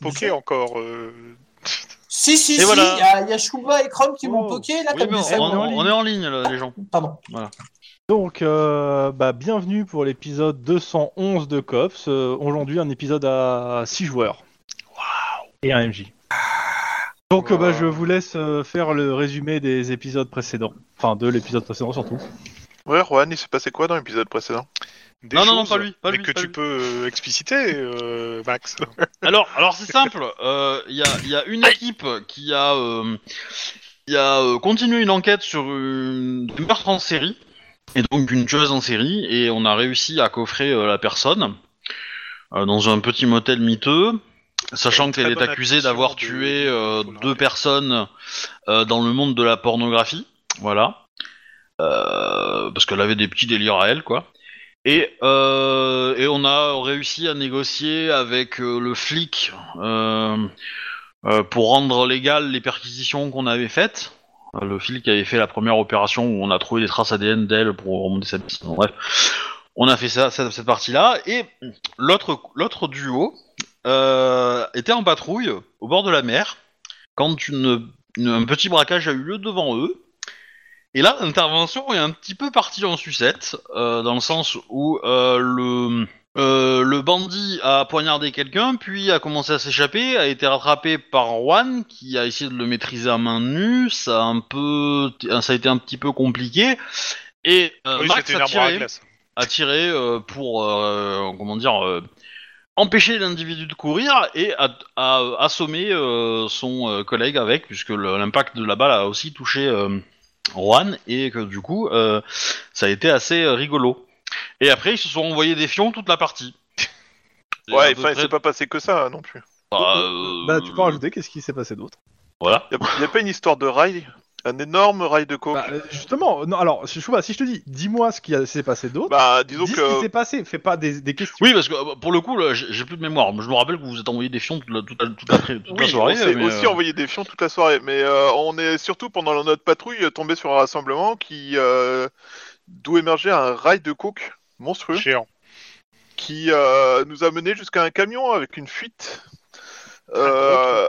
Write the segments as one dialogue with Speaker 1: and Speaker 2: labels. Speaker 1: poké encore. euh.
Speaker 2: Si, si, si, il
Speaker 3: voilà.
Speaker 2: y, a- il y a Chouba et Chrome qui
Speaker 4: Oh.
Speaker 2: m'ont poké, là,
Speaker 3: Oui,
Speaker 2: comme
Speaker 3: mais
Speaker 2: ça.
Speaker 3: on,
Speaker 4: on est en
Speaker 3: on- on est en ligne, là, les gens.
Speaker 2: Pardon.
Speaker 4: Donc, euh, bah, bienvenue pour l'épisode 211 de Cops. Euh, Aujourd'hui, un épisode à 6 joueurs. Et un MJ. Donc, euh, bah, je vous laisse euh, faire le résumé des épisodes précédents. Enfin, de l'épisode précédent surtout.
Speaker 1: Ouais, Juan, il s'est passé quoi dans l'épisode précédent Des
Speaker 3: Non, non, non,
Speaker 1: choses,
Speaker 3: pas lui, pas
Speaker 1: mais
Speaker 3: lui,
Speaker 1: que
Speaker 3: pas
Speaker 1: tu
Speaker 3: lui.
Speaker 1: peux euh, expliciter, euh, Max.
Speaker 3: Alors, alors c'est simple. euh, Il y, a, il y a une équipe qui a, euh, qui a euh, continué une enquête sur une un meurtre en série et donc une tueuse en série et on a réussi à coffrer euh, la personne euh, dans un petit motel miteux, sachant
Speaker 1: Une
Speaker 3: qu'elle
Speaker 1: très
Speaker 3: est
Speaker 1: bonne
Speaker 3: accusée d'avoir
Speaker 1: adaptation de-
Speaker 3: tué euh,
Speaker 1: faut le
Speaker 3: deux
Speaker 1: rappeler.
Speaker 3: personnes euh, dans le monde de la pornographie. Voilà. Euh, parce qu'elle avait des petits délires à elle, quoi. Et, euh, et on a réussi à négocier avec euh, le flic euh, euh, pour rendre légales les perquisitions qu'on avait faites. Euh, Le flic avait fait la première opération où on a trouvé des traces ADN d'elle pour remonter sa piste. Bon, Bref, on a fait ça, cette, cette partie-là. Et l'autre l'autre duo euh, était en patrouille au bord de la mer quand une- une- un petit braquage a eu lieu devant eux. Et là, l'intervention est un petit peu partie en sucette, euh, dans le sens où euh, le, euh, le bandit a poignardé quelqu'un, puis a commencé à s'échapper, a été rattrapé par Juan, qui a essayé de le maîtriser à main nue, ça a, un peu, ça a été un petit peu compliqué, et euh,
Speaker 1: oui,
Speaker 3: Max
Speaker 1: c'était une
Speaker 3: a
Speaker 1: arbre à
Speaker 3: tiré,
Speaker 1: glace.
Speaker 3: a tiré, euh, pour, euh, comment dire, euh, empêcher l'individu de courir et a, a assommé euh, son euh, collègue avec, puisque le- l'impact de la balle a aussi touché euh, Juan et que du coup, euh, ça a été assez euh, rigolo. Et après, ils se sont envoyés des fions toute la partie. C'est à
Speaker 1: Ouais,
Speaker 3: peu
Speaker 1: enfin, il
Speaker 3: près-
Speaker 1: s'est pas passé que ça hein, non plus.
Speaker 3: Bah, euh,
Speaker 4: Bah, tu peux rajouter qu'est-ce qui s'est passé d'autre
Speaker 3: Voilà.
Speaker 1: Il n'y a, pas une histoire de rail Un énorme rail de coke
Speaker 4: Bah,
Speaker 1: Bah,
Speaker 4: euh, justement, non, alors, Chouba, si je te dis, dis-moi ce qui a- s'est passé d'autre.
Speaker 1: Bah, disons
Speaker 4: dis ce qui
Speaker 1: que.
Speaker 4: s'est passé, fais pas des, des questions.
Speaker 3: Oui, parce que euh, pour le coup, là, j'ai j'ai plus de mémoire. Je me rappelle que vous vous êtes envoyé des fions toute la, toute la- toute la- toute la
Speaker 1: Oui,
Speaker 3: soirée.
Speaker 1: on s'est
Speaker 3: mais,
Speaker 1: aussi
Speaker 3: euh,
Speaker 1: envoyé des fions toute la soirée, mais euh, on est surtout pendant notre patrouille tombé sur un rassemblement qui euh, d'où émergeait un rail de coke monstrueux
Speaker 5: Géant.
Speaker 1: qui euh, nous a mené jusqu'à un camion avec une fuite euh,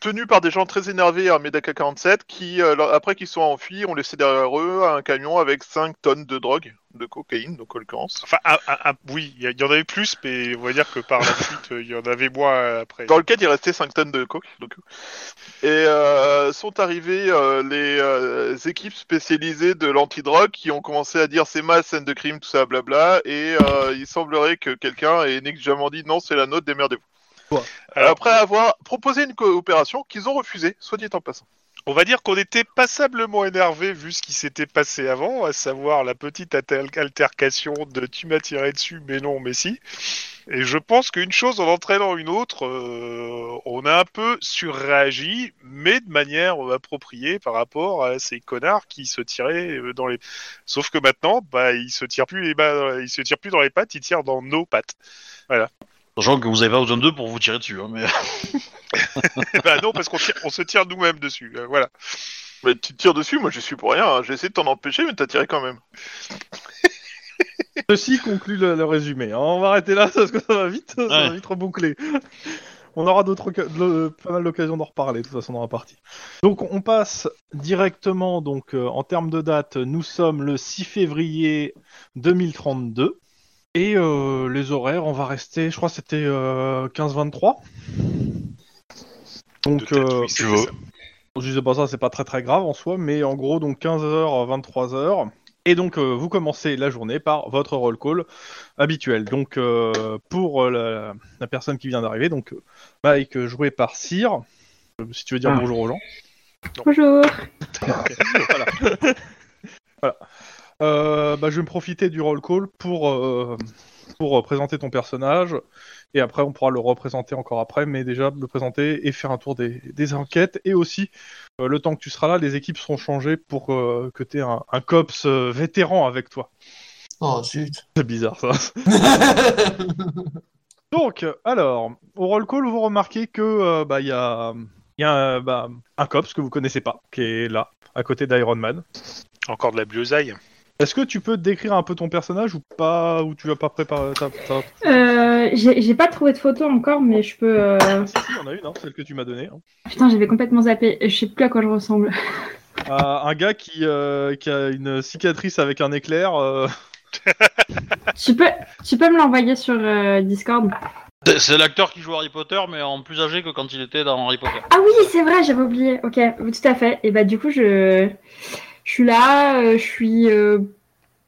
Speaker 1: tenu par des gens très énervés à Medaka 47 qui euh, leur- après qu'ils soient enfuis ont laissé derrière eux un camion avec 5 tonnes de drogue de cocaïne donc en l'occurrence.
Speaker 5: Enfin, un- un- un- oui, il y, y en avait plus, mais on va dire que par la suite, euh, il y en avait moins euh, après.
Speaker 1: Dans lequel il restait 5 tonnes de coke. Donc. Et euh, sont arrivées euh, les euh, équipes spécialisées de l'antidrogue qui ont commencé à dire c'est ma scène de crime, tout ça, blabla. Et euh, il semblerait que quelqu'un ait négligemment dit non, c'est la nôtre, démerdez-vous. Euh,
Speaker 5: Alors,
Speaker 1: Après avoir proposé une coopération qu'ils ont refusée, soit dit en passant.
Speaker 5: on va dire qu'on était passablement énervé vu ce qui s'était passé avant, à savoir la petite atel- altercation de tu m'as tiré dessus, mais non, mais si. Et je pense qu'une chose en entraînant une autre, euh, on a un peu surréagi, mais de manière euh, appropriée par rapport à ces connards qui se tiraient euh, dans les. Sauf que maintenant, bah, ils se tirent plus les ba- ils se tirent plus dans les pattes, ils tirent dans nos pattes.
Speaker 3: Sachant que vous avez pas besoin d'eux pour vous tirer dessus. hein, mais...
Speaker 5: Bah non, parce qu'on tire- on se tire nous-mêmes dessus. euh, voilà.
Speaker 1: Mais tu te tires dessus, moi je suis pour rien. hein. J'ai essayé de t'en empêcher, mais t'as tiré quand même.
Speaker 4: Ceci conclut le, le résumé. hein. On va arrêter là parce que ça va vite, ça va
Speaker 3: Ouais.
Speaker 4: vite reboucler. On aura d'autres, oca- de- pas mal d'occasions d'en reparler de toute façon dans la partie. Donc on passe directement donc euh, en termes de date, nous sommes le 6 février 2032 et euh, les horaires, on va rester, je crois que c'était euh, 15-23.
Speaker 5: De
Speaker 4: Donc
Speaker 5: tête,
Speaker 4: euh,
Speaker 5: oui, c'était
Speaker 3: veux.
Speaker 5: ça.
Speaker 4: je sais pas ça, c'est pas très très grave en soi, mais en gros, donc 15h, 23h. Et donc, euh, vous commencez la journée par votre roll call habituel. Donc, euh, pour euh, la, la personne qui vient d'arriver, donc euh, Mike, euh, joué par Cyr, euh, si tu veux dire
Speaker 3: Ah.
Speaker 4: bonjour aux gens.
Speaker 6: Bonjour.
Speaker 4: voilà. Voilà. Euh, bah, je vais me profiter du roll call pour, euh, pour euh, présenter ton personnage. Et après, on pourra le représenter encore après, mais déjà le présenter et faire un tour des, des enquêtes. Et aussi, euh, le temps que tu seras là, les équipes seront changées pour euh, que tu aies un, un COPS euh, vétéran avec toi.
Speaker 2: Oh, zut.
Speaker 4: C'est bizarre ça. Donc, alors, au roll call, vous remarquez que euh, bah, il y a, il y a euh, bah, un COPS que vous connaissez pas, qui est là, à côté d'Iron Man.
Speaker 5: Encore de la biosaille.
Speaker 4: Est-ce que tu peux décrire un peu ton personnage ou pas Ou tu vas pas préparer ta. ta-
Speaker 6: Euh, Euh, j'ai j'ai pas trouvé de photo encore, mais je peux. euh,
Speaker 4: Si, si, il y en a une, hein, celle que tu m'as donnée. hein.
Speaker 6: Putain, j'avais complètement zappé. Je sais plus à quoi je ressemble.
Speaker 4: Ah, un gars qui, euh, qui a une cicatrice avec un éclair. euh,
Speaker 6: tu peux, tu peux me l'envoyer sur euh, Discord.
Speaker 3: C'est- C'est l'acteur qui joue Harry Potter, mais en plus âgé que quand il était dans Harry Potter.
Speaker 6: Ah oui, c'est vrai, j'avais oublié. Ok, tout à fait. Et bah du coup, je, je suis là, euh, je suis euh,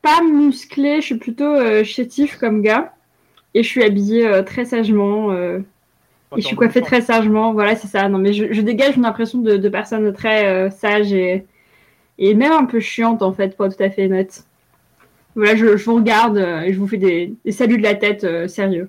Speaker 6: pas musclé, je suis plutôt euh, chétif comme gars. Et je suis habillée euh, très sagement. euh,
Speaker 4: quand t'es
Speaker 6: et je
Speaker 4: en
Speaker 6: suis coiffée
Speaker 4: uniforme.
Speaker 6: très sagement. Voilà, c'est ça. Non, mais je, je dégage une impression de, de personne très euh, sage et, et même un peu chiante, en fait, pas tout à fait honnête. Voilà, je, je vous regarde euh, et je vous fais des, des saluts de la tête euh, sérieux.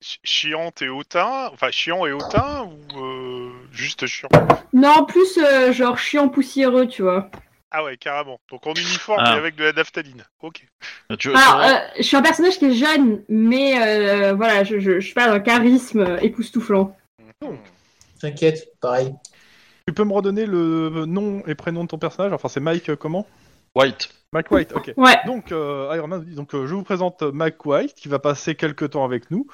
Speaker 5: Ch- Chiante et hautain, enfin chiant et hautain ou euh, juste chiant
Speaker 6: Non, en plus, euh, genre chiant poussiéreux, tu vois.
Speaker 5: Ah ouais, carrément. Donc en uniforme
Speaker 3: Ah.
Speaker 5: et avec de la naphtaline. Ok.
Speaker 3: Tu, tu-
Speaker 6: Alors, euh, je suis un personnage qui est jeune, mais euh, voilà, je, je, je parle d'un charisme euh, époustouflant.
Speaker 2: T'inquiète, pareil.
Speaker 4: Tu peux me redonner le nom et prénom de ton personnage Enfin, c'est Mike euh, comment
Speaker 3: White.
Speaker 4: Mike White, ok.
Speaker 6: Ouais,
Speaker 4: Donc, euh, Iron Man dit, donc euh, je vous présente euh, Mike White, qui va passer quelques temps avec nous,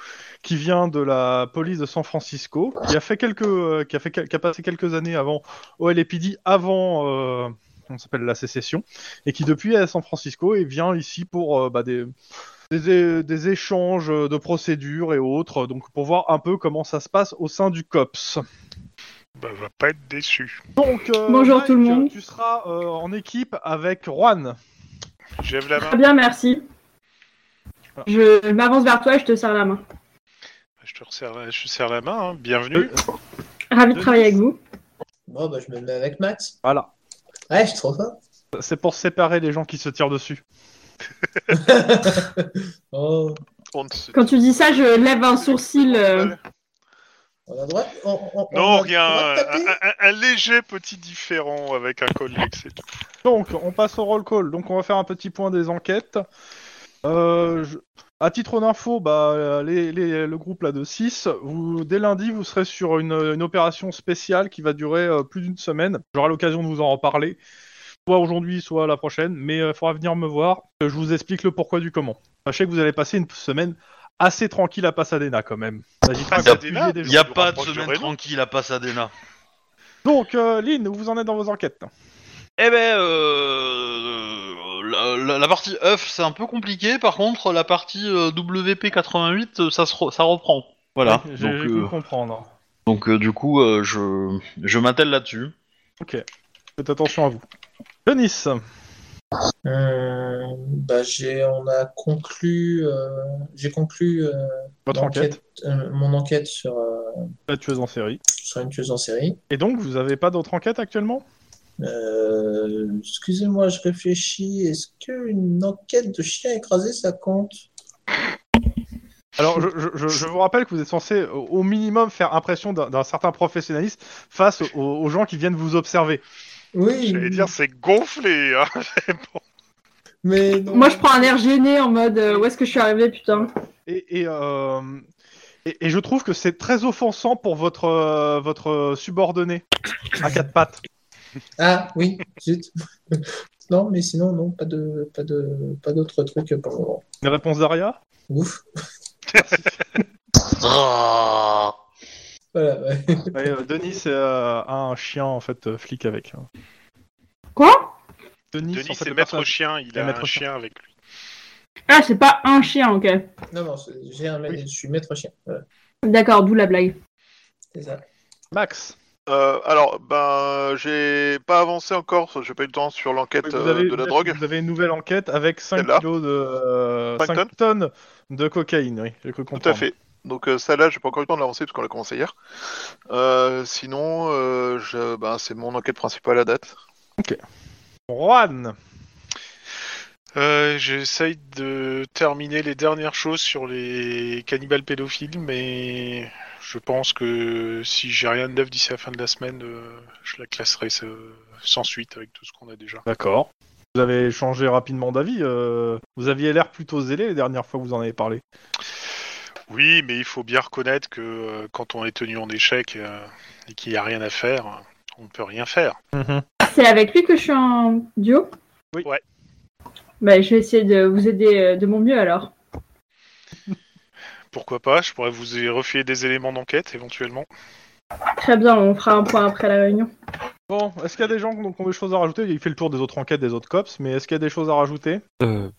Speaker 4: qui vient de la police de San Francisco, qui a fait quelques, euh, qui a fait, quel- qui a passé quelques années avant au LAPD, avant, euh, on s'appelle la sécession, et qui depuis est à San Francisco et vient ici pour euh, bah, des, des, é- des échanges de procédures et autres, donc pour voir un peu comment ça se passe au sein du COPS.
Speaker 5: Bah, va pas être déçu.
Speaker 4: Donc, euh,
Speaker 6: Bonjour
Speaker 4: Mike,
Speaker 6: tout le monde.
Speaker 4: Tu seras euh, en équipe avec Juan.
Speaker 5: Je lève la
Speaker 6: très
Speaker 5: main.
Speaker 6: bien, merci. Je, je m'avance vers toi et je te serre la main.
Speaker 5: Je te resserre la, je serre la main. hein.
Speaker 2: Euh,
Speaker 5: Bienvenue.
Speaker 6: Ravi de
Speaker 4: Denis.
Speaker 6: travailler avec vous.
Speaker 2: Bon, bah, je me mets avec Max.
Speaker 4: Voilà.
Speaker 2: Ouais, je suis trop fort.
Speaker 4: C'est pour séparer les gens qui se tirent dessus.
Speaker 2: oh.
Speaker 1: On ne se-
Speaker 6: Quand tu dis ça, je lève un sourcil. euh,
Speaker 2: On a le droit de- on- on- on a
Speaker 5: Non,
Speaker 2: le
Speaker 5: rien.
Speaker 2: droit de
Speaker 3: euh,
Speaker 5: Un,
Speaker 2: taper
Speaker 5: un- un- un léger petit différent avec un collègue, c'est tout.
Speaker 4: Donc, on passe au roll call. Donc, on va faire un petit point des enquêtes. Euh, je- À titre d'info, bah, les- les- le groupe là de 6, vous, dès lundi, vous serez sur une, une opération spéciale qui va durer euh, plus d'une semaine. J'aurai l'occasion de vous en reparler, soit aujourd'hui, soit la prochaine, mais il faudra venir me voir. Euh, Je vous explique le pourquoi du comment. Sachez que vous allez passer une semaine assez tranquille à Pasadena quand même. Il s'agit pas de
Speaker 5: Pasadena,
Speaker 4: tuer des gens.
Speaker 5: y
Speaker 3: Y a
Speaker 5: du
Speaker 3: pas de
Speaker 5: rapport du
Speaker 3: semaine
Speaker 5: Renault.
Speaker 3: tranquille à Pasadena.
Speaker 4: Donc, euh, Lynn, où vous en êtes dans vos enquêtes
Speaker 3: Eh ben, euh, la, la- la partie œuf, c'est un peu compliqué. Par contre, la partie euh, WP88, euh, ça, se re- ça reprend. Voilà.
Speaker 4: J'ai
Speaker 3: donc,
Speaker 4: j'ai cru
Speaker 3: euh,
Speaker 4: comprendre.
Speaker 3: donc, euh, du coup, euh, je, je m'attelle là-dessus.
Speaker 4: Faites attention à vous. Denis
Speaker 3: euh.
Speaker 2: Euh, bah, j'ai, on a conclu, euh, j'ai conclu euh,
Speaker 4: Votre enquête.
Speaker 2: l'enquête- euh, mon enquête sur, euh,
Speaker 4: La tueuse en série.
Speaker 2: sur une tueuse en série.
Speaker 4: Et donc, vous avez pas d'autre enquête actuellement
Speaker 2: Euh, excusez-moi, je réfléchis. Est-ce qu'une enquête de chien écrasé, ça compte?
Speaker 4: Alors, je, je- je- je vous rappelle que vous êtes censé, au- au minimum, faire impression d'un d'un certain professionnaliste face aux, aux gens qui viennent vous observer.
Speaker 2: Oui,
Speaker 5: J'allais dire, c'est gonflé. hein.
Speaker 2: mais non.
Speaker 6: Moi, je prends un air gêné en mode euh, où est-ce que je suis arrivé, putain.
Speaker 4: Et, et, euh, et- et je trouve que c'est très offensant pour votre, euh, votre euh, subordonné à quatre pattes.
Speaker 2: Ah oui, zut. Non, mais sinon, non, pas de, pas de, pas d'autres trucs pour le moment.
Speaker 4: Une réponse d'Aria
Speaker 2: Ouf.
Speaker 3: Ah.
Speaker 2: Voilà, ouais.
Speaker 4: Ouais, euh, Denis euh, a un chien, en fait, euh, flic avec.
Speaker 6: Quoi
Speaker 4: Denis, en
Speaker 5: Denis,
Speaker 4: fait,
Speaker 5: c'est
Speaker 4: le
Speaker 5: maître
Speaker 4: personnage-
Speaker 5: chien. Il
Speaker 4: Et
Speaker 5: a
Speaker 4: maître
Speaker 5: un chien avec lui.
Speaker 6: Ah, c'est pas un chien, ok.
Speaker 2: Non, non, c'est- j'ai un, je suis maître chien. Voilà,
Speaker 6: D'accord, d'où la blague.
Speaker 2: c'est ça.
Speaker 4: Max,
Speaker 1: Euh, alors, ben, j'ai pas avancé encore, j'ai pas eu le temps sur l'enquête
Speaker 4: vous
Speaker 1: euh,
Speaker 4: avez,
Speaker 1: de la
Speaker 4: vous
Speaker 1: drogue.
Speaker 4: avez une nouvelle enquête avec 5
Speaker 1: Celle-là.
Speaker 4: kilos de... euh,
Speaker 1: Cinq
Speaker 4: cinq tonnes de cocaïne, oui, j'ai cru
Speaker 1: Tout à
Speaker 4: comprendre.
Speaker 1: fait. Donc euh, ça là, j'ai pas encore eu le temps de l'avancer parce qu'on l'a commencé hier. Euh, sinon, euh, je- ben, c'est mon enquête principale à date.
Speaker 4: Juan
Speaker 5: Euh, J'essaye de terminer les dernières choses sur les cannibales pédophiles, mais je pense que si j'ai rien de neuf d'ici la fin de la semaine, euh, je la classerai euh, sans suite avec tout ce qu'on a déjà.
Speaker 4: D'accord. Vous avez changé rapidement d'avis. euh, Vous aviez l'air plutôt zélé les dernières fois que vous en avez parlé.
Speaker 5: Oui, mais il faut bien reconnaître que euh, quand on est tenu en échec euh, et qu'il n'y a rien à faire, euh, on ne peut rien faire.
Speaker 6: C'est avec lui que je suis en duo
Speaker 4: Oui.
Speaker 5: Ouais.
Speaker 6: Bah, je vais essayer de vous aider euh, de mon mieux alors.
Speaker 5: Pourquoi pas Je pourrais vous y refiler des éléments d'enquête éventuellement.
Speaker 6: Très bien, on fera un point après la réunion.
Speaker 4: Bon, est-ce qu'il y a des gens qui ont qui ont des choses à rajouter Il fait le tour des autres enquêtes des autres cops, mais est-ce qu'il y a des choses à rajouter
Speaker 7: Euh,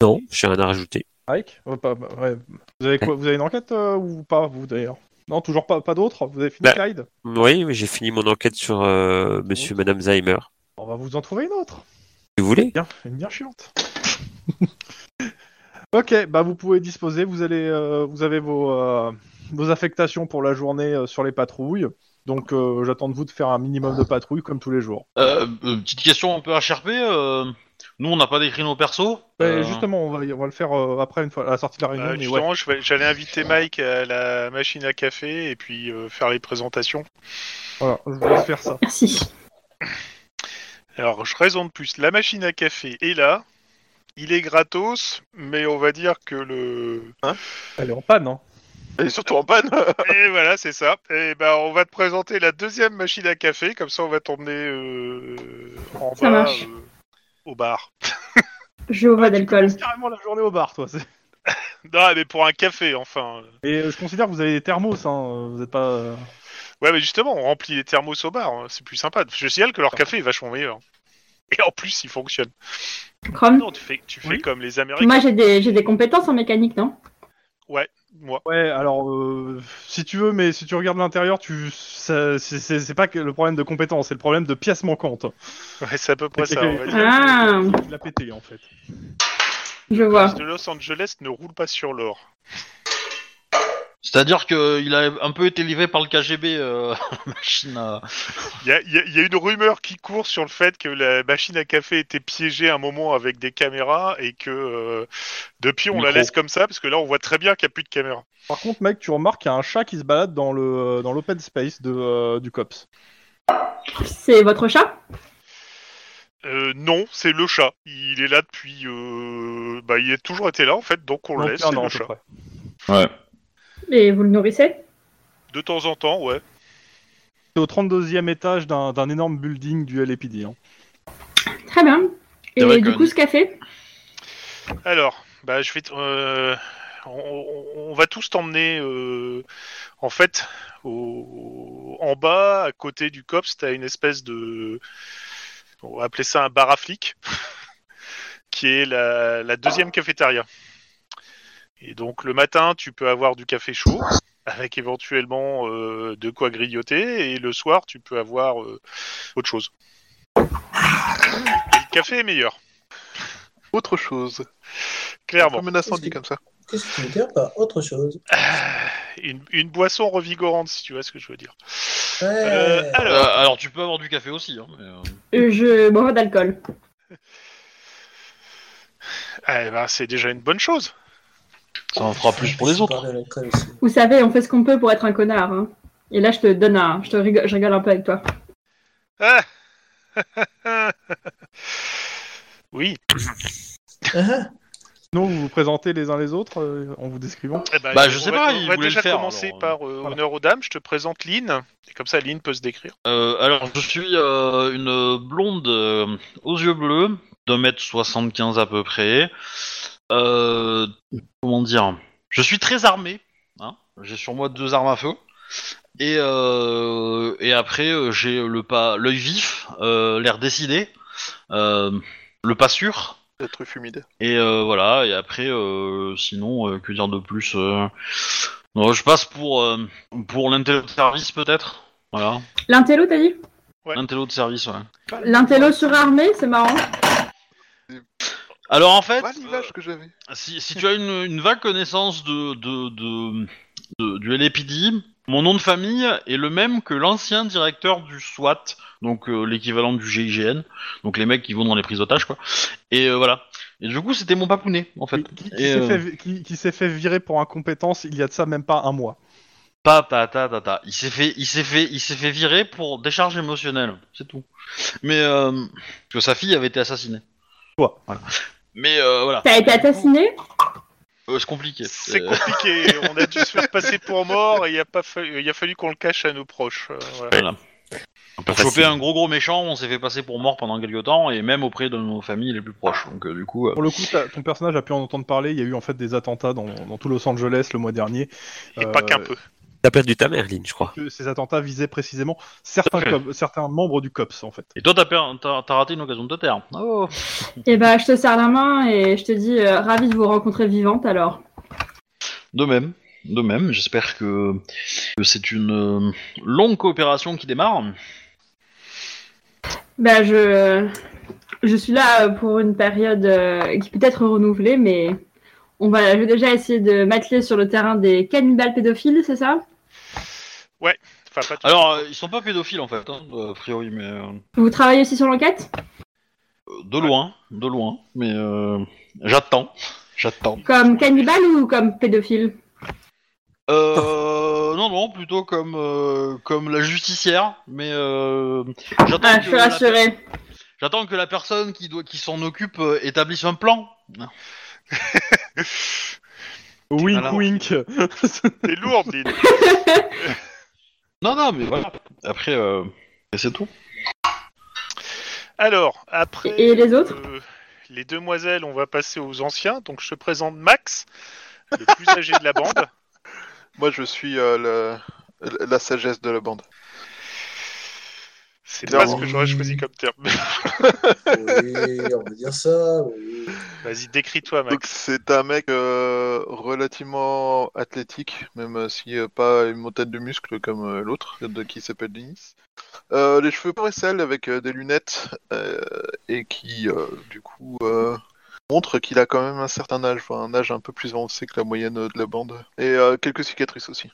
Speaker 7: non, j'ai rien à rajouter.
Speaker 4: Mike Ouais, pas- bah, ouais. Vous avez quoi Vous avez une enquête euh, ou pas vous d'ailleurs Non, toujours pas, pas d'autres. Vous avez fini
Speaker 7: Bah.
Speaker 4: Clyde
Speaker 7: Oui, oui, j'ai fini mon enquête sur euh, Monsieur, et Madame Zimmer.
Speaker 4: On va vous en trouver une autre.
Speaker 7: Si vous voulez
Speaker 4: Bien, une bien chiante. ok, bah vous pouvez disposer. Vous allez, euh, vous avez vos, euh, vos affectations pour la journée euh, sur les patrouilles. Donc euh, j'attends de vous de faire un minimum de patrouilles comme tous les jours.
Speaker 3: Euh, euh, petite question un peu HRP. euh, nous, on n'a pas décrit nos persos.
Speaker 4: Ouais,
Speaker 3: Euh,
Speaker 4: Justement, on va, y- on va le faire euh, après une fois à la sortie de la réunion.
Speaker 5: Euh,
Speaker 4: mais ouais.
Speaker 5: justement, je vais- j'allais inviter Mike à la machine à café et puis euh, faire les présentations.
Speaker 4: Voilà, je vais faire ça.
Speaker 6: Merci.
Speaker 5: Alors, je raisonne plus. La machine à café est là. Il est gratos, mais on va dire que le.
Speaker 4: Elle est en panne. Hein.
Speaker 1: Et surtout en panne.
Speaker 5: Et voilà, c'est ça. Et ben, on va te présenter la deuxième machine à café. Comme ça, on va t'emmener euh, en
Speaker 6: Ça
Speaker 5: bas
Speaker 6: marche.
Speaker 5: euh, au bar.
Speaker 6: Je vois d'alcool.
Speaker 4: C'est carrément la journée au bar, toi. c'est-
Speaker 5: Non, Ah, mais pour un café, enfin.
Speaker 4: Et euh, je considère que vous avez des thermos. Hein. euh, Vous n'êtes pas. euh,
Speaker 5: Ouais, mais justement, on remplit les thermos au bar. hein. C'est plus sympa. Je signale que leur café est vachement meilleur. Et en plus, il fonctionne.
Speaker 6: Chrome
Speaker 5: Non, tu fais, tu fais comme les Américains.
Speaker 6: Moi, j'ai des, j'ai des compétences en mécanique, non
Speaker 5: Moi.
Speaker 4: Ouais, alors euh, si tu veux, mais si tu regardes l'intérieur, tu ça- c'est- c'est c'est pas que le problème de compétence, c'est le problème de pièces manquantes. hein.
Speaker 5: Ouais, c'est à peu près
Speaker 4: C'est
Speaker 5: ça.
Speaker 4: que-
Speaker 5: on va dire.
Speaker 6: Ah,
Speaker 4: Tu l'as pété en fait.
Speaker 6: je
Speaker 5: La
Speaker 4: Ah.
Speaker 6: vois.
Speaker 5: police de Los Angeles ne roule pas sur l'or.
Speaker 3: C'est-à-dire qu'il a un peu été livré par le KGB, euh, machine à-
Speaker 5: Il y a, il y a- il y a une rumeur qui court sur le fait que la machine à café était piégée à un moment avec des caméras et que euh, depuis on la
Speaker 3: Micro.
Speaker 5: laisse comme ça parce que là on voit très bien qu'il n'y a plus de caméras.
Speaker 4: Par contre, mec, tu remarques qu'il y a un chat qui se balade dans le dans l'open space de euh, du cops.
Speaker 6: C'est votre chat
Speaker 5: Euh, non, c'est le chat. Il est là depuis. euh, Bah, il a toujours été là en fait, donc on le
Speaker 4: Donc,
Speaker 5: laisse.
Speaker 4: un
Speaker 5: C'est
Speaker 4: an,
Speaker 5: le
Speaker 4: à peu
Speaker 5: chat.
Speaker 4: près.
Speaker 6: Et vous le nourrissez
Speaker 5: De temps en temps, ouais.
Speaker 4: C'est au 32e étage d'un d'un énorme building du LAPD. hein.
Speaker 6: Très bien.
Speaker 3: C'est vrai
Speaker 6: Et du
Speaker 3: que-
Speaker 6: coup, ce café
Speaker 5: Alors, bah, je vais. t- euh, on, on- on va tous t'emmener, euh, en fait, au, en bas, à côté du COPS, t'as une espèce de. On va appeler ça un bar à flic, qui est la, la deuxième cafétéria. Et donc, le matin, tu peux avoir du café chaud, avec éventuellement euh, de quoi grignoter, et le soir, tu peux avoir euh, autre chose. Le café est meilleur,
Speaker 1: Autre chose.
Speaker 5: clairement.
Speaker 1: Comme un incendie comme ça.
Speaker 2: Qu'est-ce que tu veux dire par autre chose
Speaker 5: une, une boisson revigorante, si tu vois ce que je veux dire.
Speaker 2: Ouais.
Speaker 5: Euh,
Speaker 3: Euh,
Speaker 5: alors,
Speaker 3: alors, tu peux avoir du café aussi. Hein, mais, euh,
Speaker 6: Euh, Je bois d'alcool.
Speaker 5: eh ben, c'est déjà une bonne chose.
Speaker 3: ça en fera plus pour les
Speaker 2: Tu
Speaker 3: autres.
Speaker 2: parles de l'alcool aussi.
Speaker 6: Vous savez, on fait ce qu'on peut pour être un connard. hein. Et là, je te donne un. Je, te rigole, je rigole un peu avec toi.
Speaker 5: Ah oui.
Speaker 2: Ah,
Speaker 4: Sinon, vous vous présentez les uns les autres euh, en vous décrivant.
Speaker 5: Eh ben,
Speaker 3: Bah, je sais
Speaker 5: on va-
Speaker 3: pas,
Speaker 5: On
Speaker 3: il
Speaker 5: va
Speaker 3: voulait
Speaker 5: déjà
Speaker 3: le faire,
Speaker 5: commencer
Speaker 3: alors,
Speaker 5: par euh,
Speaker 4: voilà.
Speaker 5: honneur aux dames. Je te présente Lynn. Et comme ça, Lynn peut se décrire.
Speaker 3: Euh, alors, je suis euh, une blonde euh, aux yeux bleus, 2m75 à peu près. Euh, comment dire Je suis très armé. hein. j'ai sur moi deux armes à feu. Et, euh, et après, euh, j'ai le pas, l'œil vif, euh, l'air décidé, euh, le pas sûr.
Speaker 1: D'être fumide.
Speaker 3: Et euh, voilà, et après, euh, sinon, euh, que dire de plus euh, non, Je passe pour, euh, pour l'intello de service, peut-être Voilà,
Speaker 6: L'intello, t'as dit
Speaker 5: Ouais.
Speaker 3: l'intello de service, ouais.
Speaker 6: L'intello surarmé, c'est marrant.
Speaker 3: Alors en fait,
Speaker 1: Ah l'image que j'avais.
Speaker 3: euh, si, si tu as une, une vague connaissance de, de, de- de- du LAPD, mon nom de famille est le même que l'ancien directeur du SWAT, donc euh, l'équivalent du GIGN, donc les mecs qui vont dans les prises d'otages, quoi. Et euh, voilà. Et du coup, c'était mon papounet, en fait.
Speaker 4: Qui, qui- qui
Speaker 3: Et,
Speaker 4: s'est
Speaker 3: euh,
Speaker 4: fait, vi- qui- qui s'est fait virer pour incompétence il y a de ça même pas un mois.
Speaker 3: Pa, ta, ta, ta, ta. Il s'est fait, il s'est fait, il s'est fait virer pour décharge émotionnelle, c'est tout. Mais euh, parce que sa fille avait été assassinée.
Speaker 4: Quoi
Speaker 3: Voilà. Mais euh, voilà,
Speaker 6: T'as été assassiné
Speaker 3: Euh, c'est compliqué.
Speaker 5: C'est
Speaker 3: Euh,
Speaker 5: compliqué. on a dû se faire passer pour mort et il a, pas fallu- il a fallu qu'on le cache à nos proches. Euh, voilà.
Speaker 3: Voilà. On a chopé un gros gros méchant, on s'est fait passer pour mort pendant quelques temps, et même auprès de nos familles les plus proches. Donc euh, du coup, euh,
Speaker 4: Pour le coup, t'as- ton personnage a pu en entendre parler. Il y a eu en fait des attentats dans, dans tout Los Angeles le mois dernier.
Speaker 5: Et
Speaker 4: Euh,
Speaker 5: pas qu'un peu.
Speaker 7: T'as perdu ta mère, Lynn, je crois.
Speaker 4: que ces attentats visaient précisément certains,
Speaker 3: Tout à fait.
Speaker 4: co- certains membres du COPS en fait.
Speaker 3: et toi t'as per- t'as t'as raté une occasion de te taire. Oh.
Speaker 6: Et bah, je te serre la main et je te dis euh, ravi de vous rencontrer vivante alors.
Speaker 3: De même, de même. J'espère que, que c'est une euh, longue coopération qui démarre.
Speaker 6: Bah, je, je suis là euh, pour une période euh, qui peut être renouvelée, mais on va, je vais déjà essayer de m'atteler sur le terrain des cannibales pédophiles, c'est ça
Speaker 5: Enfin, pas tout-
Speaker 3: Alors euh, ils sont pas pédophiles en fait, hein, a priori, mais euh,
Speaker 6: Vous travaillez aussi sur l'enquête
Speaker 3: de loin, de loin. Mais euh, j'attends, j'attends.
Speaker 6: Comme cannibale ou comme pédophile
Speaker 3: Euh, non, non, plutôt comme, euh, comme la justicière, mais euh, j'attends
Speaker 6: Ah,
Speaker 3: que
Speaker 6: je suis
Speaker 3: la-
Speaker 6: rassurée.
Speaker 3: J'attends que la personne qui, doit, qui s'en occupe euh, établisse un plan.
Speaker 4: Wink
Speaker 3: malin.
Speaker 4: wink.
Speaker 5: T'es lourde, Lynn.
Speaker 3: Non, non, mais voilà. Après, euh, et c'est tout.
Speaker 5: Alors, après.
Speaker 6: Et- et les autres
Speaker 5: euh, Les demoiselles, on va passer aux anciens. Donc, je te présente Max, le plus âgé de la bande.
Speaker 1: Moi, je suis euh, le- la sagesse de la bande.
Speaker 5: C'est pas ce
Speaker 1: Clairement.
Speaker 5: que j'aurais choisi comme terme.
Speaker 2: Oui, on va dire ça. oui.
Speaker 5: Vas-y, décris-toi, Max.
Speaker 1: Donc c'est un mec euh, relativement athlétique, même euh, si euh, pas une montagne de muscles comme euh, l'autre de qui s'appelle Denis. Euh, les cheveux pas sales avec euh, des lunettes euh, et qui euh, du coup euh, montre qu'il a quand même un certain âge, enfin un âge un peu plus avancé que la moyenne euh, de la bande. Et euh, quelques cicatrices aussi.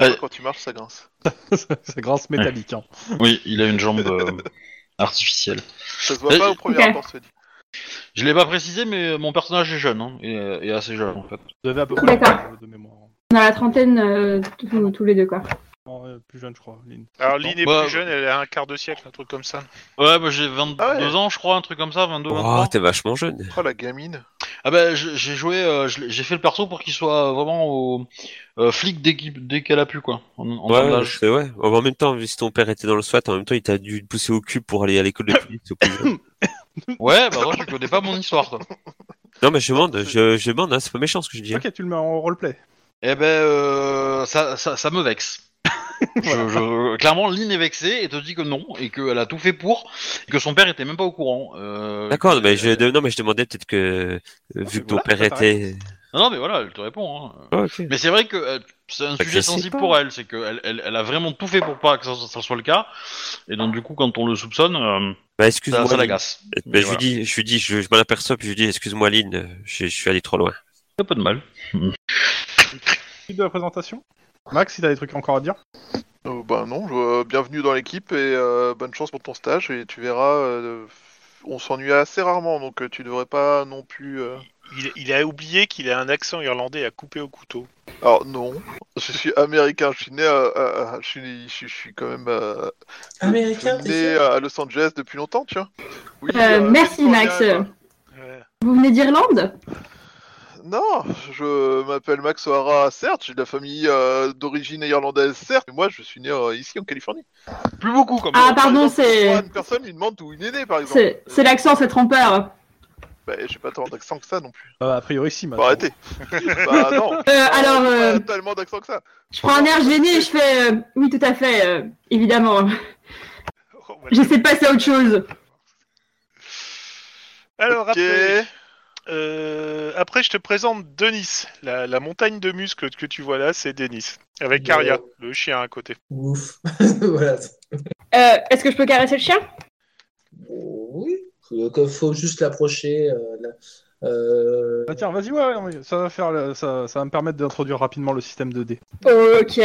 Speaker 3: Euh,
Speaker 1: Quand tu marches, ça grince.
Speaker 4: C'est grâce métallique. hein.
Speaker 3: Oui, il a une jambe euh, artificielle.
Speaker 1: Ça se voit pas au premier
Speaker 6: Ok.
Speaker 1: abord, se dit.
Speaker 3: Je l'ai pas précisé, mais mon personnage est jeune, hein, et, euh, et assez jeune en fait.
Speaker 4: Vous avez à peu près la
Speaker 6: D'accord.
Speaker 4: même âge de mémoire. hein.
Speaker 6: On a la trentaine euh, tous, tous les deux, quoi.
Speaker 4: Non, euh, plus jeune je crois. Lynn.
Speaker 5: Alors, Lynn est
Speaker 3: Bah,
Speaker 5: plus jeune, elle a un quart de siècle, un truc comme ça.
Speaker 3: Ouais, moi j'ai 22
Speaker 1: Ah ouais.
Speaker 3: ans, je crois, un truc comme ça, 22, 23.
Speaker 7: Oh, t'es vachement jeune.
Speaker 1: Oh la gamine.
Speaker 3: Ah bah je- j'ai joué, euh, je l'ai- j'ai fait le perso pour qu'il soit vraiment au euh, flic dès qu'il- dès qu'elle a pu quoi. En, en
Speaker 7: Ouais,
Speaker 3: termes
Speaker 7: ouais,
Speaker 3: d'âge.
Speaker 7: c'est- ouais. En même temps, vu que ton père était dans le SWAT, en même temps, il t'a dû te pousser au cul pour aller à l'école de police. au prison.
Speaker 3: ouais, bah toi tu connais pas mon histoire toi.
Speaker 7: non, mais je demande, je, je demande, hein, c'est pas méchant ce que je dis. hein.
Speaker 4: Ok, tu le mets en roleplay.
Speaker 3: Eh ben, euh, ça, ça, ça me vexe. Je- je- clairement, Lynn est vexée et te dit que non, et qu'elle a tout fait pour, et que son père était même pas au courant. euh, Ah,
Speaker 7: D'accord,
Speaker 3: que-
Speaker 7: mais je, non, mais je demandais peut-être que, euh, vu que ton
Speaker 4: voilà,
Speaker 7: père
Speaker 4: ça
Speaker 7: était.
Speaker 3: Non, non, mais voilà, elle te répond. hein.
Speaker 7: Ah, ok.
Speaker 3: Mais c'est vrai que euh, c'est un
Speaker 7: Bah,
Speaker 3: sujet
Speaker 7: je sais
Speaker 3: sensible
Speaker 7: pas.
Speaker 3: pour elle, c'est qu'elle elle, elle a vraiment tout fait pour pas que ça, ça soit le cas, et donc du coup, quand on le soupçonne, euh,
Speaker 7: Bah,
Speaker 3: ça,
Speaker 7: excuse-moi.
Speaker 3: ça
Speaker 7: Lynn.
Speaker 3: l'agace.
Speaker 7: Mais
Speaker 3: Mais
Speaker 7: je lui
Speaker 3: voilà.
Speaker 7: dis, je lui dis, je, je m'en aperçois, puis je lui dis, excuse-moi, Lynn, euh, je, je suis allé trop loin.
Speaker 3: Y'a pas de mal.
Speaker 4: Suite de la présentation. Max, il a des trucs encore à dire.
Speaker 1: Euh, bah non, je- euh, bienvenue dans l'équipe et euh, bonne chance pour ton stage et tu verras, euh, on s'ennuie assez rarement donc euh, tu devrais pas non plus. euh,
Speaker 5: Il, il a oublié qu'il a un accent irlandais à couper au couteau.
Speaker 1: Alors non, je suis américain, je suis né, à- à- à- je, suis, je suis- je suis quand même euh, je suis
Speaker 2: Américain, t'es
Speaker 1: né
Speaker 5: euh,
Speaker 2: sûr
Speaker 1: à Los Angeles depuis longtemps, tu vois. Oui,
Speaker 6: Euh,
Speaker 1: euh,
Speaker 6: merci,
Speaker 1: je suis
Speaker 6: Max.
Speaker 1: coréen,
Speaker 5: Ouais.
Speaker 6: Vous venez d'Irlande
Speaker 1: quoi. Non, je m'appelle Max O'Hara, certes, j'ai de la famille euh, d'origine irlandaise, certes, mais moi je suis né euh, ici en Californie.
Speaker 3: Plus beaucoup comme
Speaker 6: Ah,
Speaker 1: Par
Speaker 6: pardon,
Speaker 1: exemple,
Speaker 6: c'est.
Speaker 1: Une personne lui demande d'où il est né, par exemple.
Speaker 6: C'est c'est l'accent, c'est trompeur.
Speaker 1: Bah, j'ai pas tant d'accent que ça non plus.
Speaker 4: Euh, a priori si.
Speaker 1: Faut
Speaker 4: maintenant.
Speaker 1: arrêter. bah non.
Speaker 6: Euh, alors, euh,
Speaker 1: Pas tellement d'accent que ça.
Speaker 6: je prends un air gêné et je fais. euh, oui, tout à fait, euh, évidemment.
Speaker 5: Oh, bah,
Speaker 6: J'essaie de passer à autre chose.
Speaker 1: Ok.
Speaker 5: Alors, après, euh, après, je te présente Denis. La, la montagne de muscles que tu vois là, c'est Denis. Avec
Speaker 2: Ouais.
Speaker 5: Aria, le chien à côté.
Speaker 2: Ouf. voilà.
Speaker 6: Euh, Est-ce que je peux caresser le chien
Speaker 2: Oui. Il faut juste l'approcher. euh, là. Euh,
Speaker 4: Ah, tiens, vas-y, ouais, ouais, non, mais ça va faire, le- ça, ça va me permettre d'introduire rapidement le système 2D.
Speaker 6: Ok.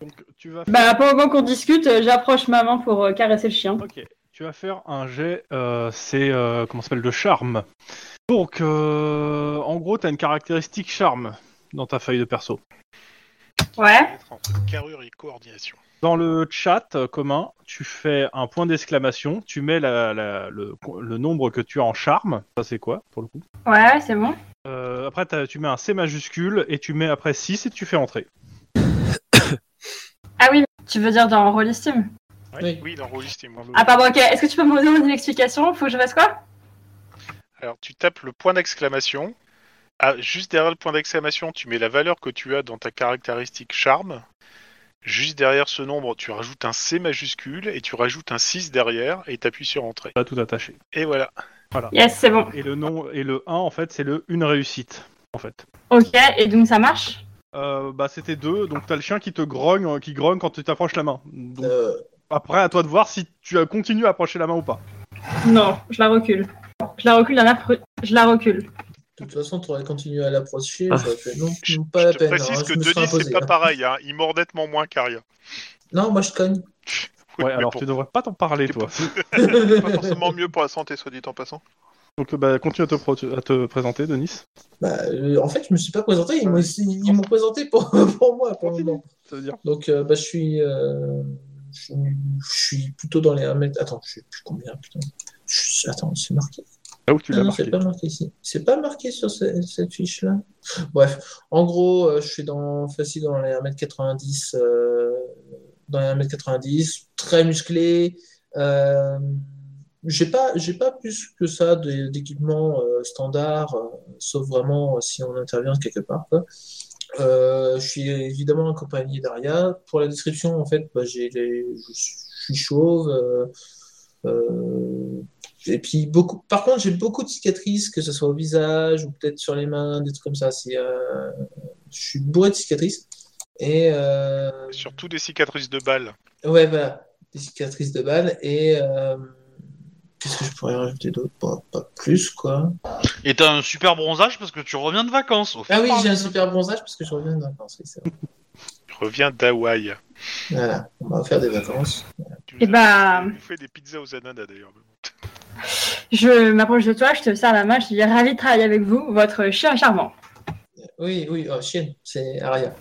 Speaker 4: Donc tu vas.
Speaker 6: Bah, pendant qu'on discute, euh, j'approche maman pour euh, caresser le chien.
Speaker 4: Ok, tu vas faire un jet, euh, c'est euh, comment ça s'appelle de charme. Donc, euh, en gros, t'as une caractéristique charme dans ta feuille de perso.
Speaker 6: Ouais.
Speaker 5: Être entre Carrure et coordination.
Speaker 4: Dans le chat euh, commun, tu fais un point d'exclamation, tu mets la- la- le, le nombre que tu as en charme. Ça, c'est quoi pour le coup
Speaker 6: Ouais, c'est bon.
Speaker 4: Euh, Après, t'as- tu mets un C majuscule et tu mets après 6 et tu fais entrer.
Speaker 6: Ah oui, tu veux dire dans Roll Steam
Speaker 2: Oui.
Speaker 5: Oui, il enregistre. il me
Speaker 6: Ah, pardon, ok. Est-ce que tu peux me donner une explication Faut que je fasse quoi
Speaker 5: Alors, tu tapes le point d'exclamation. Ah, juste derrière le point d'exclamation, tu mets la valeur que tu as dans ta caractéristique charme. Juste derrière ce nombre, tu rajoutes un C majuscule et tu rajoutes un 6 derrière et t'appuies sur Entrée.
Speaker 4: Pas tout attaché.
Speaker 5: Et voilà.
Speaker 6: Yes, c'est bon.
Speaker 4: Et le nom et le 1 en fait c'est le une réussite en fait.
Speaker 6: Ok, et donc ça marche
Speaker 4: Euh, bah c'était deux donc t'as le chien qui te grogne euh, qui grogne quand tu t'approches la main. Donc,
Speaker 2: Euh,
Speaker 4: Après à toi de voir si tu euh, continues à approcher la main ou pas.
Speaker 6: Non, je la recule. Je la recule, la nappe re- je la recule.
Speaker 2: de toute façon, tu aurais continué à l'approcher.
Speaker 7: Ah.
Speaker 2: j'aurais fait Non,
Speaker 5: Je,
Speaker 2: non, pas
Speaker 5: je
Speaker 2: la
Speaker 5: te
Speaker 2: peine.
Speaker 5: précise
Speaker 2: hein,
Speaker 5: que
Speaker 2: je me serais
Speaker 5: Denis, c'est
Speaker 2: imposé,
Speaker 5: pas
Speaker 2: hein.
Speaker 5: pareil. hein. Il mord nettement moins qu'Aria.
Speaker 2: Non, moi je cogne.
Speaker 4: Ouais
Speaker 5: Oui, mais
Speaker 4: alors
Speaker 5: bon.
Speaker 4: tu devrais pas t'en parler toi.
Speaker 1: Pas forcément mieux pour la santé, soit dit en passant.
Speaker 4: Donc euh, bah continue à te, pro- à te présenter Denis.
Speaker 2: Bah, euh, en fait, je me suis pas présenté. Ils m'ont, ils m'ont présenté pour, pour moi pour le moment.
Speaker 4: Ça veut dire
Speaker 2: Donc, euh, bah, je suis, euh, je suis, je suis plutôt dans les 1 mètre. Attends, je sais plus combien, putain. Je suis- Attends, c'est marqué.
Speaker 4: là où tu
Speaker 2: Ah
Speaker 4: l'as
Speaker 2: non, c'est
Speaker 4: marqué.
Speaker 2: pas marqué ici. C'est pas marqué sur ce- cette fiche-là. Bref, en gros, euh, je suis dans, facile dans les 1m90, euh, dans les 1m90, très musclé. Euh, j'ai pas, j'ai pas plus que ça de- d'équipement euh, standard, euh, sauf vraiment euh, si on intervient quelque part, quoi. Euh, je suis évidemment accompagné d'Aria. Pour la description, en fait, bah, j'ai les- je suis je suis chauve. euh, euh, et puis beaucoup. Par contre, j'ai beaucoup de cicatrices, que ce soit au visage ou peut-être sur les mains, des trucs comme ça. C'est, euh, je suis bourré de cicatrices. Et euh,
Speaker 5: Surtout des cicatrices de balles.
Speaker 2: ouais, voilà, des cicatrices de balles. Et euh, qu'est-ce que je pourrais rajouter d'autre Pas- pas plus, quoi.
Speaker 3: Et t'as un super bronzage parce que tu reviens de vacances. au fait.
Speaker 2: Ah oui, j'ai un super bronzage parce que je reviens de vacances. oui, c'est vrai.
Speaker 5: Il revient d'Hawaï.
Speaker 2: Voilà, on va faire des vacances.
Speaker 5: Tu
Speaker 6: Eh
Speaker 5: nous
Speaker 6: bah-
Speaker 5: as- tu nous fais des pizzas aux ananas d'ailleurs.
Speaker 6: Je m'approche de toi, je te serre la main, je dis ravi de travailler avec vous, votre chien charmant.
Speaker 2: Oui, oui, oh, chienne, c'est Aria.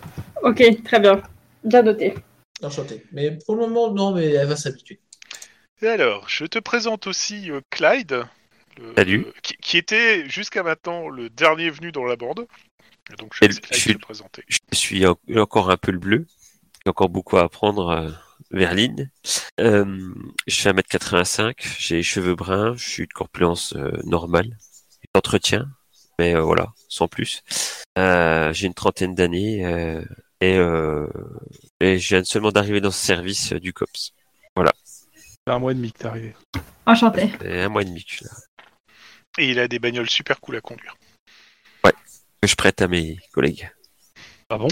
Speaker 6: Ok, très bien. Bien noté.
Speaker 2: Enchanté. Mais pour le moment, non, mais elle va s'habituer.
Speaker 5: Et alors, je te présente aussi euh, Clyde, le-
Speaker 7: Salut.
Speaker 5: euh, qui, qui était jusqu'à maintenant le dernier venu dans la bande. Et Donc, je
Speaker 7: Et
Speaker 5: vais
Speaker 7: le-
Speaker 5: Clyde
Speaker 7: je-
Speaker 5: te présenter.
Speaker 7: Je suis en- encore un peu le bleu. J'ai encore beaucoup à apprendre euh, vers l'île. Euh, je fais 1m85, j'ai les cheveux bruns, je suis de corpulence euh, normale. J'entretiens, mais euh, voilà, sans plus. Euh, j'ai une trentaine d'années euh, et, euh, et je viens seulement d'arriver dans ce service euh, du COPS.
Speaker 4: C'est un mois et demi que t'es arrivé.
Speaker 6: Enchanté.
Speaker 7: Ça fait un mois et demi que je suis là.
Speaker 5: Et il a des bagnoles super cool à conduire.
Speaker 7: Que je prête à mes collègues.
Speaker 4: Ah bon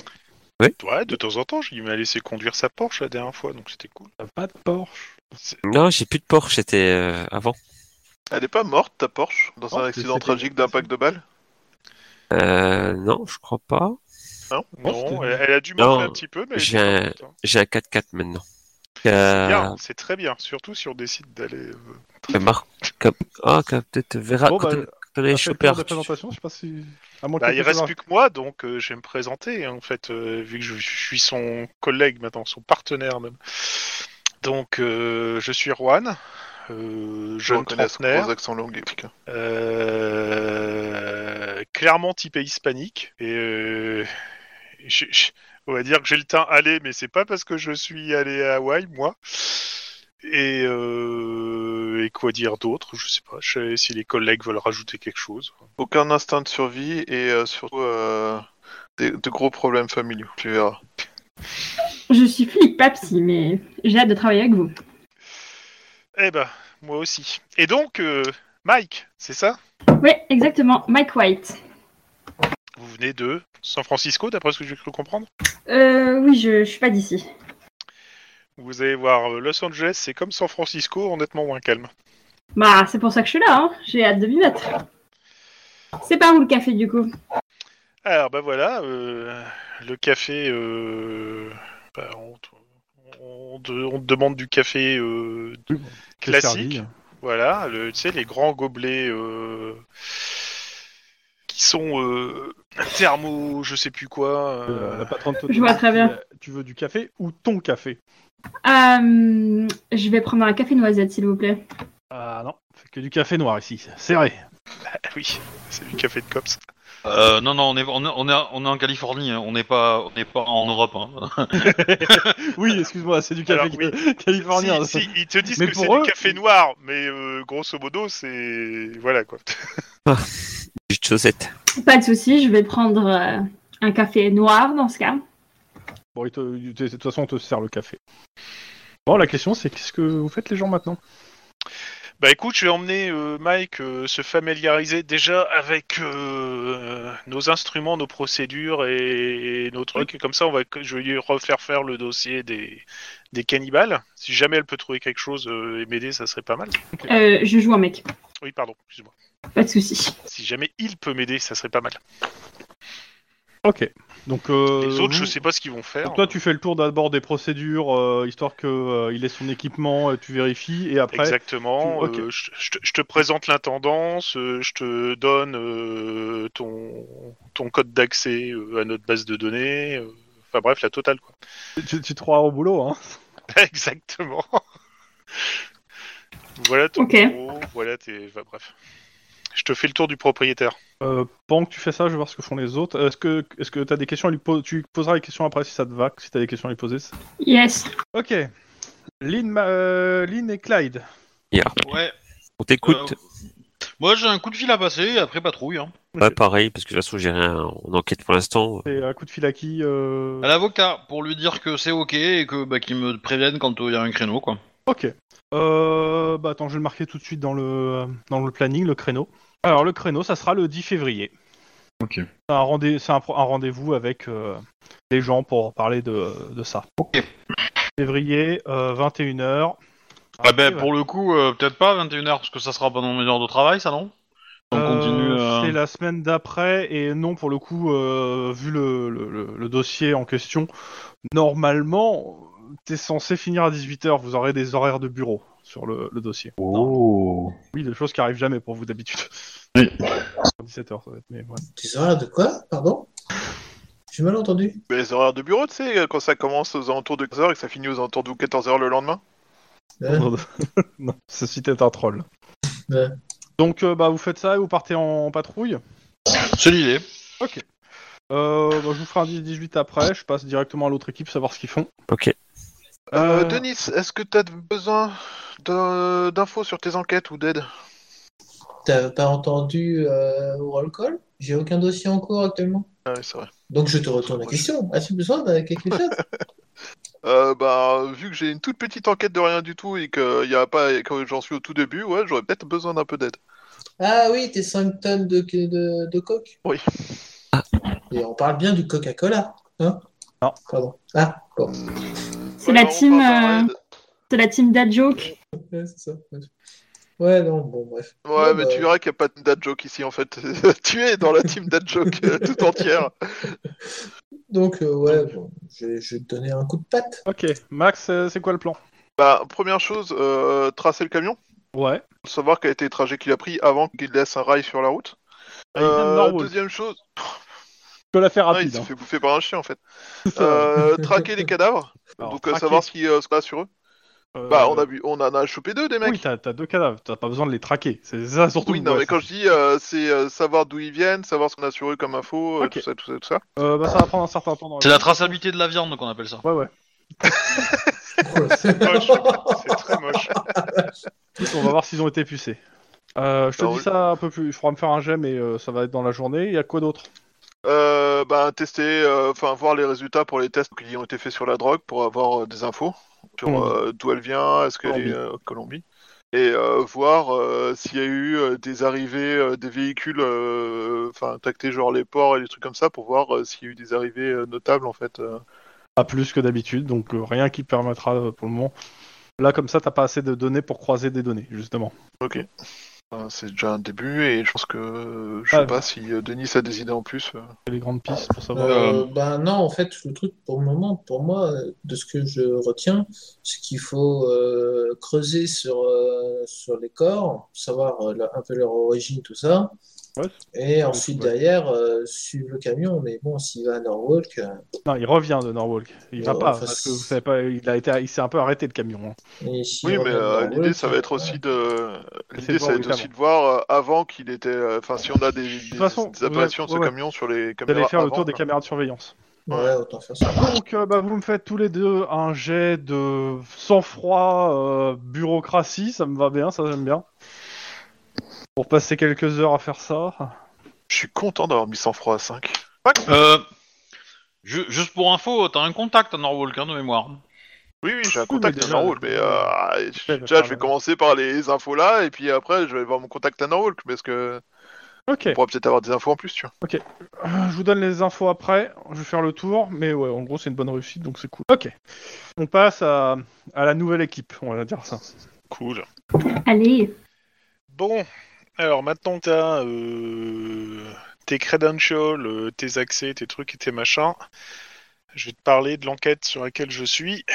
Speaker 5: Ouais, de temps en temps, il m'a laissé conduire sa Porsche la dernière fois, donc c'était cool.
Speaker 4: T'as pas de Porsche.
Speaker 5: C'est-
Speaker 7: Non, j'ai plus de Porsche, c'était euh, avant.
Speaker 1: Elle est pas morte, ta Porsche, dans
Speaker 4: Non,
Speaker 1: un
Speaker 4: Ah, c'est-
Speaker 1: accident
Speaker 4: c'était-
Speaker 1: tragique d'impact de balle
Speaker 7: Euh, non, je crois pas.
Speaker 5: hein? Non,
Speaker 4: c'était-
Speaker 5: elle, elle a dû manquer
Speaker 7: Non,
Speaker 5: un petit peu, mais elle
Speaker 7: j'ai
Speaker 5: était
Speaker 7: un-
Speaker 5: contente, hein.
Speaker 7: J'ai un 4x4 maintenant.
Speaker 5: C'est
Speaker 7: Euh,
Speaker 5: bien, c'est très bien, surtout si on décide d'aller. euh,
Speaker 7: Euh, Marc, comme- ah, comme peut-être verra
Speaker 4: Bon,
Speaker 7: quand
Speaker 4: bah,
Speaker 7: on- quand on
Speaker 4: T'as
Speaker 7: est
Speaker 4: fait le tour
Speaker 7: chopé
Speaker 4: de la
Speaker 7: Arthur.
Speaker 4: présentation, je sais pas si. À moins que
Speaker 5: Bah,
Speaker 4: tu
Speaker 5: il
Speaker 4: fasses
Speaker 5: reste
Speaker 4: un-
Speaker 5: plus que moi, donc euh, je vais me présenter, hein, en fait, euh, vu que je, je suis son collègue maintenant, son partenaire même. Donc, euh, je suis Juan, euh, jeune
Speaker 1: reconnais ce
Speaker 5: trentenaire,
Speaker 1: gros accent longue. putain.
Speaker 5: euh, clairement typé hispanique, et euh, je- je- on va dire que j'ai le teint allé, mais c'est pas parce que je suis allé à Hawaï, moi. Et, euh, et quoi dire d'autre Je sais pas, je sais si les collègues veulent rajouter quelque chose.
Speaker 1: Aucun instinct de survie et euh, surtout euh, des- de gros problèmes familiaux, tu verras.
Speaker 6: Je suis flic papsy, mais j'ai hâte de travailler avec vous.
Speaker 5: Eh ben, moi aussi. Et donc, euh, Mike, c'est ça
Speaker 6: Oui, exactement. Mike White.
Speaker 5: Vous venez de San Francisco, d'après ce que j'ai cru comprendre
Speaker 6: Euh, oui, je, je suis pas d'ici.
Speaker 5: Vous allez voir, euh, Los Angeles, c'est comme San Francisco, honnêtement moins calme.
Speaker 6: Bah, c'est pour ça que je suis là, hein. J'ai hâte de m'y mettre. C'est pas où le café, du coup
Speaker 5: Alors, ben voilà, euh, le café, euh, bah, on, te- on te, on te demande du café, euh,
Speaker 4: T'es
Speaker 5: Classique.
Speaker 4: servi.
Speaker 5: voilà, le- tu sais, les grands gobelets euh, qui sont euh, thermo, je sais plus quoi.
Speaker 4: Euh,
Speaker 5: euh,
Speaker 4: la patronne te
Speaker 6: Je
Speaker 4: demande
Speaker 6: vois très
Speaker 4: si,
Speaker 6: bien.
Speaker 4: euh, Tu veux du café ou ton café
Speaker 6: Euh, Je vais prendre un café noisette, s'il vous plaît.
Speaker 4: Ah non, c'est que du café noir ici, serré.
Speaker 5: oui, c'est du café de cops.
Speaker 3: Euh, non, non, on est, on est, on est, on est en Californie, hein, on n'est pas, on n'est pas en Europe. hein.
Speaker 4: Oui, excuse-moi, c'est du café
Speaker 5: Alors, oui.
Speaker 4: ca- californien.
Speaker 5: Si, si, ils te disent
Speaker 4: Mais
Speaker 5: que
Speaker 4: pour
Speaker 5: c'est du
Speaker 4: eux-
Speaker 5: café noir, mais euh, grosso modo, c'est. Voilà quoi.
Speaker 7: Juste chaussette.
Speaker 6: Pas de souci, je vais prendre euh, un café noir dans ce cas.
Speaker 4: Bon, il te- il te- de toute façon, on te sert le café. Bon, la question, c'est qu'est-ce que vous faites, les gens, maintenant
Speaker 5: Bah écoute, je vais emmener euh, Mike euh, se familiariser déjà avec euh, nos instruments, nos procédures et, et nos trucs. Et comme ça, on va, je vais lui refaire faire le dossier des, des cannibales. Si jamais elle peut trouver quelque chose euh, et m'aider, ça serait pas mal.
Speaker 6: Euh, je joue un mec,
Speaker 5: Oui, pardon, excuse-moi.
Speaker 6: pas de souci.
Speaker 5: Si jamais il peut m'aider, ça serait pas mal.
Speaker 4: Ok. Donc, euh,
Speaker 5: Les autres,
Speaker 4: vous-
Speaker 5: je sais pas ce qu'ils vont faire.
Speaker 4: donc toi, tu fais le tour d'abord des procédures, euh, histoire que euh, il ait son équipement, euh, tu vérifies, et après,
Speaker 5: Exactement.
Speaker 4: tu- ok.
Speaker 5: euh, je, je te- je te présente l'intendance, euh, je te donne euh, ton, ton code d'accès euh, à notre base de données. euh, Enfin bref, la totale quoi.
Speaker 4: tu, tu te crois au boulot. Hein.
Speaker 5: Exactement. voilà ton
Speaker 6: Ok.
Speaker 5: bureau, voilà tes. enfin, bref. Je te fais le tour du propriétaire.
Speaker 4: Euh, pendant que tu fais ça, je vais voir ce que font les autres. Euh, Est-ce que est-ce que t'as des questions à lui poser Tu lui poseras les questions après si ça te va, si t'as des questions à lui poser. c'est-
Speaker 6: Yes.
Speaker 4: Ok. Lynn, Ma- euh, Lynn et Clyde.
Speaker 7: Hier.
Speaker 3: Ouais.
Speaker 7: On t'écoute.
Speaker 3: euh, moi, j'ai un coup de fil à passer, et après patrouille. Hein.
Speaker 7: Ouais, Bah, pareil, parce que de toute façon, j'ai rien. On enquête pour l'instant.
Speaker 4: C'est un coup de fil à qui euh,
Speaker 3: À l'avocat, pour lui dire que c'est ok et que bah, qu'il me prévienne quand euh, il y a un créneau, quoi.
Speaker 4: Ok. Euh, bah attends, je vais le marquer tout de suite dans le dans le planning, le créneau. Alors le créneau, ça sera le 10 février.
Speaker 3: Ok.
Speaker 4: C'est un rendez c'est un, pro- un rendez-vous avec euh, les gens pour parler de, de ça.
Speaker 3: Ok.
Speaker 4: Février, euh, 21h.
Speaker 3: Ah ben, pour le coup, euh, peut-être pas 21h, parce que ça sera pendant mes heures de travail, ça, non On continue. euh,
Speaker 4: C'est la semaine d'après et non pour le coup, euh, vu le, le- le- le dossier en question, normalement, t'es censé finir à 18h. Vous aurez des horaires de bureau sur le, le dossier.
Speaker 3: Oh.
Speaker 4: Oui, des choses qui arrivent jamais pour vous d'habitude.
Speaker 3: Oui.
Speaker 4: 17h, ça va être. Mais ouais.
Speaker 2: Des horaires de quoi Pardon J'ai mal entendu.
Speaker 1: Mais les horaires de bureau, tu sais, quand ça commence aux alentours de 15h et que ça finit aux alentours de 14h le lendemain.
Speaker 2: Euh,
Speaker 4: non, ceci est un troll.
Speaker 2: Ouais.
Speaker 4: Donc, euh, bah, vous faites ça et vous partez en patrouille.
Speaker 3: C'est l'idée.
Speaker 4: Euh, bah, je vous ferai un 18 après. Je passe directement à l'autre équipe, savoir ce qu'ils font.
Speaker 7: Ok.
Speaker 1: Euh,
Speaker 4: Euh,
Speaker 1: Denis, est-ce que t'as besoin d'un- d'infos sur tes enquêtes ou d'aide
Speaker 2: T'as pas entendu euh, au roll call J'ai aucun dossier en cours actuellement.
Speaker 1: Ah oui, c'est vrai.
Speaker 2: Donc je te retourne la question. As-tu besoin de quelque chose
Speaker 1: Euh, bah, vu que j'ai une toute petite enquête de rien du tout et que, y a pas, et que j'en suis au tout début, ouais, j'aurais peut-être besoin d'un peu d'aide.
Speaker 2: Ah oui, tes 5 tonnes de, de, de coke Ah.
Speaker 1: Oui.
Speaker 2: Et on parle bien du Coca-Cola, hein
Speaker 4: Non.
Speaker 2: Pardon. Ah, bon.
Speaker 6: C'est la
Speaker 1: non, on
Speaker 6: team, euh,
Speaker 1: parle pas
Speaker 6: C'est la team Dad Joke.
Speaker 2: Ouais, c'est ça. Ouais, non, bon, bref.
Speaker 1: d'aide. Ouais,
Speaker 2: Bon,
Speaker 1: mais
Speaker 2: bah,
Speaker 1: tu verras qu'il n'y a pas de dad joke ici en fait. tu es dans la team dad joke euh, tout entière.
Speaker 2: Donc, euh, ouais, bon, je, vais- je vais te donner un coup de patte.
Speaker 4: Ok, Max, euh, c'est quoi le plan
Speaker 1: Bah, première chose, euh, tracer le camion.
Speaker 4: Ouais.
Speaker 1: Savoir quel était le trajet qu'il a pris avant qu'il laisse un rail sur la route.
Speaker 4: Ah, il vient de
Speaker 1: Euh,
Speaker 4: Norwalk.
Speaker 1: deuxième chose,
Speaker 4: Je peux la faire
Speaker 1: Non, Ah, il
Speaker 4: rapide.
Speaker 1: s'est
Speaker 4: hein.
Speaker 1: fait bouffer par un chien en fait.
Speaker 4: C'est
Speaker 1: Euh, traquer les cadavres,
Speaker 4: Alors,
Speaker 1: donc euh,
Speaker 4: traquer,
Speaker 1: savoir ce qui euh, se passe sur eux.
Speaker 4: euh,
Speaker 1: Bah, on, a bu- on en a chopé deux des mecs.
Speaker 4: Oui, t'as t'as deux cadavres, t'as pas besoin de les traquer. C'est ça surtout.
Speaker 1: Oui, non,
Speaker 4: ouais,
Speaker 1: mais quand je dis, euh, c'est euh, savoir d'où ils viennent, savoir ce qu'on a sur eux comme info, euh,
Speaker 4: Ok.
Speaker 1: tout ça, tout ça, tout ça.
Speaker 4: Euh, bah, ça va prendre un certain temps. dans
Speaker 3: C'est la traçabilité de la viande qu'on appelle ça.
Speaker 4: Ouais, ouais.
Speaker 2: Oh là, c'est-
Speaker 5: Moche. C'est très moche.
Speaker 4: On va voir s'ils ont été pucés. Euh, je te
Speaker 1: Alors,
Speaker 4: dis
Speaker 1: je-
Speaker 4: ça un peu plus. Il faudra me faire un jet, mais euh, ça va être dans la journée. Il y a quoi d'autre
Speaker 1: Euh, ben, tester, euh, enfin, voir les résultats pour les tests qui ont été faits sur la drogue pour avoir euh, des infos sur
Speaker 4: Colombie.
Speaker 1: euh, d'où elle vient, est-ce qu'elle
Speaker 4: Colombie.
Speaker 1: est euh, Colombie. Et euh, voir euh, s'il y a eu euh, des arrivées euh, des véhicules, euh, enfin, tacter genre les ports et les trucs comme ça pour voir euh, s'il y a eu des arrivées euh, notables en fait. euh.
Speaker 4: Pas plus que d'habitude, donc euh, rien qui te permettra euh, pour le moment. Là, comme ça, t'as pas assez de données pour croiser des données, justement.
Speaker 1: Enfin, c'est déjà un début et je pense que euh, je
Speaker 4: Ah,
Speaker 1: sais pas si euh, Denis a des idées en plus. euh.
Speaker 4: C'est Les grandes pistes pour savoir.
Speaker 2: Euh,
Speaker 1: hein.
Speaker 2: bah non, en fait, le truc pour le moment, pour moi, euh, de ce que je retiens, c'est qu'il faut euh, creuser sur, euh, sur les corps, savoir euh, la- un peu leur origine, tout ça, Et ensuite,
Speaker 4: ouais.
Speaker 2: derrière, euh, suivre le camion. Mais bon, s'il va à Norwalk, euh,
Speaker 4: Non, il revient de Norwalk. Il va
Speaker 1: euh,
Speaker 2: Ouais,
Speaker 4: pas,
Speaker 2: enfin,
Speaker 4: parce que
Speaker 2: c'est-
Speaker 4: vous savez pas, il, a été, il s'est un peu arrêté le camion. hein.
Speaker 2: et s'il
Speaker 1: Oui, mais
Speaker 2: revient à
Speaker 1: euh,
Speaker 2: Norwalk,
Speaker 1: l'idée, ça va être
Speaker 2: euh,
Speaker 1: aussi de.
Speaker 4: C'est de
Speaker 1: L'idée,
Speaker 4: voir
Speaker 1: ça va
Speaker 4: où
Speaker 1: être
Speaker 4: il est
Speaker 1: aussi de voir euh, avant qu'il était. euh, Enfin, si on a des, des,
Speaker 4: façon,
Speaker 1: des apparitions de
Speaker 4: vous
Speaker 1: ce
Speaker 4: êtes-
Speaker 1: camion sur les
Speaker 4: Vous
Speaker 1: caméras.
Speaker 4: allez faire le
Speaker 1: avant, euh,
Speaker 4: tour des
Speaker 1: quoi.
Speaker 4: caméras de surveillance.
Speaker 2: Ouais, autant faire ça.
Speaker 4: Donc, euh, bah, vous me faites tous les deux un jet de sang-froid, euh, bureaucratie, ça me va bien, ça j'aime bien. Pour passer quelques heures à faire ça.
Speaker 1: Je suis content d'avoir mis sans froid à 5.
Speaker 3: Euh, ju- juste pour info, t'as un contact à Norwalk hein, de mémoire.
Speaker 1: Oui, oui, j'ai
Speaker 4: Oui,
Speaker 1: un contact
Speaker 4: mais
Speaker 1: à
Speaker 4: déjà,
Speaker 1: Norwalk, mais euh,
Speaker 4: ouais,
Speaker 1: déjà,
Speaker 4: bah,
Speaker 1: je vais
Speaker 4: bah.
Speaker 1: commencer par les infos là, et puis après, je vais voir mon contact à Norwalk, parce que
Speaker 4: Ok, Euh,
Speaker 1: on pourra peut-être avoir des infos en plus, tu vois.
Speaker 4: je vous donne les infos après, je vais faire le tour, mais ouais, en gros c'est une bonne réussite, donc c'est cool. Ok, on passe à, à la nouvelle équipe, on va dire ça.
Speaker 5: Cool.
Speaker 6: Allez.
Speaker 5: Bon, alors maintenant que t'as euh, tes credentials, euh, tes accès, tes trucs et tes machins, je vais te parler de l'enquête sur laquelle je suis.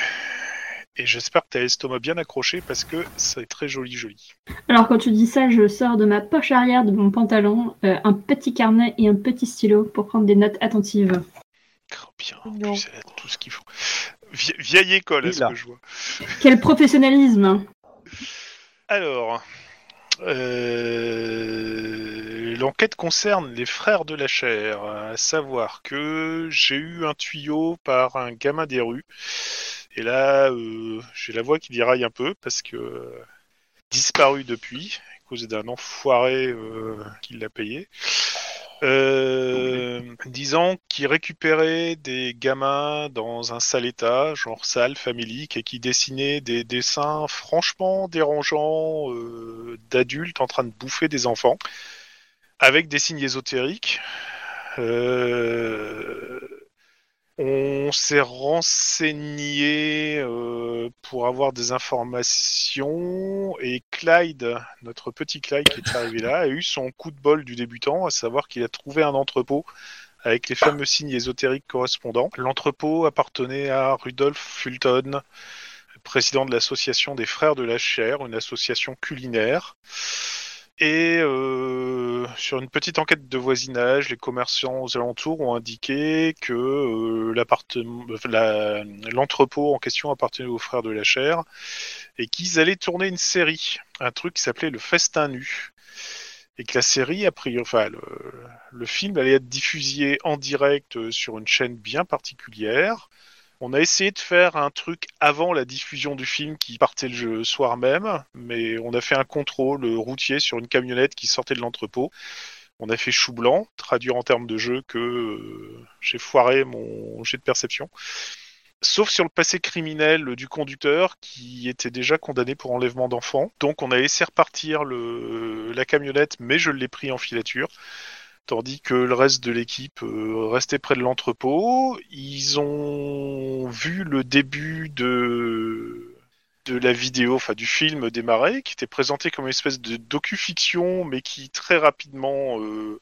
Speaker 5: Et j'espère que t'as l'estomac bien accroché parce que c'est très joli, joli.
Speaker 6: Alors quand tu dis ça, je sors de ma poche arrière de mon pantalon euh, un petit carnet et un petit stylo pour prendre des notes attentives.
Speaker 5: Oh, bien, en
Speaker 4: Mignon.
Speaker 5: plus, elle a tout ce qu'il faut. Vie- vieille école, à
Speaker 4: Il
Speaker 5: ce
Speaker 4: a.
Speaker 5: que je vois.
Speaker 6: Quel professionnalisme hein.
Speaker 5: Alors, euh, l'enquête concerne les frères de la chair, à savoir que j'ai eu un tuyau par un gamin des rues, et là, euh, j'ai la voix qui déraille un peu parce que euh, disparu depuis, à cause d'un enfoiré euh, qui l'a payé. Euh, disant qu'il récupérait des gamins dans un sale état, genre sale, familique, et qui dessinait des dessins franchement dérangeants euh, d'adultes en train de bouffer des enfants, avec des signes ésotériques. Euh, on s'est renseigné euh, pour avoir des informations et Clyde, notre petit Clyde qui est arrivé là, a eu son coup de bol du débutant, à savoir qu'il a trouvé un entrepôt avec les fameux signes ésotériques correspondants. L'entrepôt appartenait à Rudolf Fulton, président de l'association des Frères de la Chair, une association culinaire. Et euh, sur une petite enquête de voisinage, les commerçants aux alentours ont indiqué que euh, l'appartement- la- l'entrepôt en question appartenait aux frères de la chair et qu'ils allaient tourner une série, un truc qui s'appelait le festin nu. Et que la série, a priori, enfin, le, le film allait être diffusé en direct euh, sur une chaîne bien particulière. On a essayé de faire un truc avant la diffusion du film qui partait le jeu- soir même, mais on a fait un contrôle routier sur une camionnette qui sortait de l'entrepôt. On a fait chou blanc, traduire en termes de jeu que euh, j'ai foiré mon jet de perception. Sauf sur le passé criminel du conducteur qui était déjà condamné pour enlèvement d'enfants. Donc on a laissé repartir le- euh, la camionnette, mais je l'ai pris en filature tandis que le reste de l'équipe euh, restait près de l'entrepôt. Ils ont vu le début de de la vidéo, enfin du film démarrer, qui était présenté comme une espèce de docu-fiction, mais qui très rapidement euh,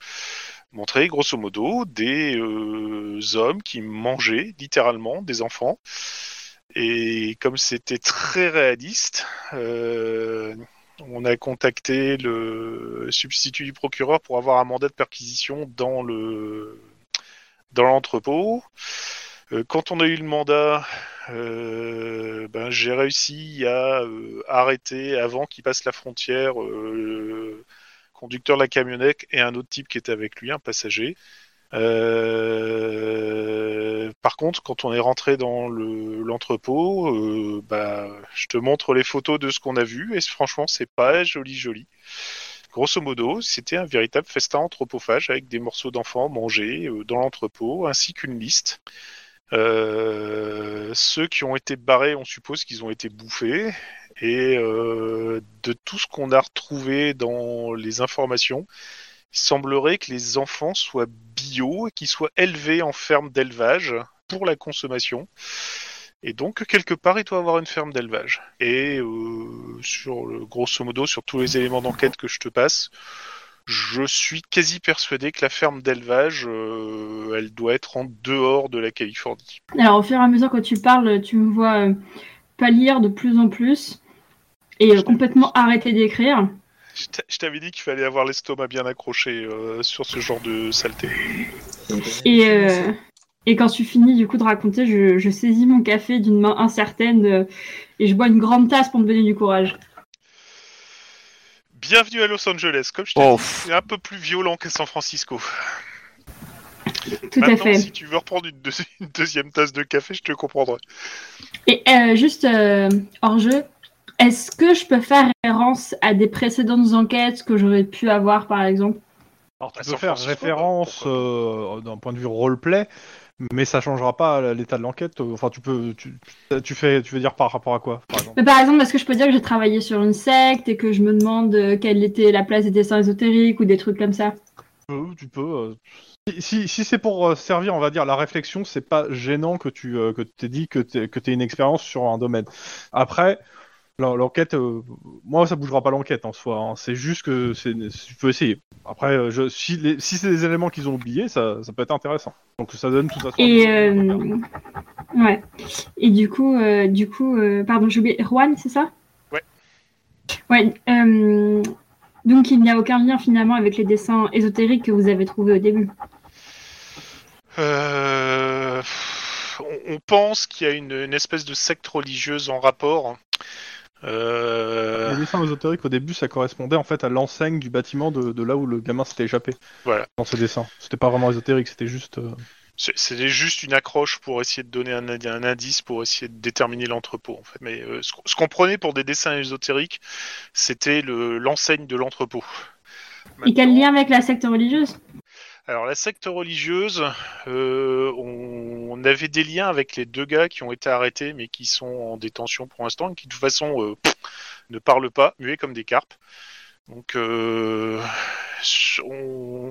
Speaker 5: montrait, grosso modo, des euh, hommes qui mangeaient littéralement des enfants. Et comme c'était très réaliste, euh, on a contacté le substitut du procureur pour avoir un mandat de perquisition dans le dans l'entrepôt. Euh, Quand on a eu le mandat, euh, ben, j'ai réussi à euh, arrêter avant qu'il passe la frontière euh, le conducteur de la camionnette et un autre type qui était avec lui, un passager. Euh, par contre, quand on est rentré dans le- l'entrepôt, euh, bah, je te montre les photos de ce qu'on a vu et c- franchement, c'est pas joli joli. Grosso modo, c'était un véritable festin anthropophage avec des morceaux d'enfants mangés euh, dans l'entrepôt, ainsi qu'une liste. Euh, ceux qui ont été barrés, on suppose qu'ils ont été bouffés. Et euh, de tout ce qu'on a retrouvé dans les informations, il semblerait que les enfants soient bio et qu'ils soient élevés en ferme d'élevage pour la consommation. Et donc, quelque part, il doit avoir une ferme d'élevage. Et euh, sur le, grosso modo, sur tous les éléments d'enquête que je te passe, je suis quasi persuadé que la ferme d'élevage, euh, elle doit être en dehors de la Californie.
Speaker 6: Alors au fur et à mesure que tu parles, tu me vois euh, pâlir de plus en plus et euh, complètement arrêter d'écrire.
Speaker 5: Je t'a- je t'avais dit qu'il fallait avoir l'estomac bien accroché euh, sur ce genre de saleté.
Speaker 6: Et, euh, et quand tu finis du coup de raconter, je, je saisis mon café d'une main incertaine euh, et je bois une grande tasse pour me donner du courage.
Speaker 5: Bienvenue à Los Angeles. Comme je t'ai
Speaker 7: Oh.
Speaker 5: dit, c'est un peu plus violent qu'à San Francisco.
Speaker 6: Tout à
Speaker 5: Maintenant,
Speaker 6: fait.
Speaker 5: si tu veux reprendre une, deuxi- une deuxième tasse de café, je te comprendrai.
Speaker 6: Et euh, juste euh, hors jeu, est-ce que je peux faire référence à des précédentes enquêtes que j'aurais pu avoir par exemple
Speaker 4: Alors, tu
Speaker 5: À
Speaker 4: peux
Speaker 5: San
Speaker 4: faire
Speaker 5: Francisco, bah,
Speaker 4: référence
Speaker 5: pourquoi
Speaker 4: euh, d'un point de vue roleplay, mais ça changera pas l'état de l'enquête. Euh, Enfin, tu peux, tu, tu fais, tu veux dire par rapport à quoi par exemple
Speaker 6: Mais par exemple, est-ce que je peux dire que j'ai travaillé sur une secte et que je me demande euh, quelle était la place des dessins ésotériques ou des trucs comme ça
Speaker 4: Euh, Tu peux. euh, Si, si, si c'est pour euh, servir, on va dire, la réflexion, c'est pas gênant que tu euh, que t'aies dit que t'aies que t'aies une expérience sur un domaine. Après, l'en- l'enquête, euh, moi, ça bougera pas l'enquête en soi. hein. C'est juste que c'est, tu peux essayer. Après, euh, je, si, les- si c'est des éléments qu'ils ont oubliés, ça, ça peut être intéressant. Donc ça donne tout ça.
Speaker 6: Et euh, ouais. Et du coup, euh, du coup, euh, pardon, j'ai oublié. Juan, c'est ça
Speaker 5: Ouais.
Speaker 6: Ouais. euh, donc il n'y a aucun lien finalement avec les dessins ésotériques que vous avez trouvés au début.
Speaker 5: Euh, pff, on, on pense qu'il y a une, une espèce de secte religieuse en rapport. Euh,
Speaker 4: Les dessins ésotériques, au début, ça correspondait en fait à l'enseigne du bâtiment de, de là où le gamin s'était échappé.
Speaker 5: Voilà.
Speaker 4: Dans ce dessin. C'était pas vraiment ésotérique, c'était juste. euh,
Speaker 5: c'est- c'est juste une accroche pour essayer de donner un, indi- un indice pour essayer de déterminer l'entrepôt. En fait. Mais euh, ce, qu'on- ce qu'on prenait pour des dessins ésotériques, c'était le- l'enseigne de l'entrepôt.
Speaker 6: Et quel
Speaker 5: Maintenant-
Speaker 6: lien avec la secte religieuse
Speaker 5: Alors la secte religieuse, euh, on, on avait des liens avec les deux gars qui ont été arrêtés mais qui sont en détention pour l'instant et qui de toute façon euh, pff, ne parlent pas, muets comme des carpes. Donc euh, on,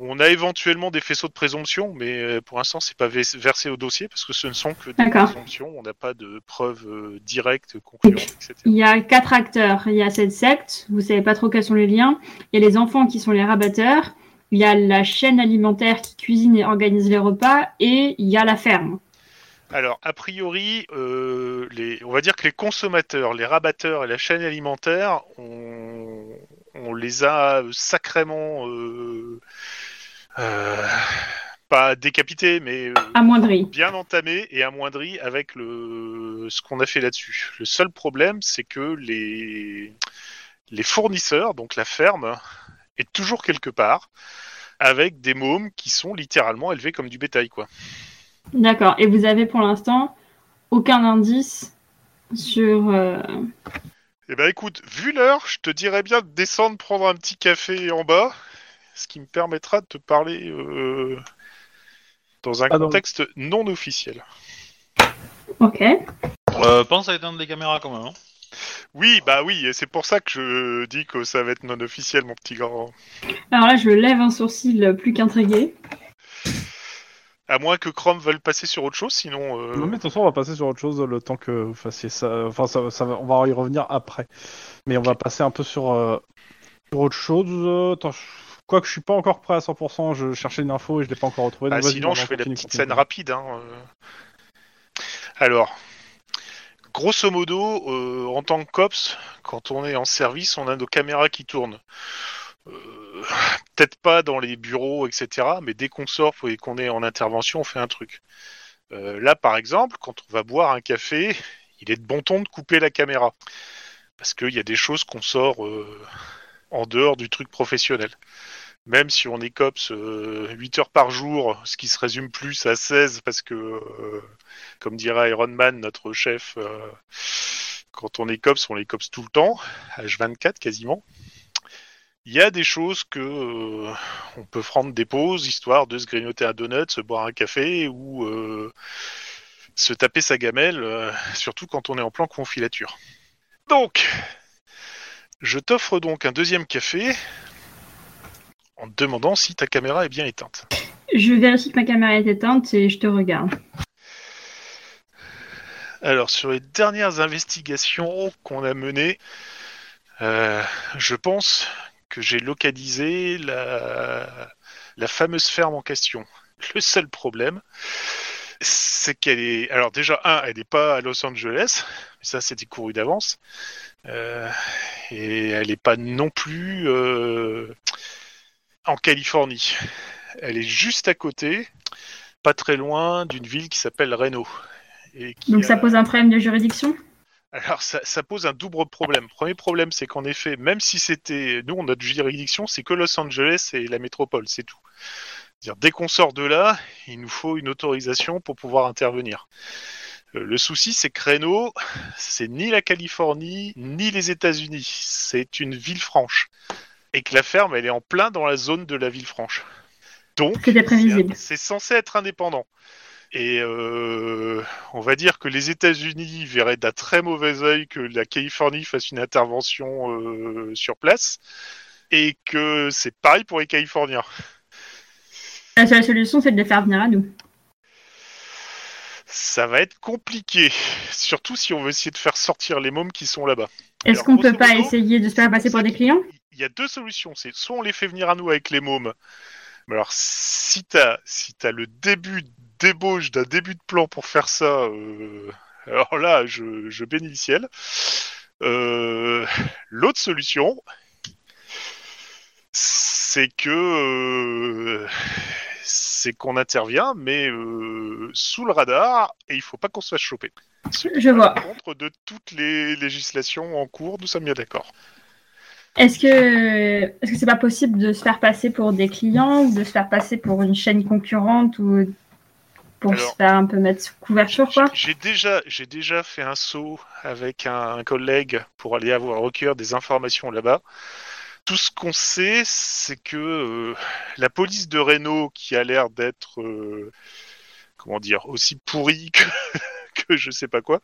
Speaker 5: on a éventuellement des faisceaux de présomption mais euh, pour l'instant c'est pas vers- versé au dossier parce que ce ne sont que des
Speaker 6: D'accord.
Speaker 5: présomptions, on n'a pas de preuves euh, directes, concluantes, etc.
Speaker 6: Il y a quatre acteurs. Il y a cette secte. Vous savez pas trop quels sont les liens. Il y a les enfants qui sont les rabatteurs. Il y a la chaîne alimentaire qui cuisine et organise les repas. Et il y a la ferme.
Speaker 5: Alors, a priori, euh, les, on va dire que les consommateurs, les rabatteurs et la chaîne alimentaire, on, on les a sacrément, euh, euh, pas décapités, mais euh,
Speaker 6: Amoindrie.
Speaker 5: bien entamés et amoindris avec le, ce qu'on a fait là-dessus. Le seul problème, c'est que les, les fournisseurs, donc la ferme, est toujours quelque part avec des mômes qui sont littéralement élevés comme du bétail, quoi.
Speaker 6: D'accord. Et vous avez pour l'instant aucun indice sur. euh,
Speaker 5: Eh ben écoute, vu l'heure, je te dirais bien de descendre prendre un petit café en bas, ce qui me permettra de te parler euh, dans un
Speaker 4: Ah, dans le-
Speaker 5: contexte non officiel.
Speaker 6: Ok.
Speaker 3: Euh, pense à éteindre les caméras quand même. hein.
Speaker 5: Oui, bah oui, et c'est pour ça que je dis que ça va être non officiel, mon petit grand.
Speaker 6: Alors là, je lève un sourcil plus qu'intrigué.
Speaker 5: À moins que Chrome veuille passer sur autre chose, sinon... euh,
Speaker 4: Non mais de toute façon on va passer sur autre chose le temps que vous fassiez ça. Enfin ça, ça va- on va y revenir après. Mais on va passer un peu sur, euh, sur autre chose. Euh, Attends, quoi que je suis pas encore prêt à 100%, je cherchais une info et je l'ai pas encore retrouvée.
Speaker 5: Ah,
Speaker 4: donc vas-y,
Speaker 5: sinon,
Speaker 4: on
Speaker 5: je fais la
Speaker 4: continue,
Speaker 5: petite
Speaker 4: continue.
Speaker 5: scène rapide. hein, euh. Alors, grosso modo, euh, en tant que cops, quand on est en service, on a nos caméras qui tournent. Euh, Peut-être pas dans les bureaux, etc. Mais dès qu'on sort et qu'on est en intervention, on fait un truc. Euh, là, par exemple, quand on va boire un café, il est de bon ton de couper la caméra. Parce qu'il y a des choses qu'on sort euh, en dehors du truc professionnel même si on est cops euh, 8 heures par jour, ce qui se résume plus à 16 parce que, euh, comme dira Iron Man, notre chef, euh, quand on est cops, on est cops tout le temps, H24 quasiment. Il y a des choses que euh, on peut prendre des pauses, histoire de se grignoter un donut, se boire un café ou euh, se taper sa gamelle, euh, surtout quand on est en plan confilature. Donc, je t'offre donc un deuxième café en te demandant si ta caméra est bien éteinte.
Speaker 6: Je vérifie que ma caméra est éteinte et je te regarde.
Speaker 5: Alors, sur les dernières investigations qu'on a menées, euh, je pense que j'ai localisé la, la fameuse ferme en question. Le seul problème c'est qu'elle est. Alors, déjà, un, elle n'est pas à Los Angeles, mais ça, c'était couru d'avance. Euh, et elle n'est pas non plus euh, en Californie. Elle est juste à côté, pas très loin d'une ville qui s'appelle Reno. Et qui
Speaker 6: Donc
Speaker 5: a-
Speaker 6: ça pose un problème de juridiction
Speaker 5: alors, ça, ça pose un double problème. Premier problème, c'est qu'en effet, même si c'était. Nous, on a de juridiction, c'est que Los Angeles et la métropole, c'est tout. C'est-à-dire, dès qu'on sort de là, il nous faut une autorisation pour pouvoir intervenir. Euh, Le souci, c'est que Reno, c'est ni la Californie, ni les États-Unis. C'est une ville franche. Et que la ferme, elle est en plein dans la zone de la ville franche. Donc,
Speaker 6: C'était prévisible.
Speaker 5: c'est c'est censé être indépendant. Et euh, on va dire que les États-Unis verraient d'un très mauvais œil que la Californie fasse une intervention euh, sur place, et que c'est pareil pour les Californiens.
Speaker 6: La seule solution, c'est de les faire venir à nous.
Speaker 5: Ça va être compliqué, surtout si on veut essayer de faire sortir les mômes qui sont là-bas.
Speaker 6: Est-ce
Speaker 5: Alors,
Speaker 6: qu'on peut
Speaker 5: grosso
Speaker 6: pas
Speaker 5: modo,
Speaker 6: essayer de se faire passer pour des clients
Speaker 5: Il y a deux solutions. C'est soit on les fait venir à nous avec les mômes. Mais alors, si t'as si t'as le début d'ébauche d'un début de plan pour faire ça, euh, alors là, je, je bénis le ciel. Euh, L'autre solution, c'est que euh, c'est qu'on intervient, mais euh, sous le radar, et il faut pas qu'on se fasse choper. Ce qui
Speaker 6: Je
Speaker 5: va à
Speaker 6: vois.
Speaker 5: l'encontre de toutes les législations en cours, nous sommes bien d'accord.
Speaker 6: Est-ce que est-ce que c'est pas possible de se faire passer pour des clients, ou de se faire passer pour une chaîne concurrente ou pour
Speaker 5: Alors-
Speaker 6: se faire un peu mettre sous couverture quoi
Speaker 5: J'ai déjà, j'ai déjà fait un saut avec un, un collègue pour aller avoir recueillir des informations là-bas. Tout ce qu'on sait, c'est que euh, la police de Reno, qui a l'air d'être, euh, comment dire, aussi pourrie que, que je sais pas quoi,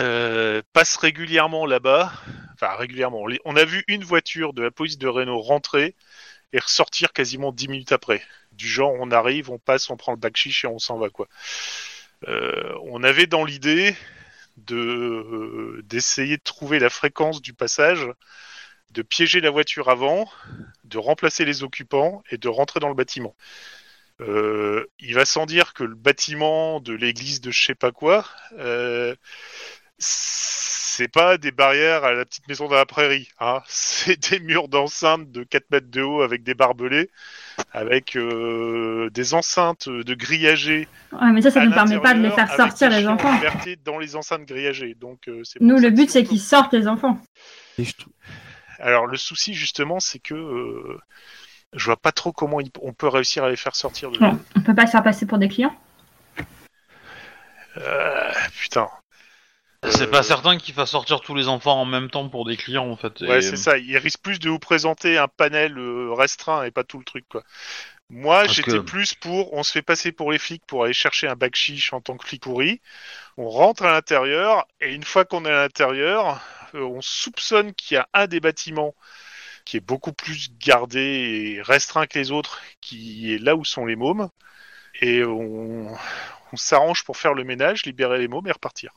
Speaker 5: euh, passe régulièrement là-bas. Enfin, régulièrement. Les- On a vu une voiture de la police de Reno rentrer et ressortir quasiment dix minutes après. Du genre, on arrive, on passe, on prend le bac chiche et on s'en va, quoi. Euh, on avait dans l'idée de euh, d'essayer de trouver la fréquence du passage, de piéger la voiture avant, de remplacer les occupants et de rentrer dans le bâtiment. Euh, il va sans dire que le bâtiment de l'église de je sais pas quoi, euh, c'est pas des barrières à la petite maison dans la prairie, hein. c'est des murs d'enceinte de 4 mètres de haut avec des barbelés, avec euh, des enceintes de grillagés
Speaker 6: Ouais, mais ça, ça
Speaker 5: à
Speaker 6: ne permet pas de les faire
Speaker 5: l'intérieur,
Speaker 6: sortir
Speaker 5: avec
Speaker 6: les
Speaker 5: chiens
Speaker 6: enfants.
Speaker 5: libertés dans les enceintes grillagées. Donc, euh, c'est pour
Speaker 6: Nous,
Speaker 5: ça
Speaker 6: le
Speaker 5: que
Speaker 6: but, c'est
Speaker 5: on peut-
Speaker 6: qu'ils sortent les enfants.
Speaker 7: Et je trouve-
Speaker 5: Alors, le souci, justement, c'est que euh, je vois pas trop comment il- on peut réussir à les faire sortir de là.
Speaker 6: Non. On peut pas se faire passer pour des clients.
Speaker 5: Euh, putain.
Speaker 3: C'est
Speaker 5: Euh,
Speaker 3: pas certain qu'il fasse sortir tous les enfants en même temps pour des clients en fait.
Speaker 5: Ouais,
Speaker 3: Et-
Speaker 5: c'est ça. Il risque plus de vous présenter un panel euh, restreint et pas tout le truc, quoi. Moi,
Speaker 3: Parce
Speaker 5: j'étais
Speaker 3: que-
Speaker 5: plus pour on se fait passer pour les flics pour aller chercher un bac chiche en tant que flic pourri. On rentre à l'intérieur et une fois qu'on est à l'intérieur, euh, on soupçonne qu'il y a un des bâtiments qui est beaucoup plus gardé et restreint que les autres, qui est là où sont les mômes. Et on, on s'arrange pour faire le ménage, libérer les mômes et repartir.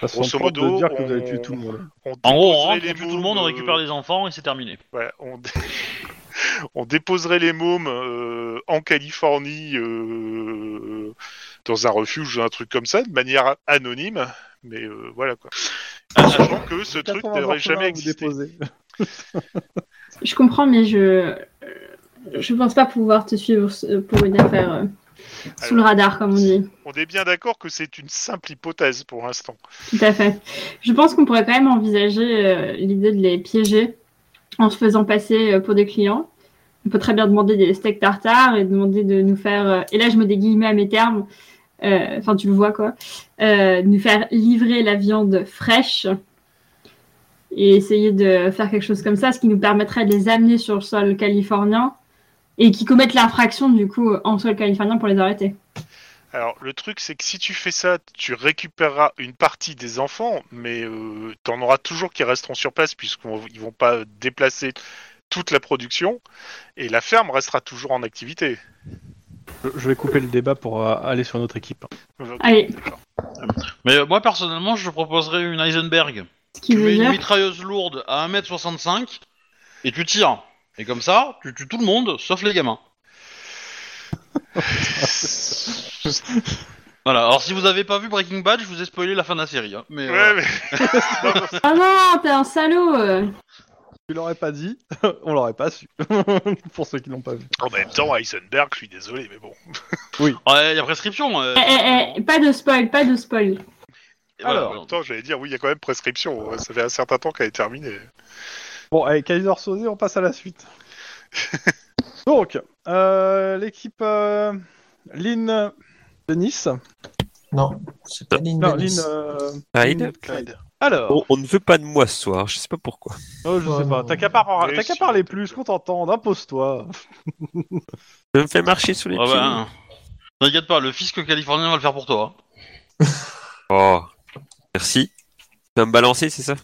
Speaker 4: Ça se
Speaker 5: Grosso
Speaker 4: sent propre
Speaker 5: modo,
Speaker 4: de dire que vous
Speaker 5: on-
Speaker 4: avez tué tout le monde.
Speaker 5: On
Speaker 3: En gros, on
Speaker 5: déposerait
Speaker 3: rentre,
Speaker 5: les
Speaker 3: on tue tout le monde, on
Speaker 5: mômes,
Speaker 3: récupère
Speaker 5: euh,
Speaker 3: les enfants et c'est terminé.
Speaker 5: voilà, on, dé- on déposerait les mômes euh, en Californie euh, dans un refuge ou un truc comme ça, de manière a- anonyme. Mais euh, voilà quoi.
Speaker 3: Ah,
Speaker 5: En sachant que ce truc euh, n'aurait jamais existé.
Speaker 6: Je comprends, mais je je pense pas pouvoir te suivre euh, pour une affaire euh, sous le
Speaker 5: Alors,
Speaker 6: radar, comme on dit.
Speaker 5: On est bien d'accord que c'est une simple hypothèse pour l'instant.
Speaker 6: Tout à fait. Je pense qu'on pourrait quand même envisager euh, l'idée de les piéger en se faisant passer euh, pour des clients. On peut très bien demander des steaks tartare et demander de nous faire, euh, et là je mets des guillemets à mes termes, euh, enfin tu le vois quoi, euh, de nous faire livrer la viande fraîche et essayer de faire quelque chose comme ça, ce qui nous permettrait de les amener sur le sol californien et qui commettent l'infraction du coup en sol californien pour les arrêter.
Speaker 5: Alors le truc c'est que si tu fais ça, tu récupéreras une partie des enfants, mais euh, t'en auras toujours qui resteront sur place puisqu'ils vont pas déplacer toute la production et la ferme restera toujours en activité.
Speaker 4: Je, je vais couper le débat pour euh, aller sur notre équipe.
Speaker 6: Allez,
Speaker 3: Mais euh, moi personnellement, je proposerais une Heisenberg.
Speaker 6: ce qui
Speaker 3: Tu
Speaker 6: veut
Speaker 3: mets une
Speaker 6: dire
Speaker 3: mitrailleuse lourde à 1m65 et tu tires. Et comme ça, tu tues tout le monde sauf les gamins. Voilà, alors si vous avez pas vu Breaking Bad, je vous ai spoilé la fin de la série. hein, mais,
Speaker 5: Ouais,
Speaker 3: euh,
Speaker 5: mais
Speaker 6: Ah non, t'es un salaud euh.
Speaker 4: Tu l'aurais pas dit, on l'aurait pas su. Pour ceux qui l'ont pas vu.
Speaker 5: en même temps, Heisenberg, je suis désolé, mais bon.
Speaker 3: Ouais, il y a prescription. euh,
Speaker 6: Eh, eh, eh, pas de spoil, pas de spoil.
Speaker 3: et voilà.
Speaker 5: En même temps, j'allais dire, oui, il y a quand même prescription. ouais, Ça fait un certain temps qu'elle est terminée.
Speaker 4: Bon, allez, Kaiser Soze, on passe à la suite. Donc, euh, l'équipe euh, Lynn de Nice.
Speaker 2: Non, c'est pas Lynn
Speaker 4: Non,
Speaker 2: Dennis.
Speaker 4: Lynn. euh,
Speaker 7: Hyde
Speaker 4: Clyde. Oh. Alors,
Speaker 7: on, on ne veut pas de moi ce soir, je sais pas pourquoi.
Speaker 4: oh, je sais pas, t'as qu'à par-
Speaker 5: Oui,
Speaker 4: t'as qu'à
Speaker 5: si.
Speaker 4: parler plus, qu'on t'entende, impose-toi.
Speaker 7: Je me fais marcher sous les
Speaker 3: Ah
Speaker 4: Oh,
Speaker 7: pieds.
Speaker 3: bah, hein. T'inquiète pas, le fisc californien va le faire pour toi. hein.
Speaker 7: Oh, merci. Tu vas me balancer, c'est ça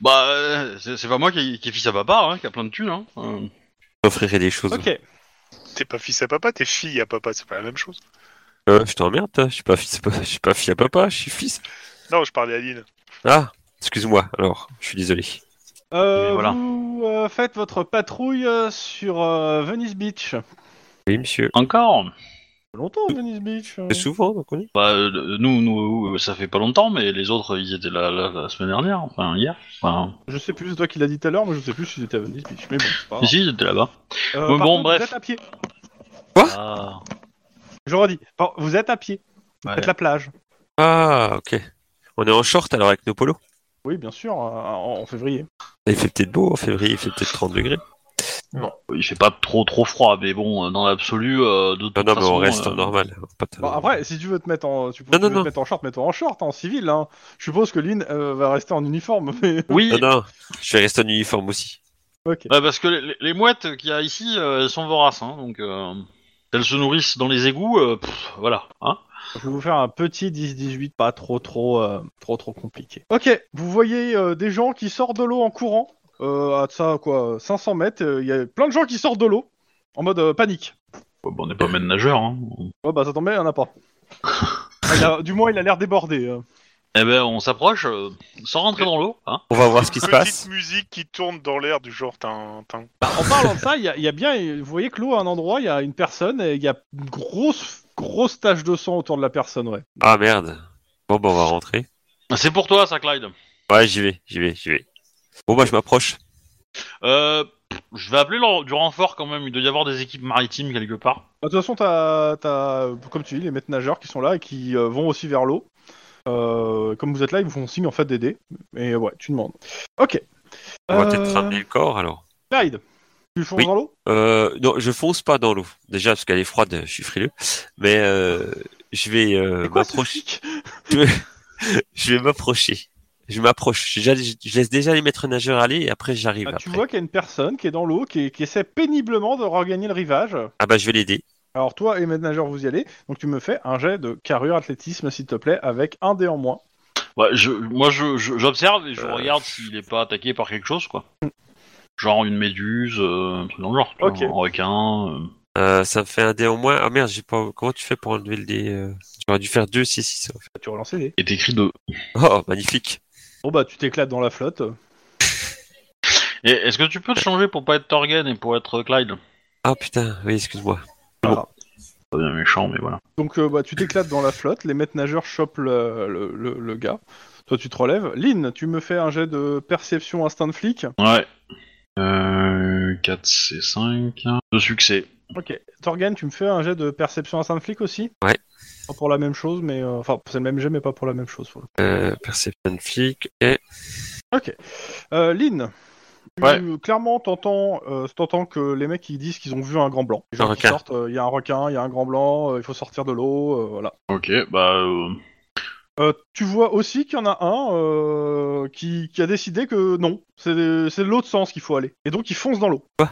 Speaker 3: Bah, euh, c'est c'est pas moi qui, qui ai fils à papa, hein, qui a plein de thunes. Hein. Euh,
Speaker 7: T'offrirai des choses.
Speaker 4: Ok,
Speaker 5: T'es pas fils à papa, t'es fille à papa, c'est pas la même chose.
Speaker 7: Euh, je t'emmerde, toi. je suis pas fils, je suis pas fille à papa, je suis fils.
Speaker 5: Non, je parlais à Lynn.
Speaker 7: Ah, excuse-moi. Alors, je suis désolé.
Speaker 4: Euh,
Speaker 3: Mais voilà.
Speaker 4: vous euh, faites votre patrouille euh, sur euh, Venice Beach. Ça
Speaker 7: Oui, monsieur.
Speaker 3: Encore
Speaker 4: fait Longtemps Venice Beach. euh.
Speaker 7: C'est souvent, donc on est.
Speaker 3: Bah, euh, nous, nous, euh, ça fait pas longtemps, mais les autres, ils étaient là, là, la semaine dernière, enfin hier. Enfin,
Speaker 4: Je sais plus, c'est toi qui l'as dit tout à l'heure, mais je sais plus si c'était à Venice Beach. Mais bon, c'est pas grave.
Speaker 3: Ici, ils étaient là-bas.
Speaker 4: Euh,
Speaker 3: Bon,
Speaker 4: par
Speaker 3: bon,
Speaker 4: contre,
Speaker 3: bref.
Speaker 4: Vous êtes à pied.
Speaker 3: Ah,
Speaker 4: Je redis. Par- Vous êtes à pied. Vous
Speaker 3: Ouais.
Speaker 4: faites la plage.
Speaker 7: Ah, ok. On est en short alors avec nos polos.
Speaker 4: Oui, bien sûr, euh, en en février.
Speaker 7: Il fait peut-être beau en février, il fait peut-être 30 degrés.
Speaker 3: il fait pas trop trop froid, mais bon, euh, dans l'absolu, euh, de toute
Speaker 7: Non, non, mais
Speaker 3: façon,
Speaker 7: on reste
Speaker 3: euh,
Speaker 7: en normal. On va pas te-
Speaker 4: Bon, après, si tu veux te mettre en, tu peux-
Speaker 7: Non,
Speaker 4: tu
Speaker 7: non,
Speaker 4: veux
Speaker 7: non.
Speaker 4: Te mettre en short, mets-toi en short, hein, en civil. Hein. Je suppose que Lynn euh, va rester en uniforme. Mais...
Speaker 3: Oui,
Speaker 7: Non, non, je vais rester en uniforme aussi.
Speaker 4: ok.
Speaker 3: bah, parce que les, les mouettes qu'il y a ici, euh, elles sont voraces, hein, donc euh, elles se nourrissent dans les égouts, euh, pff, voilà. Hein
Speaker 4: Je vais vous faire un petit 10-18, pas trop trop euh, trop trop compliqué. Ok, vous voyez euh, des gens qui sortent de l'eau en courant, euh, à ça quoi, 500 mètres, euh, il y a plein de gens qui sortent de l'eau, en mode euh, panique.
Speaker 3: Ouais, bah, on n'est pas maître nageur. Hein.
Speaker 4: Oh bah ça tombe bien, il y en a pas. Ah, il a- du moins il a l'air débordé. euh.
Speaker 3: Eh ben, on s'approche, euh, sans rentrer dans l'eau, hein.
Speaker 7: On va voir ce qui se
Speaker 5: Petite
Speaker 7: passe.
Speaker 5: musique qui tourne dans l'air du genre tin, tin.
Speaker 4: Bah, en parlant de ça, il y, a- il y a bien, vous voyez que l'eau à un endroit, il y a une personne et il y a une grosse grosse tache de sang autour de la personne, ouais.
Speaker 7: Ah merde. Bon, bah on va rentrer.
Speaker 3: C'est pour toi, ça, Clyde.
Speaker 7: Ouais, j'y vais, j'y vais, j'y vais. Bon, bah je m'approche.
Speaker 3: Euh, je vais appeler le- du renfort quand même. Il doit y avoir des équipes maritimes quelque part.
Speaker 4: Bah, de toute façon, t'as, t'as, euh, comme tu dis, les maîtres nageurs qui sont là et qui euh, vont aussi vers l'eau. Euh, comme vous êtes là, ils vous font signe en fait d'aider. Et ouais, tu demandes. Ok.
Speaker 7: On va peut-être
Speaker 4: Euh,
Speaker 7: ramener le corps alors.
Speaker 4: Clyde, tu fonces
Speaker 7: Oui.
Speaker 4: dans l'eau
Speaker 7: Euh, non, je fonce pas dans l'eau. Déjà parce qu'elle est froide, je suis frileux. Mais euh, je vais euh,
Speaker 4: C'est quoi ce
Speaker 7: m'approcher.
Speaker 4: flic
Speaker 7: Je vais m'approcher. Je m'approche. Je, je laisse déjà les maîtres nageurs aller et après j'arrive.
Speaker 4: Ah, Tu
Speaker 7: après.
Speaker 4: vois qu'il y a une personne qui est dans l'eau, qui, qui essaie péniblement de regagner le rivage.
Speaker 7: Ah bah je vais l'aider.
Speaker 4: Alors toi et maîtres nageurs, vous y allez. Donc tu me fais un jet de carrure athlétisme, s'il te plaît, avec un dé en moins.
Speaker 3: Ouais, Bah, je, moi, je- je- j'observe et je
Speaker 4: Euh,
Speaker 3: regarde s'il est pas attaqué par quelque chose, quoi. Genre une méduse, euh, un truc dans le genre. tu vois,
Speaker 4: Ok.
Speaker 3: Un requin. euh.
Speaker 7: Euh, ça me fait un dé en moins. Ah merde, j'ai pas. Comment tu fais pour enlever le dé euh J'aurais dû faire deux, si, si, ça.
Speaker 4: Tu relances les dés.
Speaker 3: est écrit de.
Speaker 7: Oh, magnifique.
Speaker 4: Bon bah tu t'éclates dans la flotte.
Speaker 3: Et est-ce que tu peux te changer pour pas être Torgen et pour être euh, Clyde
Speaker 7: Ah putain, oui, excuse-moi.
Speaker 3: Pas bien méchant, mais voilà.
Speaker 4: Donc euh, bah, tu t'éclates dans la flotte, les maîtres nageurs chopent le, le- le- le gars. Toi tu te relèves. Lynn, tu me fais un jet de perception instinct de flic.
Speaker 3: Ouais. Euh, 4 C 5 de succès.
Speaker 4: Ok. Torgan, tu me fais un jet de perception instinct de flic aussi
Speaker 7: Ouais.
Speaker 4: Pas pour la même chose, mais... euh, Enfin, c'est le même jet, mais pas pour la même chose. pour le coup.
Speaker 7: Euh, perception flic. Et...
Speaker 4: Euh, Lynn tu-
Speaker 3: Ouais.
Speaker 4: Clairement, t'entends, euh, t'entends que les mecs ils disent qu'ils ont vu un grand blanc. Les
Speaker 7: Un
Speaker 4: gens qui
Speaker 7: requin.
Speaker 4: sortent, euh, il y a un requin, il y a un grand blanc, euh, il faut sortir de l'eau, euh, voilà.
Speaker 3: Ok, bah. euh,
Speaker 4: Euh, tu vois aussi qu'il y en a un euh, qui, qui a décidé que non, c'est c'est l'autre sens qu'il faut aller. Et donc il fonce dans l'eau.
Speaker 7: Quoi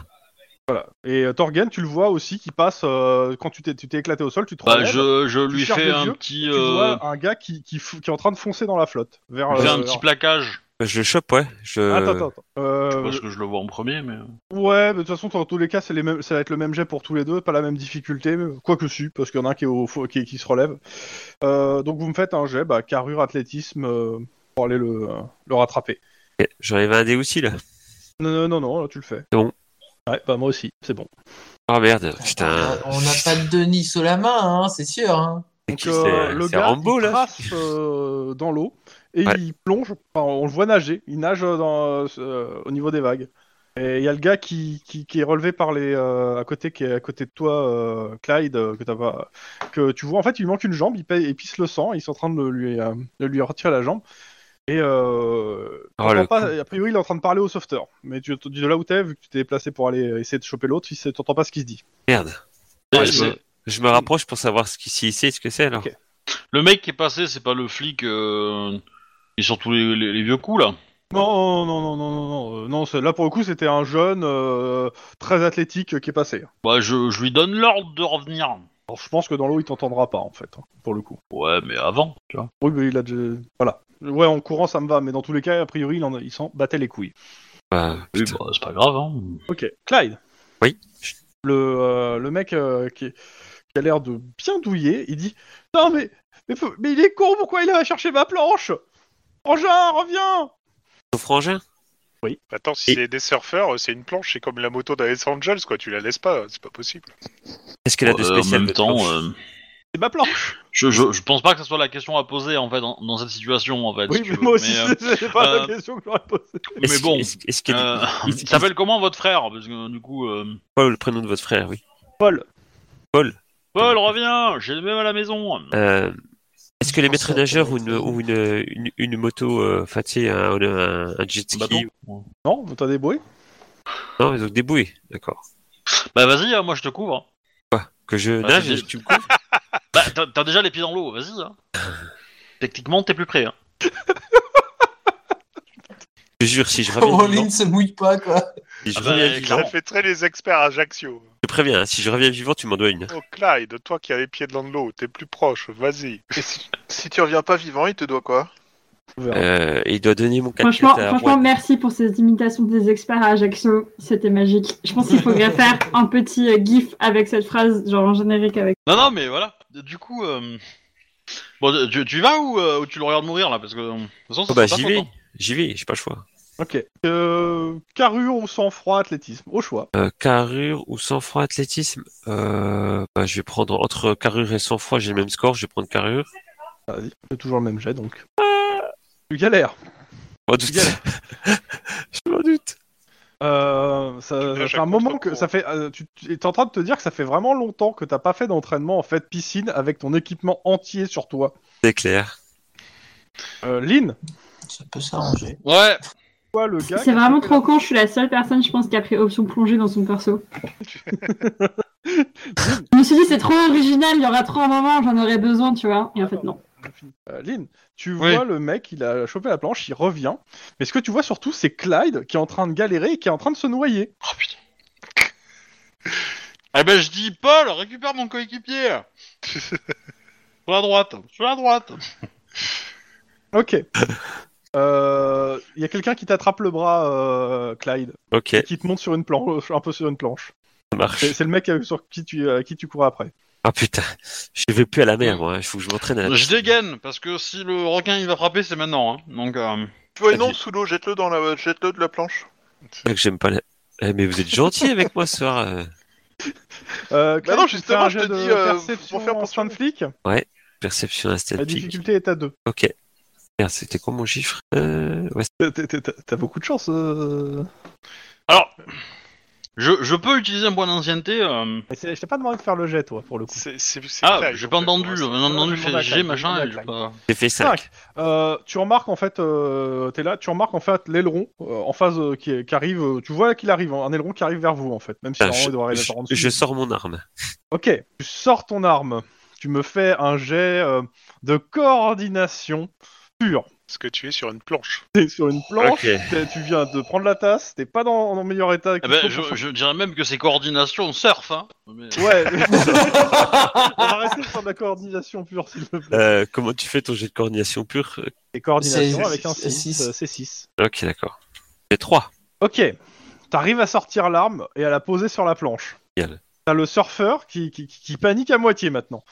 Speaker 4: Voilà. Et euh, Torgen, tu le vois aussi qui passe, euh, quand tu t'es tu t'es éclaté au sol, tu te
Speaker 3: bah,
Speaker 4: relèves,
Speaker 3: je, je
Speaker 4: tu
Speaker 3: lui
Speaker 4: cherches
Speaker 3: fais
Speaker 4: des
Speaker 3: un
Speaker 4: yeux,
Speaker 3: petit.
Speaker 4: tu
Speaker 3: euh,
Speaker 4: vois un gars qui, qui, fou- qui est en train de foncer dans la flotte. Vers,
Speaker 3: je lui fais un
Speaker 4: euh,
Speaker 3: petit plaquage.
Speaker 7: Je le chope, ouais. Je...
Speaker 4: Attends, attends, attends. Euh,
Speaker 3: Parce que je le vois en premier, mais.
Speaker 4: ouais, mais de toute façon, dans tous les cas, c'est les mêmes- ça va être le même jet pour tous les deux, pas la même difficulté, mais- quoi que si, parce qu'il y en a un qui, est au, fo- qui, qui se relève. Euh, donc vous me faites un jet, bah, carrure, athlétisme, euh, pour aller le, le rattraper.
Speaker 7: Ok, J'arrive à un dé aussi, là.
Speaker 4: Non, non, non, non, là, tu le fais.
Speaker 7: C'est bon.
Speaker 4: Ouais, bah moi aussi, c'est bon.
Speaker 7: Ah merde,
Speaker 2: On
Speaker 7: putain.
Speaker 2: on n'a pas de Denis sous la main, hein, c'est sûr. hein.
Speaker 7: C'est
Speaker 4: Donc,
Speaker 7: qui,
Speaker 4: euh,
Speaker 7: c'est-
Speaker 4: le
Speaker 7: c'est
Speaker 4: gars
Speaker 7: Rambo,
Speaker 4: il
Speaker 7: là
Speaker 4: trace euh, dans l'eau et
Speaker 7: Ouais.
Speaker 4: il plonge. Enfin, on le voit nager. Il nage dans, euh, au niveau des vagues. Et il y a le gars qui, qui, qui est relevé par les euh, à côté qui est à côté de toi, euh, Clyde, euh, que t'as pas, que tu vois. En fait, il lui manque une jambe. Il, paye, il pisse le sang. Ils sont en train de lui euh, de lui retirer la jambe. Et euh,
Speaker 7: Oh,
Speaker 4: t'entends
Speaker 7: le
Speaker 4: pas- a priori, il est en train de parler au sauveteur. Mais tu te dis de là où t'es, vu que tu t'es déplacé pour aller essayer de choper l'autre, il sait- t'entends pas ce qu'il se dit.
Speaker 7: Merde.
Speaker 3: Ouais,
Speaker 7: Ouais,
Speaker 3: c'est-
Speaker 7: je, me, je me rapproche pour savoir ce qui s'y sait, ce que c'est alors.
Speaker 4: Ok.
Speaker 3: Le mec qui est passé, c'est pas le flic euh, qui est sur tous les, les- les vieux coups là.
Speaker 4: Non, non, non, non, non, non, euh, non. c'est- Là pour le coup, c'était un jeune euh, très athlétique euh, qui est passé.
Speaker 3: Bah, je, je lui donne l'ordre de revenir.
Speaker 4: Alors, je pense que dans l'eau, il t'entendra pas en fait, hein, pour le coup.
Speaker 3: Ouais, mais avant, tu vois.
Speaker 4: Oui, mais il a déjà... voilà. Ouais, en courant, ça me va, mais dans tous les cas, a priori, il, en a- il s'en battait les couilles.
Speaker 7: Bah,
Speaker 3: Oui,
Speaker 7: putain.
Speaker 3: bah, c'est pas grave. Hein.
Speaker 4: Ok, Clyde.
Speaker 7: Oui.
Speaker 4: Le, euh, le mec euh, qui, qui a l'air de bien douiller, il dit Non, mais, mais, faut- mais il est con, pourquoi il a cherché ma planche Engin, reviens
Speaker 7: Ton frangin
Speaker 5: Attends, si
Speaker 7: Et-
Speaker 5: c'est des surfeurs, euh, c'est une planche, c'est comme la moto d'Alice Angels, quoi, tu la laisses pas, c'est pas possible.
Speaker 7: Qu'est-ce qu'elle a de
Speaker 3: Euh, en
Speaker 7: spécial
Speaker 3: même
Speaker 7: votre
Speaker 3: temps,
Speaker 7: planche
Speaker 3: euh,
Speaker 4: C'est ma planche
Speaker 3: je, je, je pense pas que ce soit la question à poser en fait dans, dans cette situation en fait.
Speaker 4: Oui,
Speaker 3: si tu
Speaker 4: mais
Speaker 3: veux.
Speaker 4: moi aussi,
Speaker 3: Mais, euh,
Speaker 4: c'est- c'est pas
Speaker 3: euh,
Speaker 4: la question que j'aurais posée.
Speaker 3: mais
Speaker 7: Est-ce-
Speaker 3: bon.
Speaker 7: Est-ce est-ce qu'elle
Speaker 3: euh,
Speaker 7: il-
Speaker 3: il s'appelle comment votre frère Parce que du coup, euh,
Speaker 7: Paul, le prénom de votre frère, oui.
Speaker 4: Paul.
Speaker 3: Paul, reviens, j'ai le même à la maison.
Speaker 7: Euh, Est-ce que les maîtres
Speaker 2: Français,
Speaker 7: nageurs ou
Speaker 2: Paul,
Speaker 7: une, ou une, une, une moto, euh, enfin, tu sais, un, un, un jet ski
Speaker 3: Bateau.
Speaker 4: Non, t'as des bruits
Speaker 7: Non, ils ont des bouées, d'accord.
Speaker 3: Bah vas-y, hein, moi je te couvre.
Speaker 7: Que je
Speaker 3: Ah,
Speaker 7: nage
Speaker 3: c'est
Speaker 7: et
Speaker 3: des-
Speaker 7: que tu me couvres
Speaker 3: Bah t'as t'as déjà les pieds dans l'eau, vas-y. hein. Techniquement, t'es plus près. hein.
Speaker 7: Je te jure, si je reviens,
Speaker 2: Comme
Speaker 7: vivant-
Speaker 2: Rowling se mouille pas, quoi.
Speaker 7: si je
Speaker 3: Ah bah,
Speaker 7: reviens
Speaker 3: euh,
Speaker 7: vivant-
Speaker 5: Ça
Speaker 3: Clairement.
Speaker 5: fait très les experts Ajaccio.
Speaker 7: je te préviens, hein, si je reviens vivant, tu m'en dois une.
Speaker 5: Oh Clyde, toi qui as les pieds dans de l'eau, t'es plus proche, vas-y.
Speaker 1: Et si, si tu reviens pas vivant, il te doit quoi
Speaker 7: Euh, et il doit donner mon 4
Speaker 6: Franchement, franchement merci pour ces imitations des experts à Ajaccio. C'était magique. Je pense qu'il faudrait faire un petit euh, gif avec cette phrase, genre en générique avec.
Speaker 3: Non, non, mais voilà. Du coup, euh, bon, tu, tu y vas ou, euh, ou tu le regardes mourir là Parce que euh, de toute façon,
Speaker 7: Oh
Speaker 3: c'est pas
Speaker 7: bah j'y
Speaker 3: son
Speaker 7: vais,
Speaker 3: temps.
Speaker 7: j'y vais, j'ai pas le choix.
Speaker 4: Ok. Euh, carrure ou sang-froid, athlétisme, au choix.
Speaker 7: Euh, carrure ou sang-froid athlétisme euh, bah, Je vais prendre entre carrure et sang-froid, j'ai le même score, je vais prendre carrure.
Speaker 4: Vas-y, c'est toujours le même jet donc.
Speaker 6: Euh.
Speaker 4: Tu galères.
Speaker 7: Je m'en doute.
Speaker 4: Égal.
Speaker 7: je m'en doute.
Speaker 4: Euh, ça,
Speaker 5: Tu
Speaker 4: ça
Speaker 5: nages
Speaker 4: fait
Speaker 5: à
Speaker 4: un moment
Speaker 5: contre-courant.
Speaker 4: que ça fait. euh, tu tu- t'es en train de te dire que ça fait vraiment longtemps que t'as pas fait d'entraînement en fait piscine avec ton équipement entier sur toi.
Speaker 7: C'est clair.
Speaker 4: Euh, Lynn,
Speaker 2: Ça peut s'arranger.
Speaker 3: Ouais.
Speaker 4: toi le gars.
Speaker 6: C'est vraiment trop con. Je suis la seule personne, je pense, qui a pris option plongée dans son perso. je me suis dit, c'est trop original. Il y aura trop un moment, j'en aurais besoin, tu vois. Et en fait, non.
Speaker 4: Euh, Lynn, tu
Speaker 3: Oui.
Speaker 4: vois le mec, il a chopé la planche, il revient. Mais ce que tu vois surtout, c'est Clyde qui est en train de galérer et qui est en train de se noyer.
Speaker 3: Oh putain. Eh ben je dis, Paul, récupère mon coéquipier. sur la droite, sur la droite.
Speaker 4: Ok. Euh, Il y a quelqu'un qui t'attrape le bras, euh, Clyde,
Speaker 7: Ok,
Speaker 4: et qui te monte sur une planche, un peu sur une planche.
Speaker 7: ça marche.
Speaker 4: C'est c'est le mec avec- sur qui tu, euh, qui tu cours après.
Speaker 7: Ah putain, je vais plus à la mer moi, hein. il faut que je m'entraîne à la
Speaker 3: Je dégaine parce que si le requin il va frapper, c'est maintenant. hein. Donc euh,
Speaker 1: Tu vois,
Speaker 7: Ah,
Speaker 1: non,
Speaker 7: tu-
Speaker 1: sous l'eau, jette-le dans la, jette-le de la planche.
Speaker 7: C'est vrai que j'aime pas la... Eh, mais vous êtes gentil avec moi ce soir. euh.
Speaker 4: Euh,
Speaker 1: Bah
Speaker 4: Clyde,
Speaker 1: non,
Speaker 4: tu me
Speaker 1: justement,
Speaker 4: fais un
Speaker 1: je te
Speaker 4: jet de
Speaker 1: dis, euh,
Speaker 4: perception
Speaker 1: faut faire
Speaker 4: en
Speaker 1: pour
Speaker 4: soin de flic.
Speaker 7: Perception
Speaker 4: La
Speaker 7: instinctive.
Speaker 4: difficulté est à 2.
Speaker 7: Ok. Merde, c'était quoi mon chiffre euh... ouais,
Speaker 4: T'as beaucoup de chance. euh.
Speaker 3: alors, je, je peux utiliser un point d'ancienneté. euh,
Speaker 4: Mais c'est- Je t'ai pas demandé de faire le jet, toi, pour le coup.
Speaker 5: C'est, c'est, c'est euh,
Speaker 3: Ah,
Speaker 5: Clyde,
Speaker 3: j'ai
Speaker 5: en
Speaker 3: pas
Speaker 5: fait,
Speaker 3: entendu.
Speaker 5: moi,
Speaker 3: J'ai
Speaker 5: c'est-
Speaker 3: entendu
Speaker 4: je demande à
Speaker 3: FSG
Speaker 4: Clyde,
Speaker 3: machin.
Speaker 4: je
Speaker 3: et j'ai
Speaker 4: demande
Speaker 3: pas-
Speaker 7: J'ai fait 5.
Speaker 4: Cinq. Euh, tu remarques en fait, euh, t'es là, tu remarques en fait l'aileron euh, en phase euh, qui, est- qui arrive, euh, tu vois qu'il arrive, hein, un aileron qui arrive vers vous en fait, même si
Speaker 7: Putain,
Speaker 4: normalement, il doit
Speaker 7: Bah, je,
Speaker 4: arriver
Speaker 7: je-
Speaker 4: par en dessous.
Speaker 7: je sors mon arme.
Speaker 4: Ok, tu sors ton arme, tu me fais un jet euh, de coordination pure.
Speaker 5: Parce que tu es sur une planche.
Speaker 4: T'es sur une planche,
Speaker 7: Ok.
Speaker 4: t'es- tu viens de prendre la tasse, t'es pas dans, dans le meilleur état.
Speaker 3: Eh
Speaker 4: qu'il
Speaker 3: ben,
Speaker 4: faut
Speaker 3: je,
Speaker 4: pour-
Speaker 3: je dirais même que c'est coordination surf. Hein. Mais-
Speaker 4: Ouais, on va rester sur de la coordination pure s'il te plaît.
Speaker 7: Euh, comment tu fais ton jet de coordination pure Euh,
Speaker 4: Et coordination
Speaker 2: Euh, c'est-
Speaker 4: avec un
Speaker 2: c'est
Speaker 4: 6,
Speaker 2: six.
Speaker 4: euh, c'est 6.
Speaker 7: Ok, d'accord. J'ai 3.
Speaker 4: Ok, t'arrives à sortir l'arme et à la poser sur la planche.
Speaker 7: Génial.
Speaker 4: T'as le surfeur qui, qui, qui panique à moitié maintenant.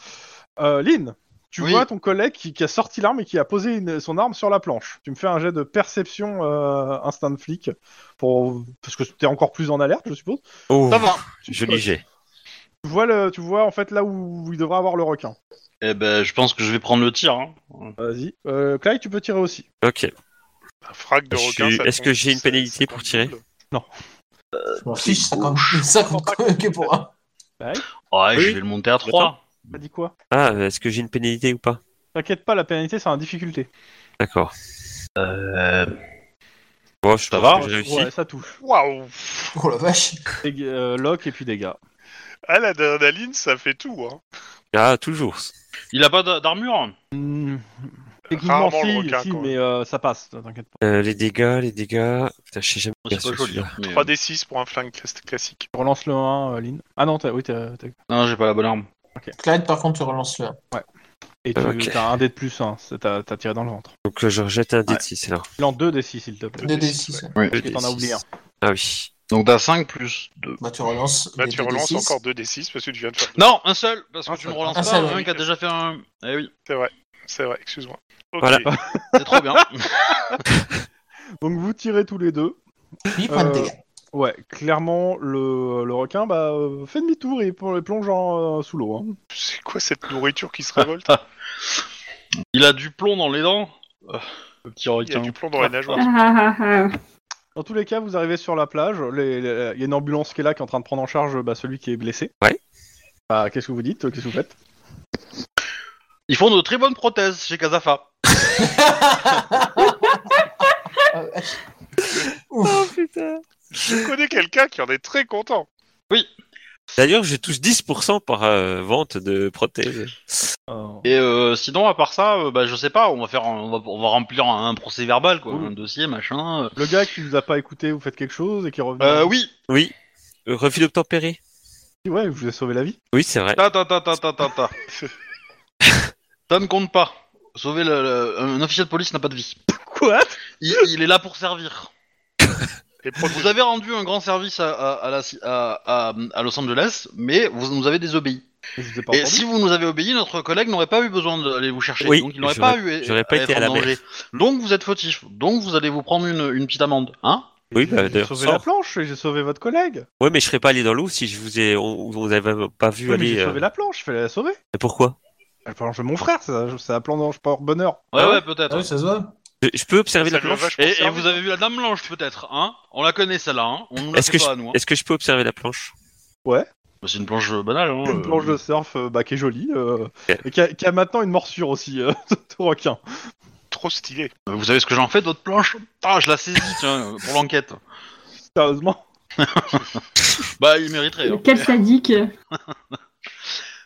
Speaker 4: Euh, Lynn, tu
Speaker 3: Oui.
Speaker 4: vois ton collègue qui, qui a sorti l'arme et qui a posé une- son arme sur la planche. Tu me fais un jet de perception euh, instinct de flic pour parce que t'es encore plus en alerte, je suppose.
Speaker 7: Oh,
Speaker 3: Ça va.
Speaker 7: joli jet.
Speaker 4: Tu vois le, tu vois en fait là où il devrait avoir le requin.
Speaker 3: Eh ben, je pense que je vais prendre le tir. hein.
Speaker 4: Vas-y. Euh, Clyde, tu peux tirer aussi.
Speaker 7: Ok.
Speaker 5: Un frac de
Speaker 7: Je
Speaker 5: requin.
Speaker 7: suis-
Speaker 5: ça
Speaker 7: est-ce que j'ai une
Speaker 5: ça-
Speaker 7: pénalité
Speaker 5: ça
Speaker 7: pour
Speaker 5: compte
Speaker 7: tirer
Speaker 5: double.
Speaker 2: Je m'en fiche, ça compte, ça compte que pour un.
Speaker 3: Ouais, je
Speaker 4: Oui.
Speaker 3: vais le monter à 3.
Speaker 4: T'as dit quoi
Speaker 7: Ah, est-ce que j'ai une pénalité ou pas
Speaker 4: T'inquiète pas, la pénalité, c'est en difficulté.
Speaker 7: D'accord.
Speaker 3: Euh,
Speaker 7: Bon, je
Speaker 3: Ça
Speaker 7: pense
Speaker 3: va
Speaker 7: que j'ai réussi.
Speaker 4: Ouais, ça touche.
Speaker 5: Waouh
Speaker 2: Oh la vache.
Speaker 4: Dég- euh, lock et puis dégâts.
Speaker 5: Ah, l'adrénaline, ça fait tout. Hein.
Speaker 7: Ah, toujours.
Speaker 3: il a pas d'a- d'armure hein.
Speaker 4: Hmm. Techniquement,
Speaker 5: Rarement le
Speaker 4: si,
Speaker 5: requin,
Speaker 4: si,
Speaker 5: quoi.
Speaker 4: mais euh, ça passe, t'inquiète pas.
Speaker 7: Euh, les dégâts, les dégâts. Putain, je sais jamais.
Speaker 3: C'est
Speaker 7: sur
Speaker 3: pas joli.
Speaker 7: celui-là.
Speaker 3: mais, euh,
Speaker 5: 3d6 pour un flingue clas- classique.
Speaker 4: Je relance le 1, euh, Lynn. Ah non, t'as, oui, t'as, t'as-
Speaker 3: Non, j'ai pas la bonne arme.
Speaker 2: Clyde, par contre, tu relances le
Speaker 4: et tu,
Speaker 7: Euh, ok.
Speaker 4: t'as un dé de plus, hein, c'est- t'as, t'as tiré dans le ventre.
Speaker 7: Donc euh, je rejette un dé de 6 alors.
Speaker 4: Il en 2 des 6, s'il te plaît.
Speaker 2: 2d6. ouais.
Speaker 3: Oui.
Speaker 4: Parce que t'en as
Speaker 7: D6.
Speaker 4: oublié un.
Speaker 7: Ah oui.
Speaker 3: Donc t'as 5 plus 2.
Speaker 2: Bah, tu relances.
Speaker 5: Là,
Speaker 2: les
Speaker 5: tu relances
Speaker 2: 2d6.
Speaker 5: encore 2d6 parce que tu viens de faire. deux.
Speaker 3: Non, un seul, parce que
Speaker 5: Un
Speaker 3: tu
Speaker 5: seul.
Speaker 3: ne relances
Speaker 2: Un
Speaker 3: pas
Speaker 2: seul,
Speaker 3: un
Speaker 5: oui.
Speaker 3: qui a déjà fait un. Eh oui,
Speaker 5: C'est vrai, c'est vrai, excuse-moi. Ok.
Speaker 7: Voilà.
Speaker 3: c'est trop bien.
Speaker 4: Donc vous tirez tous les deux.
Speaker 2: Huit points de
Speaker 4: Euh,
Speaker 2: dégâts.
Speaker 4: Ouais, clairement, le, le requin bah, euh, fait demi-tour et pl- plonge en, euh, sous l'eau. hein.
Speaker 5: C'est quoi cette nourriture qui se révolte
Speaker 3: Il a du plomb dans les dents. Euh, le petit
Speaker 5: Il y a
Speaker 3: requin.
Speaker 5: du plomb dans les nageoires.
Speaker 6: Ah, ah, ah, ah.
Speaker 4: Dans tous les cas, vous arrivez sur la plage. les- les- Il y a une ambulance qui est là, qui est en train de prendre en charge bah, celui qui est blessé.
Speaker 7: Ouais.
Speaker 4: Bah, qu'est-ce que vous dites Qu'est-ce que vous faites
Speaker 3: Ils font de très bonnes prothèses chez Kazafa.
Speaker 2: Ah, ouais. Ouf.
Speaker 5: Je connais quelqu'un qui en est très content.
Speaker 7: D'ailleurs, je touche 10% par euh, vente de prothèses.
Speaker 4: Euh,
Speaker 3: Et euh, sinon, à part ça, euh, bah, je sais pas, on va faire, un- on, va, on va remplir un, procès verbal, quoi,
Speaker 4: Oui.
Speaker 3: un dossier, machin. euh.
Speaker 4: Le gars qui vous a pas écouté, vous faites quelque chose et qui revient.
Speaker 3: Euh, oui.
Speaker 7: Oui. Euh, Refus d'obtempérer.
Speaker 4: Ouais, je vous ai sauvé la vie.
Speaker 7: Oui, c'est vrai.
Speaker 3: Ta ta ta ta ta ta ta. Ça ne compte pas. Sauver le, le- un officier de police n'a pas de vie.
Speaker 4: Quoi
Speaker 3: Il, il est là pour servir.
Speaker 5: Et
Speaker 3: Vous avez rendu un grand service à, à, à la- à- à- à Los Angeles, mais vous nous avez désobéi.
Speaker 4: Je vous ai pas
Speaker 3: Et
Speaker 4: entendu.
Speaker 3: si vous nous avez obéi, notre collègue n'aurait pas eu besoin d'aller vous chercher.
Speaker 7: Oui,
Speaker 3: donc il n'aurait
Speaker 7: j'aurais-
Speaker 3: pas eu.
Speaker 7: j'aurais pas
Speaker 3: à
Speaker 7: été
Speaker 3: être
Speaker 7: à la
Speaker 3: en danger. Donc vous êtes fautif. Donc vous allez vous prendre une, une petite amende, hein
Speaker 7: Oui, bah,
Speaker 4: J'ai
Speaker 7: d'ailleurs,
Speaker 4: sauvé
Speaker 7: sors.
Speaker 4: la planche et j'ai sauvé votre collègue.
Speaker 7: Ouais, mais je serais pas allé dans l'eau si je vous ai, on, on vous avait pas vu
Speaker 4: Oui, mais
Speaker 7: aller.
Speaker 4: j'ai
Speaker 7: euh,
Speaker 4: sauvé la planche, fallait la sauver.
Speaker 7: mais Pourquoi
Speaker 4: La planche de mon frère, ça- c'est la planche par bonheur.
Speaker 3: Ouais,
Speaker 7: Ah
Speaker 3: ouais,
Speaker 7: ouais
Speaker 2: Ah
Speaker 3: peut-être.
Speaker 2: oui, ça se voit.
Speaker 7: Euh, je, je peux observer
Speaker 5: Ça
Speaker 7: la
Speaker 5: lui a
Speaker 7: planche
Speaker 5: vachement
Speaker 3: et, et
Speaker 5: servi.
Speaker 3: vous avez vu la Dame Blanche, peut-être, hein On la connaît, celle-là, hein On nous la
Speaker 7: Est-ce
Speaker 3: fait
Speaker 7: que
Speaker 3: pas à nous. hein.
Speaker 7: Est-ce que je peux observer la planche
Speaker 3: Bah, C'est une planche euh, banale, hein
Speaker 4: Une
Speaker 3: euh,
Speaker 4: planche de surf euh, bah, qui est jolie euh, et qui a, qui a maintenant une morsure aussi, euh, de requin.
Speaker 5: Trop stylé.
Speaker 3: euh, Vous savez ce que j'en fais d'autres planches Ah, je la saisis, tiens, euh, pour l'enquête.
Speaker 4: Sérieusement.
Speaker 3: Bah, il mériterait. hein.
Speaker 6: Quel sadique.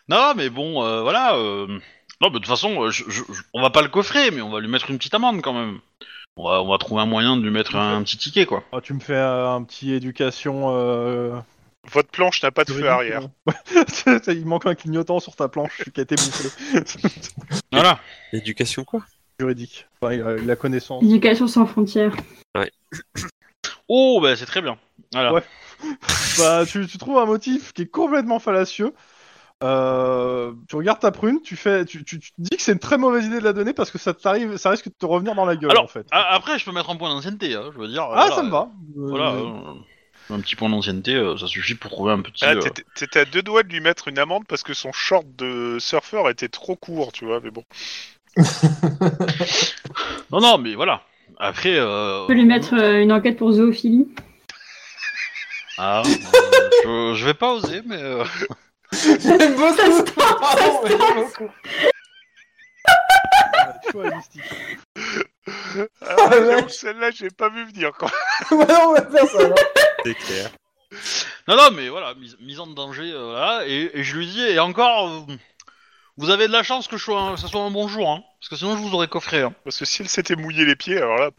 Speaker 3: Non, mais bon, euh, voilà. euh, Non, mais de toute façon, euh, je- je- je- on va pas le coffrer, mais on va lui mettre une petite amende quand même. On va, on va trouver un moyen de lui mettre un, petit ticket, quoi.
Speaker 4: Ah, tu me fais euh, un petit éducation. euh,
Speaker 5: Votre planche n'a pas de feu
Speaker 4: juridique,
Speaker 5: arrière.
Speaker 4: euh. Ouais, Il manque un clignotant sur ta planche qui a été bouffé.
Speaker 3: Voilà.
Speaker 7: L'éducation quoi
Speaker 4: Juridique. Enfin, il a, il a connaissance.
Speaker 6: Éducation sans frontières.
Speaker 3: Oh, bah, c'est très bien. Voilà.
Speaker 4: Ouais. Bah, tu, tu trouves un motif qui est complètement fallacieux. Euh, tu regardes ta prune, tu fais, tu, tu, tu te dis que c'est une très mauvaise idée de la donner parce que ça t'arrive, ça risque de te revenir dans la gueule
Speaker 3: Alors,
Speaker 4: en fait.
Speaker 3: Ah, après, je peux mettre un point d'ancienneté, hein, je veux dire.
Speaker 4: Ah,
Speaker 3: voilà,
Speaker 4: ça me va.
Speaker 3: Voilà.
Speaker 4: Euh,
Speaker 3: euh, Un petit point d'ancienneté, euh, ça suffit pour trouver un petit.
Speaker 5: Ah,
Speaker 3: euh,
Speaker 5: t'étais- t'étais à deux doigts de lui mettre une amende parce que son short de surfeur était trop court, tu vois, mais bon.
Speaker 3: Non, non, mais voilà. Après. Euh...
Speaker 6: On peut lui mettre euh, une enquête pour zoophilie.
Speaker 3: Ah, euh, je, je vais pas oser, mais. euh,
Speaker 2: J'aime beaucoup. Pardon, mais j'aime beaucoup.
Speaker 4: tu vois, mystique.
Speaker 5: Ah,
Speaker 2: Ah, ouais.
Speaker 5: j'avoue, celle-là, j'ai pas vu venir quand
Speaker 2: Ouais, on va faire ça. alors.
Speaker 7: C'est clair.
Speaker 3: Non, non, mais voilà, mise, mise en danger, euh, voilà. Et, et je lui dis, et encore, euh, vous avez de la chance que, je sois un- que ça soit un bon jour, hein, parce que sinon je vous aurais coffré. Hein.
Speaker 5: Parce que si elle s'était mouillée les pieds, alors là,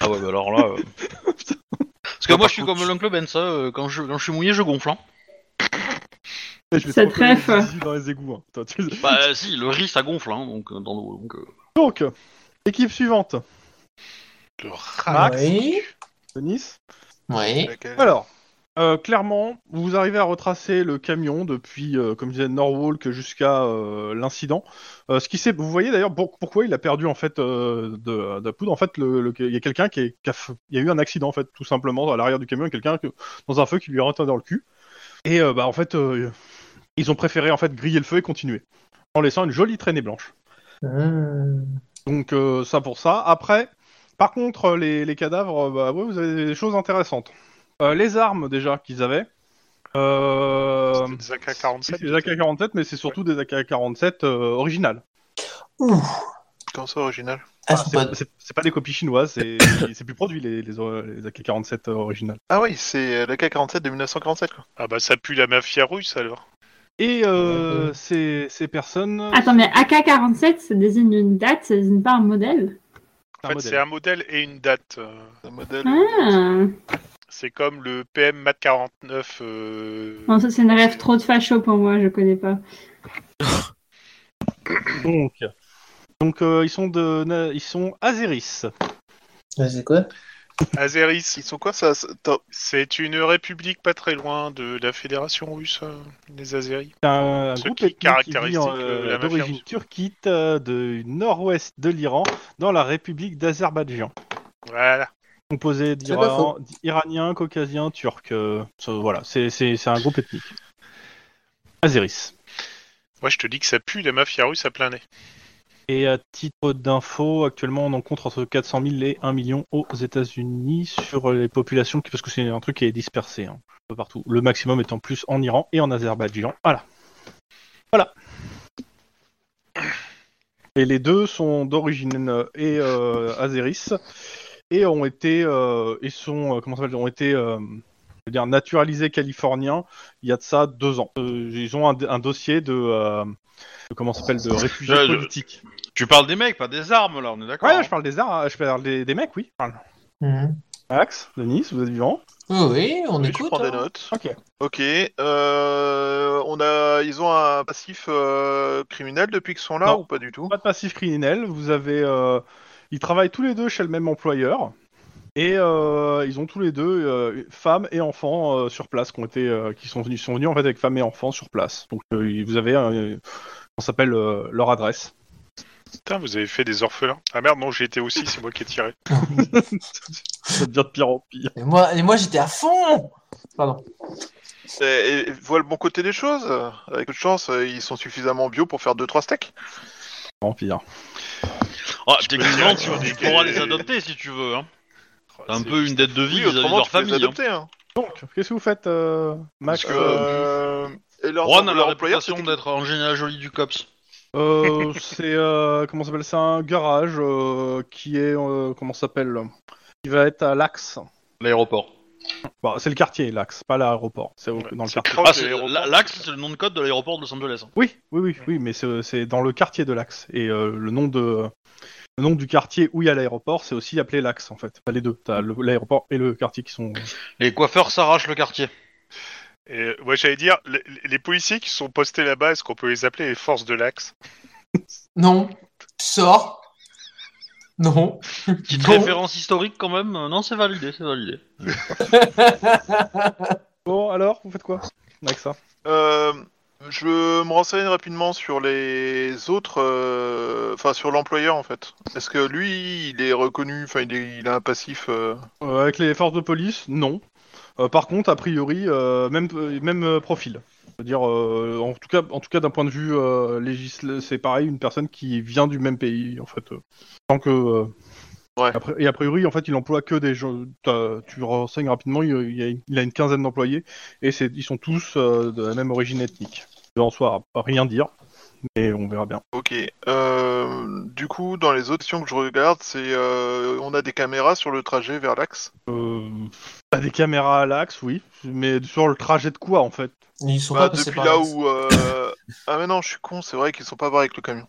Speaker 3: Ah ouais, bah alors là. euh, Parce que moi
Speaker 7: Non, par
Speaker 3: je suis
Speaker 7: contre,
Speaker 3: comme l'oncle Ben, ça, euh, quand, je, quand je suis mouillé, je gonfle. Hein.
Speaker 4: Et je vais
Speaker 6: Ça
Speaker 4: te reconnaître
Speaker 6: trèfle.
Speaker 4: des zizi dans les égouts. hein. Toi, tu-
Speaker 3: Bah euh, si, le riz ça gonfle, hein, donc euh, dans l'eau. Donc, euh.
Speaker 4: Donc, équipe suivante.
Speaker 5: le
Speaker 4: Max.
Speaker 2: Oui.
Speaker 4: Denis.
Speaker 2: Oui.
Speaker 5: Alors,
Speaker 4: Alors, euh, clairement, vous arrivez à retracer le camion depuis, euh, comme je disais, Norwalk jusqu'à euh, l'incident. Euh, ce qui s'est, vous voyez d'ailleurs pour- pourquoi il a perdu en fait euh, de, de la poudre. En fait, le- le- il y a quelqu'un qui, est- qui a, f- il y a eu un accident en fait, tout simplement à l'arrière du camion, il y a quelqu'un que- dans un feu qui lui a rentré dans le cul. Et euh, bah en fait, euh, ils ont préféré en fait griller le feu et continuer. en laissant une jolie traînée blanche.
Speaker 2: Hmm.
Speaker 4: Donc euh, ça pour ça. Après, par contre, les, les cadavres, euh, bah ouais, vous avez des choses intéressantes. Euh, les armes déjà qu'ils avaient. Euh,
Speaker 5: C'était des
Speaker 4: c'est
Speaker 5: AK-47.
Speaker 4: des AK-47, mais c'est surtout des AK-47 euh, originales.
Speaker 2: Ouh.
Speaker 1: Comment ça, original
Speaker 2: Ah,
Speaker 4: Ah,
Speaker 2: c'est
Speaker 4: c'est-
Speaker 2: pas-
Speaker 4: c'est c'est pas des copies chinoises, c'est c'est plus produit les, les, or- les AK-47 euh, originales.
Speaker 1: Ah oui, c'est l'AK-47 de 1947, quoi.
Speaker 5: Ah bah ça pue la mafia russe alors.
Speaker 4: Et euh, ces, ces personnes.
Speaker 6: Attends, mais AK-47, ça désigne une date, ça désigne pas un modèle.
Speaker 5: En
Speaker 4: un
Speaker 5: fait, c'est un modèle et une date. euh.
Speaker 1: Le modèle. euh,
Speaker 6: Ah.
Speaker 5: C'est comme le PM Mat 49. euh,
Speaker 6: Non, ça c'est une rêve trop de facho pour moi, je connais pas.
Speaker 4: Donc, donc euh, ils sont de, na- ils sont Azeris.
Speaker 2: C'est quoi
Speaker 5: Azeris.
Speaker 1: Ils sont quoi, ça ça- attends,
Speaker 5: C'est une république pas très loin de la fédération russe, euh, les Azeris.
Speaker 4: C'est un
Speaker 5: Ce
Speaker 4: groupe
Speaker 5: qui est
Speaker 4: ethnique qui vit,
Speaker 5: caractéristique, euh, la mafia
Speaker 4: d'origine
Speaker 5: russe.
Speaker 4: turquite euh, de- du nord-ouest de l'Iran, dans la République d'Azerbaïdjan,
Speaker 5: Voilà.
Speaker 4: composé
Speaker 2: C'est pas faux.
Speaker 4: d'Iran- d'Iraniens, Caucasiens, Turcs. euh, ça, voilà, c'est- c'est c'est un groupe ethnique. Azeris.
Speaker 5: Moi, je te dis que ça pue la mafia russe à plein nez.
Speaker 4: Et à titre d'info, actuellement, on en compte entre 400 000 et 1 million aux États-Unis sur les populations, qui- parce que c'est un truc qui est dispersé hein, un peu partout. Le maximum étant plus en Iran et en Azerbaïdjan. Voilà. Voilà. Et les deux sont d'origine euh, et euh, azéris et ont été euh, et sont euh, comment ça s'appelle ont été euh, je veux dire naturalisés californiens il y a de ça deux ans. Euh, ils ont un, un dossier de, euh, de comment ça s'appelle de réfugiés
Speaker 3: Ouais, je-
Speaker 4: politiques.
Speaker 3: Tu parles des mecs, pas des armes, là, on est d'accord
Speaker 4: Ouais,
Speaker 3: hein
Speaker 4: je parle des arts, je parle des, des mecs, oui. Je parle.
Speaker 2: Mhm.
Speaker 4: Max, Denis, vous êtes vivant
Speaker 2: Oui, oui, on
Speaker 1: oui, je
Speaker 2: écoute.
Speaker 1: prends des
Speaker 2: hein.
Speaker 1: notes.
Speaker 4: Ok.
Speaker 1: Ok. euh, on a, ils ont un passif euh, criminel depuis qu'ils sont là
Speaker 4: Non.
Speaker 1: ou pas du tout
Speaker 4: Pas de passif criminel, vous avez. euh, ils travaillent tous les deux chez le même employeur. Et euh, ils ont tous les deux euh, femmes et enfants euh, sur place qui ont été, euh, qui sont venus, sont venus en fait avec femmes et enfants sur place. Donc euh, ils- vous avez, euh, on s'appelle euh, leur adresse.
Speaker 5: Putain, vous avez fait des orphelins. Ah merde, non, j'y étais aussi, c'est moi qui ai tiré.
Speaker 4: Ça devient de pire en pire.
Speaker 2: Et moi, et moi j'étais à fond Pardon.
Speaker 1: et, et voilà le bon côté des choses. Avec peu de chance, euh, ils sont suffisamment bio pour faire 2-3 steaks.
Speaker 4: En pire.
Speaker 3: Ah,
Speaker 5: Je peux
Speaker 3: techniquement,
Speaker 5: dire,
Speaker 3: tu,
Speaker 5: euh,
Speaker 3: tu
Speaker 5: des-
Speaker 3: pourras les adopter si tu veux. Hein. T'as un
Speaker 5: C'est
Speaker 3: peu une dette de vie
Speaker 1: Oui,
Speaker 3: vis-à-vis de
Speaker 1: autrement,
Speaker 3: leur
Speaker 1: tu peux les
Speaker 3: famille. hein.
Speaker 1: adopter. Hein.
Speaker 4: Donc qu'est-ce que vous faites, euh, Max
Speaker 1: Parce que, euh, et leur,
Speaker 3: Juan a
Speaker 1: leur
Speaker 3: la
Speaker 1: employeur,
Speaker 3: réputation
Speaker 1: c'était-
Speaker 3: d'être un génial joli du COPS.
Speaker 4: Euh, c'est euh, comment s'appelle ça un garage euh, qui est euh, comment s'appelle qui va être à l'axe.
Speaker 3: L'aéroport.
Speaker 4: Bon, Bah, c'est le quartier l'axe, pas l'aéroport. C'est au-
Speaker 5: Ouais,
Speaker 4: dans le
Speaker 5: c'est
Speaker 4: quartier.
Speaker 5: proche
Speaker 3: Ah,
Speaker 5: de
Speaker 3: c'est-
Speaker 5: l'aéroport.
Speaker 3: la- l'axe, c'est le nom de code de l'aéroport de Los Angeles. hein.
Speaker 4: Oui, oui, oui, oui, mais c'est c'est dans le quartier de l'axe et euh, le nom de le nom du quartier où il y a l'aéroport, c'est aussi appelé l'axe en fait. Pas les deux, t'as le- l'aéroport et le quartier qui sont.
Speaker 3: Les coiffeurs s'arrachent le quartier.
Speaker 5: Et, euh, ouais, j'allais dire, les, les policiers qui sont postés là-bas, est-ce qu'on peut les appeler les forces de l'axe
Speaker 2: Non. Sors. Non.
Speaker 3: Petite
Speaker 2: Non.
Speaker 3: référence historique quand même. euh, Non, c'est validé, c'est validé.
Speaker 4: Bon alors, vous faites quoi avec ça
Speaker 1: Euh, je me renseigne rapidement sur les autres, euh, enfin sur l'employeur en fait. Est-ce que lui, il est reconnu, enfin il, est- il a un passif. euh,
Speaker 4: Euh, Avec les forces de police, non. Euh, par contre, a priori, euh, même euh, même euh, profil. C'est-à-dire, euh, en tout cas, en tout cas, d'un point de vue euh, législ- c'est pareil, une personne qui vient du même pays, en fait. euh. tant que. euh,
Speaker 1: Ouais.
Speaker 4: après- et a priori, en fait, il emploie que des gens. t'as- Tu renseignes rapidement, il, il y a, il a une quinzaine d'employés et c'est, ils sont tous euh, de la même origine ethnique. En soi, à rien dire, mais on verra bien.
Speaker 1: Ok. Euh, du coup, dans les autres questions que je regarde, c'est euh, on a des caméras sur le trajet vers l'axe.
Speaker 4: Euh, t'as des caméras à l'axe, oui, mais sur le trajet de quoi, en fait
Speaker 2: Ils sont
Speaker 1: Bah,
Speaker 2: pas passés
Speaker 1: depuis
Speaker 2: par
Speaker 1: là
Speaker 2: l'axe.
Speaker 1: où. euh, ah mais non, je suis con. C'est vrai qu'ils sont pas barrés avec le camion.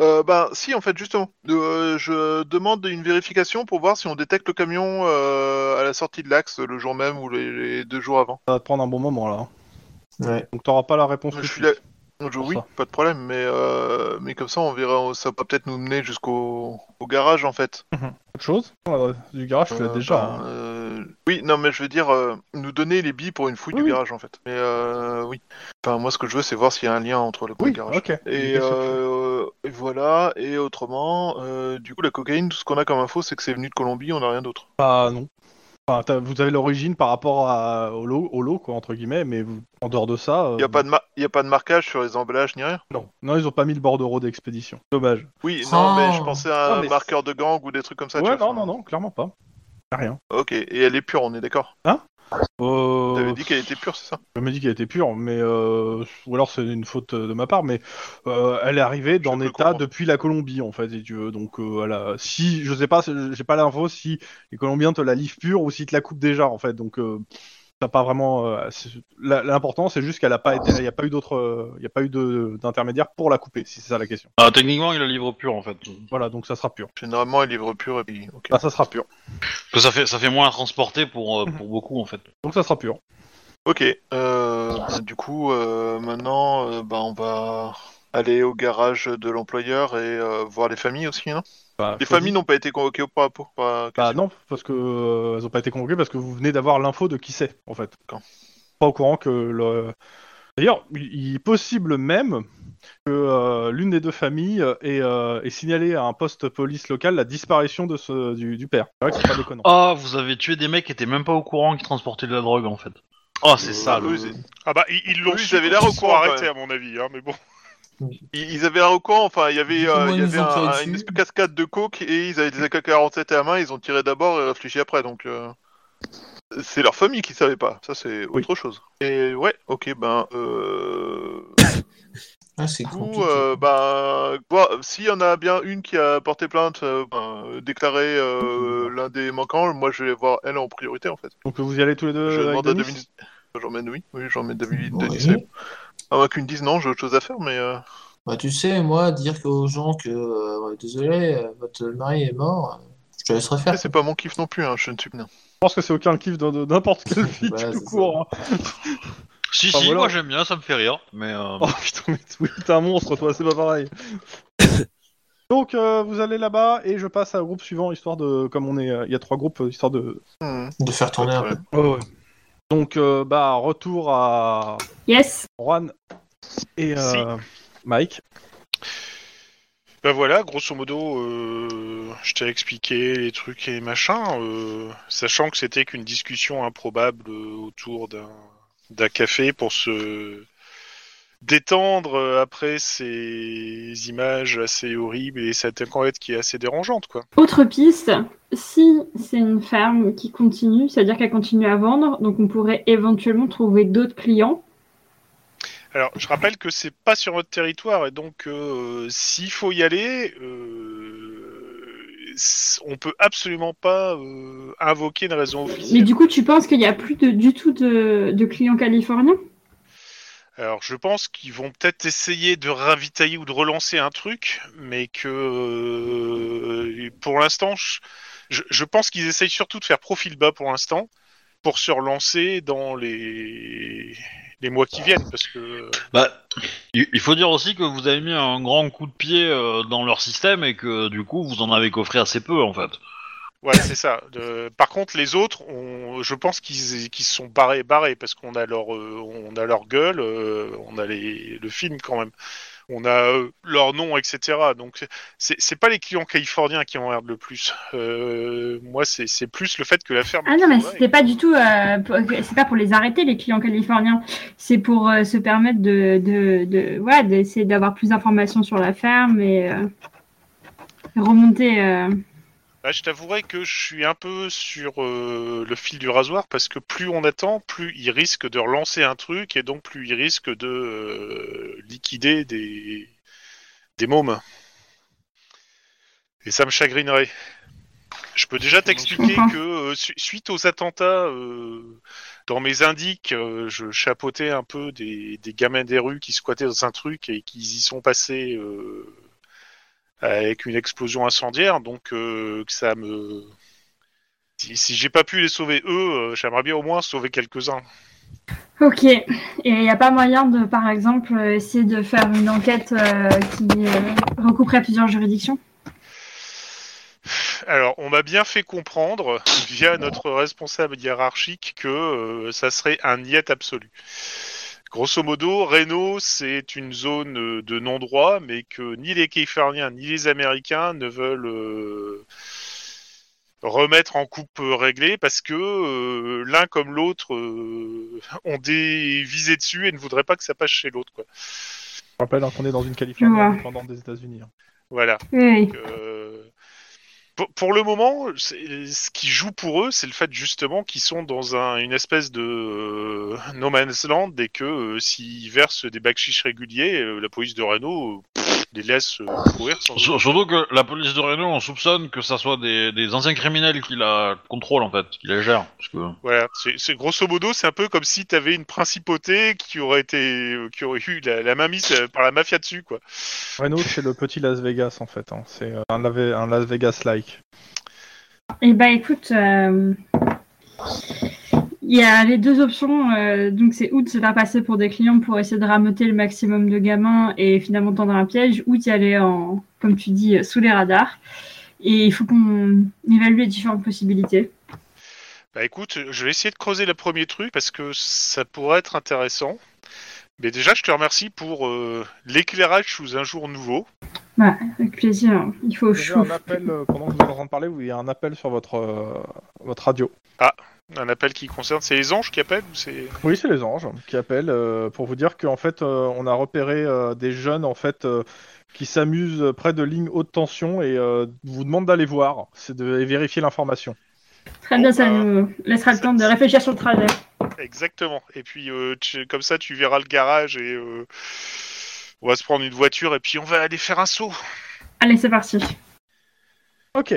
Speaker 1: Euh, bah si, en fait, justement, Euh, je demande une vérification pour voir si on détecte le camion euh, à la sortie de l'axe le jour même ou les- les deux jours avant.
Speaker 4: Ça va te prendre un bon moment, là.
Speaker 2: Ouais.
Speaker 4: Donc t'auras pas la réponse.
Speaker 1: Je
Speaker 4: tout de
Speaker 1: suis
Speaker 4: suite.
Speaker 1: Je-
Speaker 4: Pour
Speaker 1: oui,
Speaker 4: ça.
Speaker 1: pas de problème, mais, euh, mais comme ça, on verra, on- ça peut peut-être nous mener jusqu'au au garage en fait.
Speaker 4: Autre chose Ton adresse Du garage, tu l'as
Speaker 1: Euh,
Speaker 4: déjà.
Speaker 1: ben,
Speaker 4: hein.
Speaker 1: euh, Oui, non, mais je veux dire, euh, nous donner les billes pour une fouille
Speaker 4: Oui,
Speaker 1: du
Speaker 4: oui.
Speaker 1: garage en fait. Mais euh, oui. Enfin, moi, ce que je veux, c'est voir s'il y a un lien entre le coup et
Speaker 4: Oui,
Speaker 1: le garage.
Speaker 4: ok.
Speaker 1: Et euh, et voilà, et autrement, euh, du coup, la cocaïne, tout ce qu'on a comme info, c'est que c'est venu de Colombie, on n'a rien d'autre.
Speaker 4: Bah non. Enfin, t'as- vous avez l'origine par rapport à, au, lot, au lot, quoi, entre guillemets, mais vous- en dehors de ça. euh,
Speaker 1: Il n'y a, pas de mar- y a pas de marquage sur les emballages ni rien
Speaker 4: Non. Non, ils ont pas mis le bordereau d'expédition. Dommage.
Speaker 1: Oui,
Speaker 2: Oh.
Speaker 1: non, mais je pensais à un
Speaker 4: Non, mais-
Speaker 1: marqueur de gang ou des trucs comme ça.
Speaker 4: ouais,
Speaker 1: tu vois.
Speaker 4: non, non, non, clairement pas. Y a Rien.
Speaker 1: Ok, et elle est pure, on est d'accord.
Speaker 4: Euh,
Speaker 1: T'avais dit qu'elle était pure, c'est ça
Speaker 4: Je me dis qu'elle était pure, mais euh, ou alors c'est une faute de ma part, mais euh, elle est arrivée dans
Speaker 1: peux
Speaker 4: un état
Speaker 1: comprendre.
Speaker 4: depuis la Colombie en fait, si tu veux. Donc euh, voilà, si je sais pas, c'est- j'ai pas l'info si les Colombiens te la livrent pure ou s'ils te la coupent déjà en fait. Donc euh, t'as pas vraiment. euh, c'est- la- L'important c'est juste qu'elle a pas été, il y a pas eu d'autre, euh, il y a pas eu de- d'intermédiaire pour la couper, si c'est ça la question.
Speaker 3: Ah, techniquement, il la livre pure en fait.
Speaker 4: Voilà, donc ça sera pur.
Speaker 1: Généralement, elle livre pure et puis. ok.
Speaker 4: Bah, ça sera pur.
Speaker 3: Parce que ça fait, ça fait moins à transporter pour, euh, pour beaucoup en fait.
Speaker 4: Donc ça sera pur.
Speaker 1: Ok, euh, bah, du coup, euh, maintenant, euh, bah, on va aller au garage de l'employeur et euh, voir les familles aussi, non
Speaker 4: Bah,
Speaker 1: Les
Speaker 4: choisis-
Speaker 1: familles n'ont pas été convoquées au pas pour pas.
Speaker 4: Bah non, parce que euh, elles ont pas été convoquées parce que vous venez d'avoir l'info de qui c'est en fait.
Speaker 1: D'accord.
Speaker 4: Pas au courant que le. D'ailleurs, il il est possible même que euh, l'une des deux familles euh, ait, euh, ait signalé à un poste police local la disparition de ce du, du père. C'est vrai que c'est pas
Speaker 1: Oh.
Speaker 4: déconnant.
Speaker 3: Ah, vous avez tué des mecs qui étaient même pas au courant qui transportaient de la drogue en fait. Ah, c'est
Speaker 1: Euh,
Speaker 3: ça.
Speaker 1: eux, ils-
Speaker 5: Ah bah, ils ils l'ont
Speaker 1: Oui,
Speaker 5: su
Speaker 1: ils avaient l'air
Speaker 5: quand
Speaker 1: au
Speaker 5: se
Speaker 1: courant,
Speaker 5: sont
Speaker 1: quand
Speaker 5: arrêtés, à mon avis, hein, mais bon.
Speaker 1: Ils ils avaient un recoin, enfin, il y avait,
Speaker 2: Du coup,
Speaker 1: euh, il
Speaker 2: moi,
Speaker 1: y
Speaker 2: ils
Speaker 1: avait
Speaker 2: nous ont
Speaker 1: un-
Speaker 2: tiré
Speaker 1: une
Speaker 2: dessus.
Speaker 1: cascade de coke et ils avaient des AK-47 à la main, ils ont tiré d'abord et réfléchi après, donc. euh, C'est leur famille qui savait pas, ça c'est
Speaker 4: Oui.
Speaker 1: autre chose. Et ouais, ok, ben. Euh...
Speaker 2: Ah, c'est
Speaker 1: Du
Speaker 2: compliqué.
Speaker 1: coup, euh, bah, quoi, s'il y en a bien une qui a porté plainte, euh, ben, euh, déclaré euh,
Speaker 2: Mmh.
Speaker 1: l'un des manquants, moi je vais voir elle en priorité en fait.
Speaker 4: Donc vous y allez tous les deux.
Speaker 1: je
Speaker 4: avec
Speaker 1: demande à
Speaker 4: Denis
Speaker 1: Dominique. J'emmène oui, oui j'emmène David
Speaker 2: Euh, Ouais.
Speaker 1: Denis. c'est- À moins qu'une dise non, j'ai autre chose à faire, mais euh,
Speaker 2: Bah, tu sais, moi, dire aux gens que euh, ouais, désolé, euh, votre mari est mort, euh, je te laisserai faire.
Speaker 1: c'est pas mon kiff non plus, hein, je ne suis pas.
Speaker 4: Je pense que c'est aucun kiff de de- n'importe quelle fille
Speaker 2: Bah,
Speaker 4: tout
Speaker 2: c'est
Speaker 4: court. hein.
Speaker 3: Si,
Speaker 4: Enfin,
Speaker 3: si,
Speaker 4: voilà.
Speaker 3: moi j'aime bien, ça me fait rire. Mais euh,
Speaker 4: Oh putain, mais oui, t'es un monstre, toi, c'est pas pareil. Donc euh, vous allez là-bas et je passe au groupe suivant histoire de comme on est euh, il y a trois groupes euh, histoire de
Speaker 1: Hmm,
Speaker 2: De
Speaker 1: pas
Speaker 2: faire
Speaker 1: de
Speaker 2: tourner un peu.
Speaker 1: problème.
Speaker 4: Donc, euh, bah, retour à
Speaker 6: Yes.
Speaker 4: Juan et euh, Mike.
Speaker 5: Ben voilà, grosso modo, euh, je t'ai expliqué les trucs et machins, euh, sachant que c'était qu'une discussion improbable euh, autour d'un d'un café pour se détendre euh, après ces images assez horribles et cette enquête qui est assez dérangeante, quoi.
Speaker 6: Autre piste, si c'est une ferme qui continue, c'est-à-dire qu'elle continue à vendre, donc on pourrait éventuellement trouver d'autres clients.
Speaker 5: Alors, je rappelle que c'est pas sur notre territoire et donc euh, s'il faut y aller, euh, c- on peut absolument pas euh, invoquer une raison officielle.
Speaker 6: Mais du coup, tu penses qu'il n'y a plus de, du tout de, de clients californiens
Speaker 5: Alors, je pense qu'ils vont peut-être essayer de ravitailler ou de relancer un truc, mais que euh, pour l'instant, je, je- je pense qu'ils essayent surtout de faire profil bas pour l'instant, pour se relancer dans les, les mois qui viennent, parce que
Speaker 3: bah, il il faut dire aussi que vous avez mis un grand coup de pied euh, dans leur système et que du coup vous en avez coffré assez peu en fait.
Speaker 5: voilà, c'est ça. Euh, par contre, les autres, on- je pense qu'ils qu'ils se sont barrés, barrés, parce qu'on a leur, euh, on a leur gueule, euh, on a les, le film quand même, on a euh, leur nom, etc. Donc c'est c'est pas les clients californiens qui m'emmerdent le plus. Euh, moi, c'est c'est plus le fait que la ferme.
Speaker 6: Ah non, mais
Speaker 5: Ouais,
Speaker 6: c'était pas du tout. euh, pour- c'est pas pour les arrêter, les clients californiens. C'est pour euh, se permettre de, de, de- voilà, d'essayer d'avoir plus d'informations sur la ferme et euh, remonter. euh.
Speaker 5: Bah, je t'avouerai que je suis un peu sur euh, le fil du rasoir parce que plus on attend, plus ils risquent de relancer un truc et donc plus ils risquent de euh, liquider des, des mômes. Et ça me chagrinerait. Je peux déjà t'expliquer
Speaker 6: comprends.
Speaker 5: que euh, su- suite aux attentats, euh, dans mes indiques, euh, je chapeautais un peu des, des gamins des rues qui squattaient dans un truc et qui y sont passés euh, avec une explosion incendiaire, donc euh, que ça me. Si, si j'ai pas pu les sauver eux, euh, j'aimerais bien au moins sauver quelques-uns.
Speaker 6: Ok. Et il n'y a pas moyen de, par exemple, euh, essayer de faire une enquête euh, qui euh, recouperait plusieurs juridictions
Speaker 5: Alors, on m'a bien fait comprendre, via notre responsable hiérarchique, que euh, ça serait un niet absolu. Grosso modo, Reno, c'est une zone euh, de non-droit, mais que ni les Californiens ni les Américains ne veulent euh, remettre en coupe euh, réglée parce que euh, l'un comme l'autre euh, ont des visées dessus et ne voudraient pas que ça passe chez l'autre. quoi.
Speaker 4: Je rappelle hein, qu'on est dans une Californie
Speaker 6: Ouais.
Speaker 4: indépendante des États-Unis. hein.
Speaker 5: Voilà.
Speaker 6: Oui.
Speaker 5: Donc, euh, pour, pour le moment, c'est- ce qui joue pour eux, c'est le fait justement qu'ils sont dans un- une espèce de euh, no man's land et que euh, s'ils versent des backchiches réguliers, euh, la police de Reno euh, pff, les laisse euh, courir sans.
Speaker 3: Sur- Surtout que la police de Reno, on soupçonne que ça soit des, des anciens criminels qui la contrôlent en fait, qui la gèrent. Parce que...
Speaker 5: Voilà, c'est c'est- grosso modo, c'est un peu comme si t'avais une principauté qui aurait été, euh, qui aurait eu la, la main mise euh, par la mafia dessus, quoi.
Speaker 4: Reno, c'est le petit Las Vegas en fait. hein. C'est euh, un, Lave- un Las Vegas-like.
Speaker 6: Eh ben écoute, euh, il y a les deux options. euh, donc c'est ou de se faire passer pour des clients pour essayer de ramoter le maximum de gamins et finalement tendre un piège, ou d'y aller en, comme tu dis, euh, sous les radars. Et il faut qu'on évalue les différentes possibilités.
Speaker 5: Bah écoute, je vais essayer de creuser le premier truc parce que ça pourrait être intéressant. Mais déjà, je te remercie pour euh, l'éclairage sous un jour nouveau.
Speaker 6: Avec plaisir. hein. Il faut
Speaker 4: Vous avez
Speaker 6: chauffer.
Speaker 4: un appel, euh, pendant que vous êtes en train de parler, vous- il y a un appel sur votre, euh, votre radio.
Speaker 5: Un appel qui concerne, c'est les anges qui appellent ou c'est
Speaker 4: Oui, c'est les anges qui appellent euh, pour vous dire qu'en fait, euh, on a repéré euh, des jeunes en fait euh, qui s'amusent près de lignes haute tension et euh, vous demandent d'aller voir, c'est de et vérifier l'information.
Speaker 6: Très bien,
Speaker 5: Bon,
Speaker 6: ça
Speaker 5: bah,
Speaker 6: nous laissera le temps de
Speaker 5: ça-
Speaker 6: réfléchir sur le trajet.
Speaker 5: exactement. Et puis euh, tu- comme ça, tu verras le garage et euh, on va se prendre une voiture et puis on va aller faire un saut.
Speaker 6: Allez, c'est parti.
Speaker 4: Ok.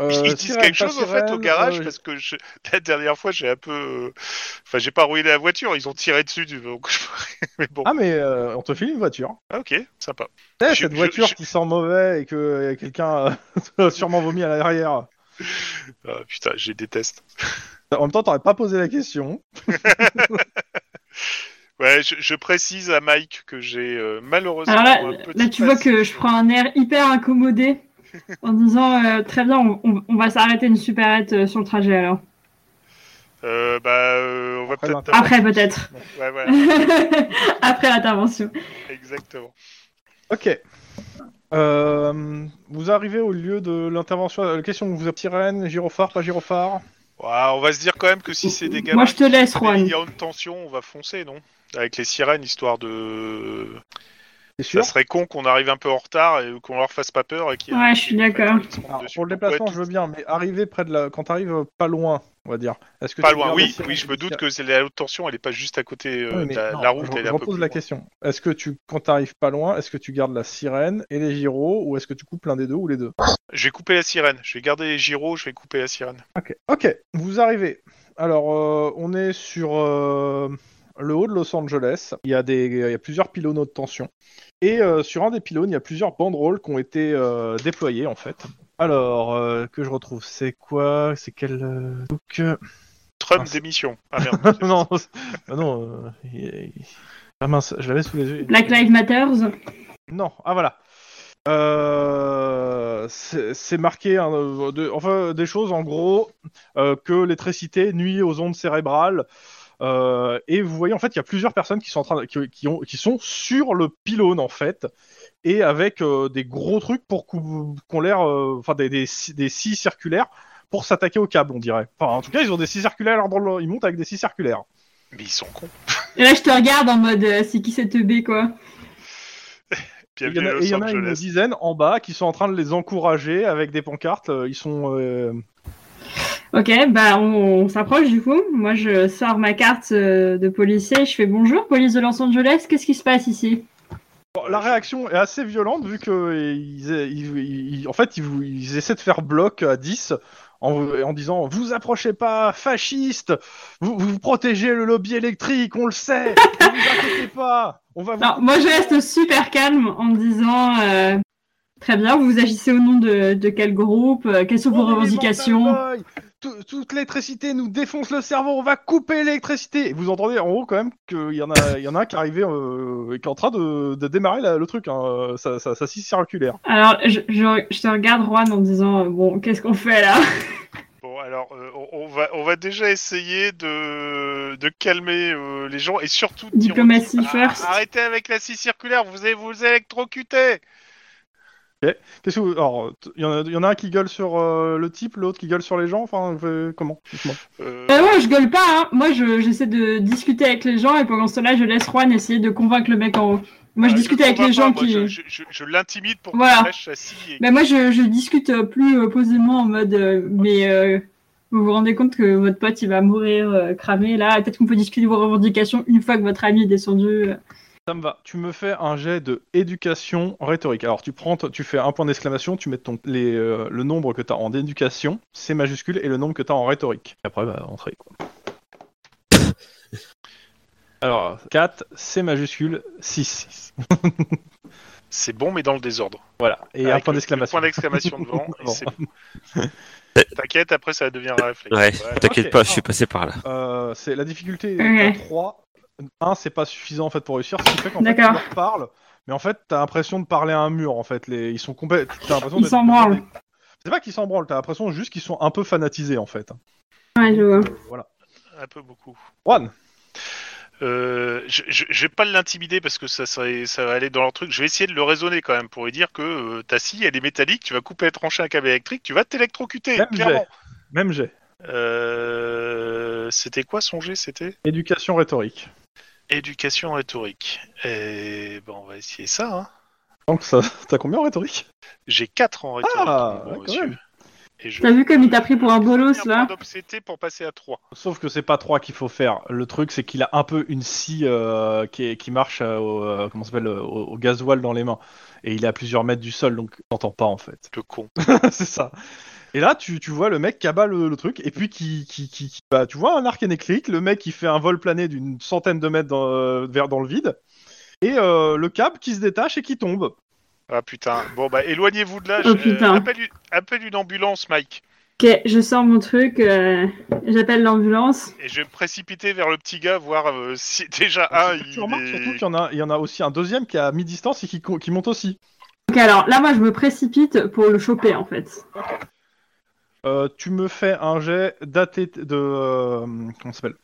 Speaker 4: Euh,
Speaker 5: Ils disent
Speaker 4: Cyril,
Speaker 5: quelque chose en fait
Speaker 4: Cyril,
Speaker 5: au garage
Speaker 4: euh,
Speaker 5: parce que je- la dernière fois, j'ai un peu, euh, enfin, j'ai pas roulé la voiture, ils ont tiré dessus. du- Donc... Mais bon,
Speaker 4: Ah mais euh, on te file une voiture.
Speaker 5: Ah, ok, sympa.
Speaker 4: Eh,
Speaker 5: Je-
Speaker 4: cette
Speaker 5: je-
Speaker 4: voiture
Speaker 5: je-
Speaker 4: qui sent mauvais et que euh, quelqu'un euh, a sûrement vomi à l'arrière.
Speaker 5: Ah, putain, je les déteste.
Speaker 4: En même temps, t'aurais pas posé la question.
Speaker 5: Ouais, je, je précise à Mike que j'ai euh, malheureusement
Speaker 6: Alors là,
Speaker 5: un petit
Speaker 6: Ah, là, tu vois
Speaker 5: passif.
Speaker 6: que je prends un air hyper incommodé en disant euh, très bien, on, on- on va s'arrêter une supérette euh, sur le trajet alors.
Speaker 5: Euh, bah, euh, on va
Speaker 4: Après
Speaker 5: peut-être.
Speaker 6: Après peut-être.
Speaker 5: Ouais, voilà,
Speaker 6: Après l'intervention.
Speaker 5: exactement.
Speaker 4: Ok. Euh, vous arrivez au lieu de l'intervention. euh, La question vous a sirène, gyrophare, pas gyrophare.
Speaker 5: Ouah, on va se dire quand même que si c'est des gamins
Speaker 6: Moi je te laisse,
Speaker 5: qui font des
Speaker 6: Juan.
Speaker 5: lignes en tension, on va foncer, non Avec les sirènes, histoire de.
Speaker 4: C'est sûr.
Speaker 5: Ça serait con qu'on arrive un peu en retard et qu'on leur fasse pas peur et qu'il y ait-
Speaker 6: Ouais, je suis d'accord.
Speaker 5: qu'ils se montent
Speaker 4: Alors,
Speaker 5: dessus.
Speaker 4: pour le
Speaker 5: Donc,
Speaker 4: déplacement,
Speaker 5: ouais,
Speaker 4: je veux bien, mais arriver près de la. Quand t'arrives euh, pas loin, on va dire. Est-ce que
Speaker 5: Pas
Speaker 4: tu
Speaker 5: loin,
Speaker 4: gardes la
Speaker 5: oui,
Speaker 4: sirène
Speaker 5: oui, je me doute
Speaker 4: jusqu'à-
Speaker 5: que c'est la haute tension, elle est pas juste à côté euh,
Speaker 4: Oui, mais
Speaker 5: de la,
Speaker 4: non,
Speaker 5: la route,
Speaker 4: je,
Speaker 5: elle est
Speaker 4: je
Speaker 5: un peu
Speaker 4: repose
Speaker 5: plus
Speaker 4: la
Speaker 5: loin.
Speaker 4: question. Est-ce que tu, quand t'arrives pas loin, est-ce que tu gardes la sirène et les gyros, ou est-ce que tu coupes l'un des deux ou les deux
Speaker 5: Je vais couper la sirène, je vais garder les gyros, je vais couper la sirène.
Speaker 4: Ok. Ok. Vous arrivez. Alors, euh, on est sur euh, le haut de Los Angeles. Il y a des, il y a plusieurs pylônes haute tension. Et euh, sur un des pylônes, il y a plusieurs banderoles qui ont été euh, déployées en fait. Alors, euh, que je retrouve, c'est quoi C'est quel euh, book
Speaker 5: Trump
Speaker 4: Mince.
Speaker 5: démission. Ah merde.
Speaker 4: non, c'est- ah non. euh, il- il- Ah mince, je l'avais sous les yeux.
Speaker 6: Black Lives Matters.
Speaker 4: Non, ah voilà. Euh, c'est c'est marqué, hein, euh, de- enfin des choses en gros euh, que l'électricité nuit aux ondes cérébrales. Euh, et vous voyez en fait, il y a plusieurs personnes qui sont en train, de- qui, qui ont, qui sont sur le pylône en fait, et avec euh, des gros trucs pour qu'on qu'on l'air, euh, enfin des, des, scies- des scies circulaires pour s'attaquer au câble, on dirait. Enfin, en tout cas, ils ont des scies circulaires dans le- ils montent avec des scies circulaires.
Speaker 5: Mais ils sont cons.
Speaker 6: Et là je te regarde en mode euh, c'est qui cette teubé quoi.
Speaker 4: Il y en
Speaker 5: Bienvenue
Speaker 4: a,
Speaker 5: à
Speaker 4: et il
Speaker 5: Los
Speaker 4: y en a une
Speaker 5: Angeles.
Speaker 4: dizaine en bas qui sont en train de les encourager avec des pancartes. euh, Ils sont. euh,
Speaker 6: Ok, bah on, on s'approche du coup. Moi je sors ma carte euh, de policier, je fais bonjour police de Los Angeles, qu'est-ce qui se passe ici
Speaker 4: Bon, Oh, la réaction est assez violente vu que euh, ils, ils- ils- en fait ils, vous- ils essaient de faire bloc à 10 en, en disant vous approchez pas fasciste, vous, vous protégez le lobby électrique, on le sait, ne vous inquiétez pas, on va vous
Speaker 6: Non, moi je reste super calme en disant euh, très bien, vous agissez au nom de, de quel groupe, euh, quelles sont vos
Speaker 4: On est les
Speaker 6: revendications
Speaker 4: Vandal Boys. Tout- Toute l'électricité nous défonce le cerveau, on va couper l'électricité. Et Vous entendez en haut quand même qu'il y en a, il y en a un qui est arrivé, euh, et qui est en train de, de démarrer la- le truc, hein, euh, sa, sa, sa scie circulaire.
Speaker 6: Alors je, je- je te regarde Juan en disant euh, bon qu'est-ce qu'on fait là
Speaker 5: Bon, alors, euh, on- on, va, on va déjà essayer de, de calmer euh, les gens et surtout de dire-
Speaker 6: Diplomatie
Speaker 5: Ah,
Speaker 6: first.
Speaker 5: Arrêtez avec la scie circulaire, vous allez vous électrocuter
Speaker 4: Qu'est-ce que vous- Alors, t- il y, en a- il y en a un qui gueule sur euh, le type, l'autre qui gueule sur les gens, enfin, euh, comment Dites-moi.
Speaker 5: Euh,
Speaker 6: Euh, ouais, je gueule pas, hein. Moi, je- j'essaie de discuter avec les gens et pendant cela, je laisse Juan essayer de convaincre le mec en haut. Moi, je
Speaker 5: euh,
Speaker 6: discute
Speaker 5: le
Speaker 6: avec les
Speaker 5: convainc
Speaker 6: gens
Speaker 5: pas, moi,
Speaker 6: qui.
Speaker 5: Je, je- je- je l'intimide pour
Speaker 6: Voilà.
Speaker 5: qu'il lâche assis. Et...
Speaker 6: Mais moi, je, je discute euh, plus euh, posément en mode. euh, mais euh, vous vous rendez compte que votre pote, il va mourir euh, cramé là. Peut-être qu'on peut discuter de vos revendications une fois que votre ami est descendu. euh.
Speaker 4: Ça me va. Tu me fais un jet de éducation rhétorique. Alors, tu prends, t- tu fais un point d'exclamation, tu mets ton, les, euh, le nombre que t'as en éducation, c'est majuscule, et le nombre que t'as en rhétorique. Et après, bah, entrée, quoi. Alors, 4, c'est majuscule, 6.
Speaker 5: C'est bon, mais dans le désordre.
Speaker 4: Voilà. Et un
Speaker 5: Ah, Avec
Speaker 4: point
Speaker 5: le- le
Speaker 4: d'exclamation.
Speaker 5: Point d'exclamation devant. et
Speaker 4: Bon.
Speaker 5: c'est bon. T'inquiète, après ça devient un réflexe.
Speaker 7: Ouais,
Speaker 5: Voilà.
Speaker 7: t'inquiète
Speaker 4: ok.
Speaker 7: pas, je suis passé par là.
Speaker 4: Euh, c'est la difficulté
Speaker 6: Ouais.
Speaker 4: 3. 1, c'est pas suffisant en fait pour réussir, ce qui fait qu'en fait, tu
Speaker 6: D'accord.
Speaker 4: leur parles, mais en fait, t'as l'impression de parler à un mur en fait. Les... Ils sont complètement. T'as l'impression
Speaker 6: Ils
Speaker 4: d'être-
Speaker 6: s'en branlent.
Speaker 4: C'est pas qu'ils s'en branlent, t'as l'impression juste qu'ils sont un peu fanatisés en fait. Euh,
Speaker 6: Ouais, je vois.
Speaker 5: Un peu beaucoup.
Speaker 4: Juan
Speaker 5: Euh, je, je- je vais pas l'intimider parce que ça, serait- ça va aller dans leur truc. Je vais essayer de le raisonner quand même pour lui dire que euh, ta scie elle est métallique, tu vas couper et trancher un câble électrique, tu vas t'électrocuter.
Speaker 4: Même
Speaker 5: Clairement.
Speaker 4: Même jet.
Speaker 5: Euh, c'était quoi son jet C'était
Speaker 4: Éducation rhétorique.
Speaker 5: éducation rhétorique. Et ben on va essayer ça. hein.
Speaker 4: Donc ça, t'as combien en rhétorique
Speaker 5: J'ai 4 en rhétorique.
Speaker 4: Ah,
Speaker 5: mon
Speaker 4: ouais, quand
Speaker 5: monsieur.
Speaker 4: même.
Speaker 5: Et je-
Speaker 6: T'as vu comme il t'a pris pour un bolos
Speaker 5: Un point
Speaker 6: là
Speaker 5: d'obsété pour passer à 3.
Speaker 4: Sauf que c'est pas 3 qu'il faut faire. Le truc, c'est qu'il a un peu une scie euh, qui, est- qui marche euh, au, euh, comment ça s'appelle, euh, au, au gasoil dans les mains. Et il est à plusieurs mètres du sol, donc t'entends pas en fait.
Speaker 5: Le con.
Speaker 4: c'est ça. Et là, tu, tu vois le mec qui abat le, le truc, et puis qui, qui, qui, qui- bah, tu vois un arc énéclique, le mec qui fait un vol plané d'une centaine de mètres dans, euh, vers dans le vide, et euh, le câble qui se détache et qui tombe.
Speaker 5: Ah putain. Bon bah éloignez-vous de là.
Speaker 6: Oh,
Speaker 5: je-
Speaker 6: putain.
Speaker 5: appelle, une- appelle une ambulance, Mike.
Speaker 6: Ok, je sors mon truc, euh, j'appelle l'ambulance.
Speaker 5: Et je vais me précipiter vers le petit gars, voir euh, si déjà un.
Speaker 4: Surtout que tu
Speaker 5: il
Speaker 4: remarques
Speaker 5: est-
Speaker 4: surtout qu'il y, en a, il y en a aussi un deuxième qui est à mi-distance et qui, co- qui monte aussi.
Speaker 6: Ok, alors là, moi, je me précipite pour le choper en fait.
Speaker 4: Euh, tu me fais un jet d'athlét- de euh, comment ça s'appelle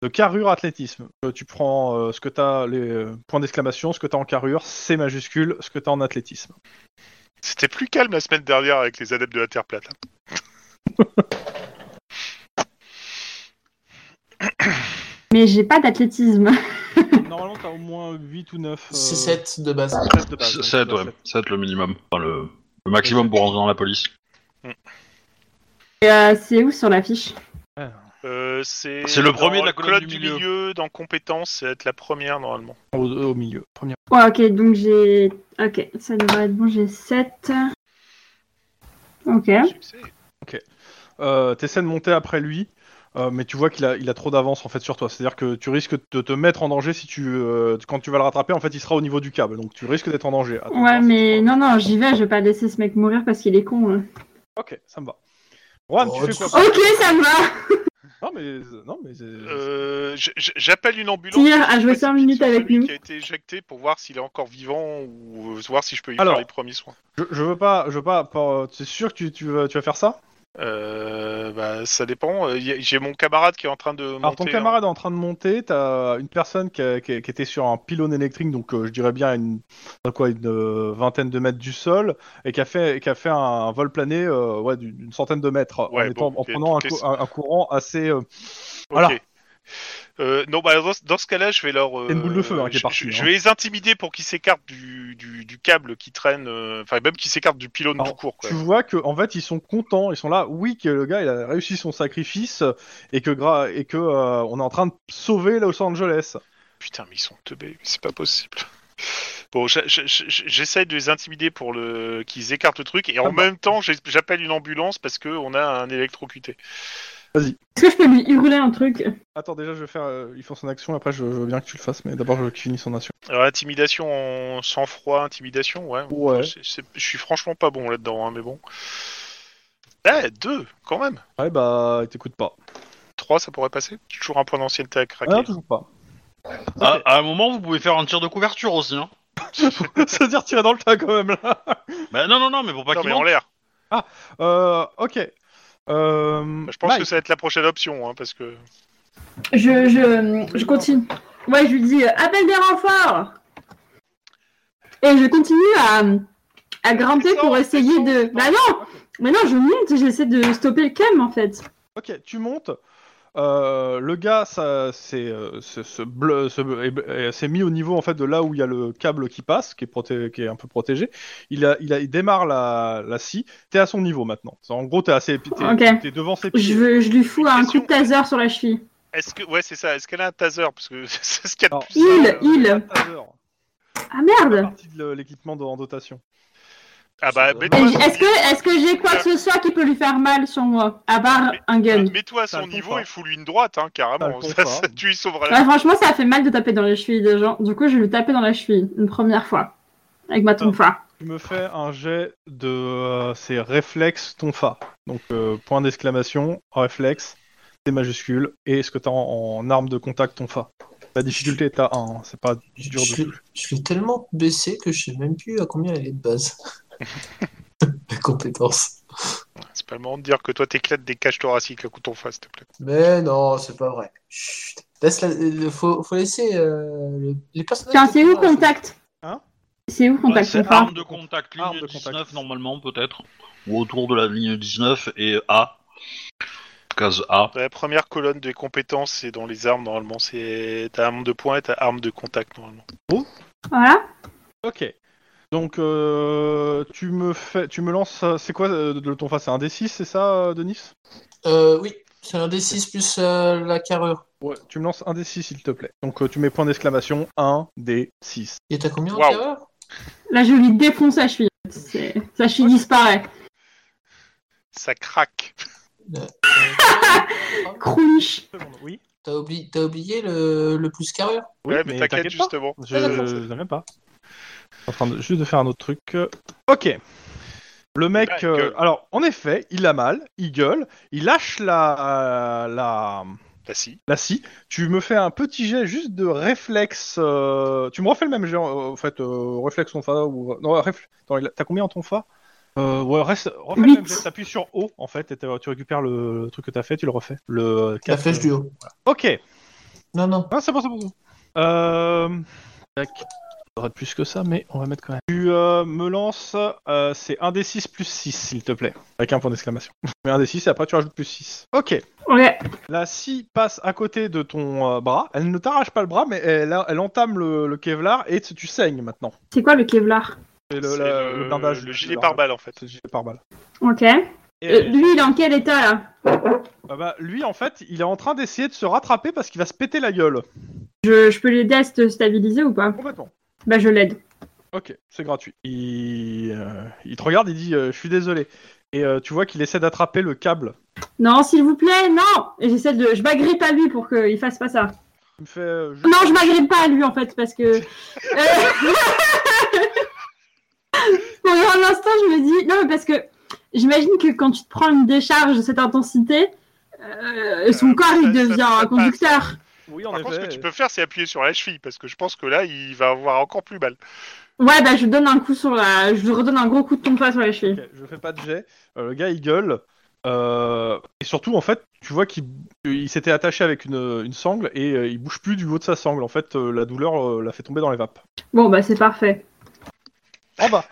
Speaker 4: de carrure athlétisme. Euh, tu prends euh, ce que t'as les euh, points d'exclamation, ce que t'as en carrure, C majuscule, ce que t'as en athlétisme.
Speaker 5: C'était plus calme la semaine dernière avec les adeptes de la Terre plate. hein.
Speaker 6: Mais j'ai pas d'athlétisme.
Speaker 4: Normalement, t'as au moins 8 ou euh, 9.
Speaker 2: C'est 7 de base.
Speaker 4: sept de base,
Speaker 3: Ça
Speaker 4: ouais,
Speaker 3: ça va
Speaker 4: tu dois
Speaker 3: être, ouais,
Speaker 4: sept.
Speaker 3: ça va être le minimum. Enfin, le, le maximum pour rentrer dans la police.
Speaker 6: Et, euh, c'est où sur la fiche
Speaker 5: Euh, c'est
Speaker 3: C'est le
Speaker 5: dans
Speaker 3: premier de la
Speaker 5: le
Speaker 3: colonne
Speaker 5: code
Speaker 3: du milieu.
Speaker 5: dans compétences, ça va être la première normalement.
Speaker 4: Au, au milieu. Première.
Speaker 6: Ouais, ok, donc j'ai. Ok, ça devrait être bon, j'ai 7. Ok.
Speaker 4: Hein
Speaker 5: Succès.
Speaker 4: Euh, T'essaies de monter après lui, euh, mais tu vois qu'il a, il a trop d'avance en fait sur toi. C'est-à-dire que tu risques de te mettre en danger si tu, euh, quand tu vas le rattraper, en fait, il sera au niveau du câble, donc tu risques d'être en danger. Attends, voir
Speaker 6: Ouais,
Speaker 4: si-
Speaker 6: mais non, non, j'y vais, je vais pas laisser ce mec mourir parce qu'il est con. hein.
Speaker 4: Ok, ça me va. Juan,
Speaker 2: Oh,
Speaker 4: tu fais
Speaker 2: tu-
Speaker 4: quoi
Speaker 6: Ok, ça me va
Speaker 4: Non mais, non mais. c'est-
Speaker 5: Euh, j- j- J'appelle une ambulance.
Speaker 6: Tyr
Speaker 5: Je
Speaker 6: a joué
Speaker 5: précipite
Speaker 6: cinq minutes
Speaker 5: sur
Speaker 6: avec
Speaker 5: celui
Speaker 6: nous.
Speaker 5: Qui a été éjecté pour voir s'il est encore vivant ou euh, voir si je peux y
Speaker 4: Alors.
Speaker 5: faire les premiers soins.
Speaker 4: Je, je veux pas, je veux pas. pas- C'est sûr que tu, tu, vas, tu vas faire ça
Speaker 5: Euh, bah, ça dépend. Euh, y a- J'ai mon camarade qui est en train de monter. hein.
Speaker 4: Alors ton
Speaker 5: là.
Speaker 4: camarade est en train de monter. T'as une personne qui, a- qui a- qui était sur un pylône électrique, donc euh, je dirais bien une quoi une euh, vingtaine de mètres du sol, et qui a fait qui a fait un vol plané, euh, ouais, d'une d'une centaine de mètres, en,
Speaker 5: Ouais,
Speaker 4: étant-
Speaker 5: bon,
Speaker 4: en
Speaker 5: ok,
Speaker 4: prenant un,
Speaker 5: toutes les-
Speaker 4: cou- un- un courant assez. euh,
Speaker 5: Ok.
Speaker 4: Voilà.
Speaker 5: Euh, non, bah, dans, dans ce cas-là, je vais leur. euh,
Speaker 4: C'est une boule de feu, hein, qui est
Speaker 5: je-
Speaker 4: partie,
Speaker 5: je,
Speaker 4: hein.
Speaker 5: je vais les intimider pour qu'ils s'écartent du, du, du câble qui traîne, euh, enfin même qu'ils s'écartent du pylône
Speaker 4: Alors,
Speaker 5: tout court. Quoi.
Speaker 4: Tu vois que en fait ils sont contents, ils sont là. Oui, que le gars il a réussi son sacrifice et que gra- et que euh, on est en train de sauver Los Angeles.
Speaker 5: Putain, mais ils sont teubés, mais c'est pas possible. Bon, je- je- je- j'essaie de les intimider pour le qu'ils écartent le truc
Speaker 4: Ah
Speaker 5: et en
Speaker 4: bah.
Speaker 5: même temps, j'ai- j'appelle une ambulance parce que on a un électrocuté.
Speaker 6: Est-ce que je peux lui hurler un truc
Speaker 4: Attends, déjà je vais faire. euh, ils font son action, après je, je veux bien que tu le fasses, mais d'abord je veux qu'il finisse son action.
Speaker 5: Alors, intimidation en sang-froid, intimidation, ouais.
Speaker 4: Ouais.
Speaker 5: C'est- c'est- Je suis franchement pas bon là-dedans, hein, mais bon. Eh, deux, quand même.
Speaker 4: Ouais, bah, il t'écoute pas.
Speaker 5: Trois, ça pourrait passer. Toujours un point d'ancienneté à
Speaker 4: Ah,
Speaker 5: craquer.
Speaker 4: non, toujours pas.
Speaker 3: À, à un moment, vous pouvez faire un tir de couverture aussi. Hein.
Speaker 4: C'est-à-dire tirer dans le tas quand même là.
Speaker 3: Bah, non, non, non, mais pour pas
Speaker 5: non,
Speaker 3: qu'il
Speaker 5: mais en
Speaker 3: manque.
Speaker 5: l'air.
Speaker 4: Euh, ok. Euh,
Speaker 5: Je pense que
Speaker 4: Mike,
Speaker 5: ça va être la prochaine option, hein, parce que.
Speaker 6: Je, je, je continue. Ouais, je lui dis euh, appelle des renforts. Et je continue à, à grimper pour essayer de. Bah non Mais non, je monte et j'essaie de stopper le cam en fait.
Speaker 4: Ok, tu montes. Euh, le gars, ça, c'est, euh, se- se bleu- se- euh, s'est mis au niveau en fait de là où il y a le câble qui passe, qui est, proté- qui est un peu protégé. Il, a, il, a, il démarre la, la scie. T'es à son niveau maintenant. En gros, t'es assez, t'es,
Speaker 6: Ok.
Speaker 4: t'es devant ses pieds.
Speaker 6: Je, veux, je lui fous un coup de taser sur la cheville.
Speaker 5: Est-ce que ouais c'est ça Est-ce qu'elle a un taser parce que c'est ce qu'il y a de
Speaker 4: Alors,
Speaker 5: plus.
Speaker 6: Il,
Speaker 4: ça, euh,
Speaker 6: il.
Speaker 4: c'est pas taser.
Speaker 6: Ah
Speaker 4: Ça fait
Speaker 6: merde
Speaker 4: partie de l'équipement de- en dotation.
Speaker 5: Ah bah
Speaker 2: Et
Speaker 6: Et
Speaker 5: mets-toi
Speaker 6: j-
Speaker 5: à son-
Speaker 6: Est-ce que, est-ce que j'ai quoi que ce soit qui peut lui faire mal sur moi À part un gun.
Speaker 5: mets-toi à
Speaker 4: Ça
Speaker 5: son
Speaker 4: le
Speaker 5: niveau
Speaker 4: comprend.
Speaker 5: et fous-lui une droite hein,
Speaker 4: Ça
Speaker 5: carrément.
Speaker 4: le
Speaker 5: Ça,
Speaker 4: comprend.
Speaker 5: ça, tu y
Speaker 3: euh,
Speaker 5: sauveras la
Speaker 6: Ouais, franchement, ça a fait mal de taper dans les chevilles des gens. Du coup, je vais lui taper dans la cheville une première fois. Avec ma tonfa.
Speaker 3: Ah.
Speaker 4: Tu me fais un jet de euh, c'est réflexe ton fa. Donc euh, point d'exclamation, réflexe, c'est majuscule et ce que t'as en, en arme de contact ton fa. La difficulté est à 1, c'est pas
Speaker 2: Je,
Speaker 4: dur
Speaker 2: je
Speaker 4: de
Speaker 2: l'ai- je l'ai tellement baissé que je sais même plus à combien elle est de base. La compétence.
Speaker 5: C'est pas le moment de dire que toi t'éclates des caches thoraciques à coup de ton face, s'il te plaît.
Speaker 2: Mais non, c'est pas vrai. Chut. Laisse la- le- faut, faut laisser euh, le- les personnages.
Speaker 6: Tiens, c'est où
Speaker 2: Ah,
Speaker 6: contact
Speaker 4: Hein
Speaker 6: C'est où
Speaker 3: Ouais,
Speaker 6: contact
Speaker 3: c'est
Speaker 6: tonfa
Speaker 3: arme de contact, ligne
Speaker 4: Arme de
Speaker 3: 19
Speaker 4: contact.
Speaker 3: normalement peut-être. Ou autour de la ligne 19 et A. Case A.
Speaker 5: Dans La première colonne des compétences, c'est dans les armes, normalement. C'est ta arme de poing et ta arme de contact, normalement.
Speaker 6: Voilà.
Speaker 4: Ok. Donc euh, tu me fais tu me lances euh, c'est quoi euh, le ton fa c'est un D6 c'est ça euh, Denis
Speaker 2: Euh, oui, c'est un D6 plus euh, la carrure.
Speaker 4: Ouais, tu me lances un D6 s'il te plaît. Donc euh, tu mets point d'exclamation 1 D6.
Speaker 2: Et t'as combien en
Speaker 5: Waouh.
Speaker 2: carrure
Speaker 6: Là, je lui défonce la cheville. C'est- Sa cheville disparaît.
Speaker 5: Ça craque.
Speaker 6: Crunch.
Speaker 4: Oui.
Speaker 2: Ah, T'as oublié, t'as oublié le, le plus carrure
Speaker 5: ouais, mais, t'inquiète,
Speaker 4: pas.
Speaker 5: justement.
Speaker 4: Je ne même pas. Je suis en train de, juste de faire un autre truc. Euh, Ok. Le mec,
Speaker 5: Bah, il
Speaker 4: euh,
Speaker 5: gueule.
Speaker 4: alors en effet, il a mal, il gueule, il lâche la la
Speaker 5: Bah si.
Speaker 4: la scie. Tu me fais un petit jet juste de réflexe. euh, tu me refais le même jet euh, en fait, euh, réflexe ton fa ou non réfl- attends, il a- T'as combien en ton fa euh, ouais, reste, refais le
Speaker 6: Huit.
Speaker 4: même jet, t'appuies sur O en fait, et t'as- tu récupères le, le truc que t'as fait, tu le refais. Le
Speaker 2: La
Speaker 4: quatre,
Speaker 2: flèche
Speaker 4: euh,
Speaker 2: du haut.
Speaker 4: Ok.
Speaker 2: Non, non.
Speaker 4: Ah, c'est bon, c'est bon. c'est bon. Euh... Tac. Ça aurait plus que ça, mais on va mettre quand même. Tu euh, me lances, euh, c'est 1d6 plus 6, s'il te plaît. Avec un point d'exclamation. Mais 1d6 et après tu rajoutes plus 6. Ok.
Speaker 6: Ouais.
Speaker 4: La scie passe à côté de ton euh, bras. Elle ne t'arrache pas le bras, mais elle, a- elle entame le, le kevlar et tu tu saignes maintenant.
Speaker 6: C'est quoi le Kevlar
Speaker 4: C'est
Speaker 5: C'est
Speaker 4: le, la- le blindage.
Speaker 5: le gilet pare-balles, en fait.
Speaker 4: C'est le gilet pare-balles.
Speaker 6: Ok.
Speaker 4: Et-
Speaker 6: Euh, lui, il est en quel état là
Speaker 4: Ah bah, lui, en fait, il est en train d'essayer de se rattraper parce qu'il va se péter la gueule.
Speaker 6: je, je peux l'aider à se stabiliser ou pas
Speaker 4: Complètement.
Speaker 6: Bah, je l'aide.
Speaker 4: Ok, c'est gratuit. Il, euh, il te regarde, il dit euh, Je suis désolé. Et euh, tu vois qu'il essaie d'attraper le câble.
Speaker 6: Non, s'il vous plaît, non Et j'essaie de. Je m'agrippe à lui pour qu'il fasse pas ça.
Speaker 4: Il me fait euh, je-
Speaker 6: Non, je m'agrippe pas à lui en fait, parce que. Euh, Pour un instant, je me dis. Non, mais parce que j'imagine que quand tu te prends une décharge de cette intensité, euh, son
Speaker 5: Euh,
Speaker 6: corps
Speaker 5: ça-
Speaker 6: il
Speaker 5: ça-
Speaker 6: devient
Speaker 5: ça
Speaker 6: un conducteur.
Speaker 4: Oui, en
Speaker 5: Par contre, ce
Speaker 4: effet.
Speaker 5: que tu peux faire, c'est appuyer sur la cheville, parce que je pense que là, il va avoir encore plus mal.
Speaker 6: Ouais, bah je lui donne un coup sur la. Je lui redonne un gros coup de tonfa sur la cheville.
Speaker 4: Ok, je fais pas de jet. Euh, le gars, il gueule. Euh, et surtout, en fait, tu vois qu'il il s'était attaché avec une, une sangle et euh, il bouge plus du haut de sa sangle. En fait, euh, la douleur euh, l'a fait tomber dans les vapes.
Speaker 6: Bon, bah c'est parfait.
Speaker 4: En bas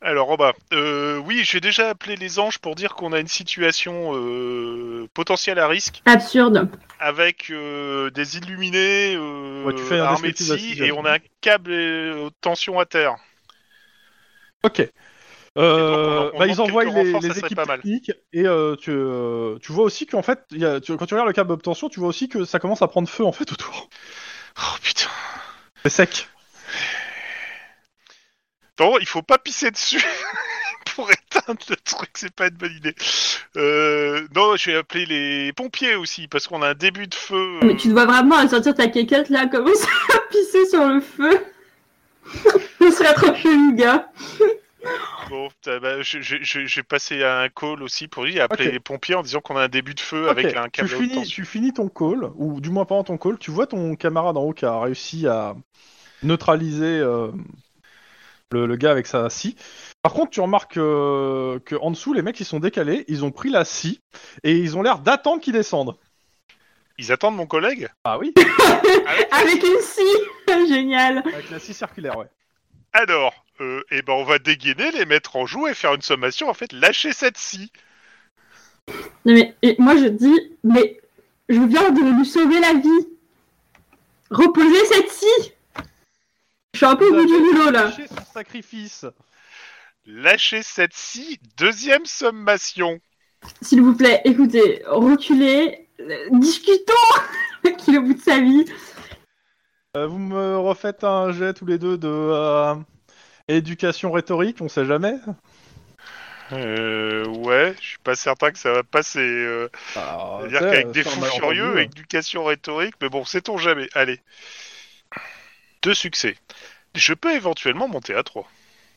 Speaker 5: Alors, en bas. Euh, oui, j'ai déjà appelé les anges pour dire qu'on a une situation euh, potentielle à risque.
Speaker 6: Absurde.
Speaker 5: avec euh, des illuminés euh,
Speaker 4: Ouais, tu fais un
Speaker 5: armés de
Speaker 4: descriptif de la
Speaker 5: scie, et
Speaker 4: situation.
Speaker 5: on a un câble euh, haute tension à terre.
Speaker 4: Ok. Euh,
Speaker 5: Et donc, on- on
Speaker 4: bah, ils
Speaker 5: demande
Speaker 4: envoient
Speaker 5: quelques
Speaker 4: les,
Speaker 5: renforts,
Speaker 4: les
Speaker 5: ça serait
Speaker 4: équipes
Speaker 5: pas mal.
Speaker 4: techniques et euh, tu, euh, tu vois aussi qu'en fait, il y a- tu- quand tu regardes le câble obtention, tu vois aussi que ça commence à prendre feu en fait autour.
Speaker 5: Oh putain.
Speaker 4: C'est sec.
Speaker 5: Non, il faut pas pisser dessus pour éteindre le truc, c'est pas une bonne idée. Euh, non, je vais appeler les pompiers aussi parce qu'on a un début de feu. euh,
Speaker 6: Ah, Mais tu dois vraiment sortir ta quéquette là, commencer à pisser sur le feu. Ce serait trop chelou, gars.
Speaker 5: bon, putain, bah, je- je- je- j'ai passé un call aussi pour lui appeler
Speaker 4: Ok.
Speaker 5: les pompiers en disant qu'on a un début de feu
Speaker 4: Ok,
Speaker 5: avec un câble
Speaker 4: tu,
Speaker 5: haute
Speaker 4: finis,
Speaker 5: tension.
Speaker 4: tu finis ton call, ou du moins pendant ton call, tu vois ton camarade en haut qui a réussi à neutraliser euh, le, le gars avec sa scie. Par contre, tu remarques euh, que en dessous, les mecs ils sont décalés, ils ont pris la scie et ils ont l'air d'attendre qu'ils descendent.
Speaker 5: Ils attendent mon collègue
Speaker 4: Ah oui,
Speaker 6: Avec une scie Génial
Speaker 4: avec la scie circulaire, ouais.
Speaker 5: Alors, euh, eh ben on va dégainer, les mettre en joue et faire une sommation, en fait, lâcher cette scie.
Speaker 6: Non, mais et moi je dis, mais je viens de lui sauver la vie. Reposez cette scie. Je suis un peu au bout du
Speaker 4: Bah,
Speaker 6: rouleau là.
Speaker 4: Lâchez son sacrifice.
Speaker 5: Lâcher cette scie, deuxième sommation.
Speaker 6: S'il vous plaît, écoutez, reculez, euh, discutons. Qu'il est au bout de sa vie.
Speaker 4: Euh, vous me refaites un jet tous les deux de euh, éducation rhétorique, on sait jamais.
Speaker 5: Euh, ouais, je suis pas certain que ça va passer. euh,
Speaker 4: Ah,
Speaker 5: C'est-à-dire qu'avec des fous
Speaker 4: hein.
Speaker 5: furieux, éducation rhétorique, mais bon, sait-on jamais. Allez. Deux succès. Je peux éventuellement monter à 3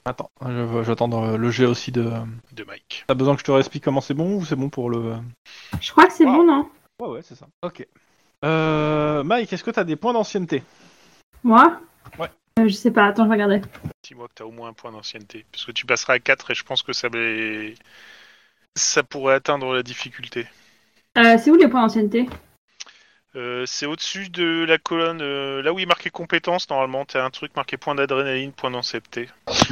Speaker 4: Attends, Ah, je veux- j'attends dans le jet aussi de.
Speaker 5: de Mike.
Speaker 4: T'as besoin que je te réexplique comment c'est bon ou c'est bon pour le.
Speaker 6: Je crois que c'est
Speaker 5: Wow.
Speaker 6: bon, non
Speaker 4: Ouais, ouais, c'est ça. Ok. Euh, Mike, est-ce que t'as des points d'ancienneté
Speaker 6: Moi
Speaker 4: Ouais.
Speaker 6: Euh, je sais pas, attends, je vais regarder.
Speaker 5: Dis-moi que t'as au moins un point d'ancienneté. Parce que tu passeras à 4 et je pense que ça, m'est- ça pourrait atteindre la difficulté.
Speaker 6: Euh, c'est où les points d'ancienneté
Speaker 5: Euh, c'est au-dessus de la colonne, euh, là où il est marqué compétences, normalement, t'as un truc marqué point d'adrénaline, point d'ancienneté.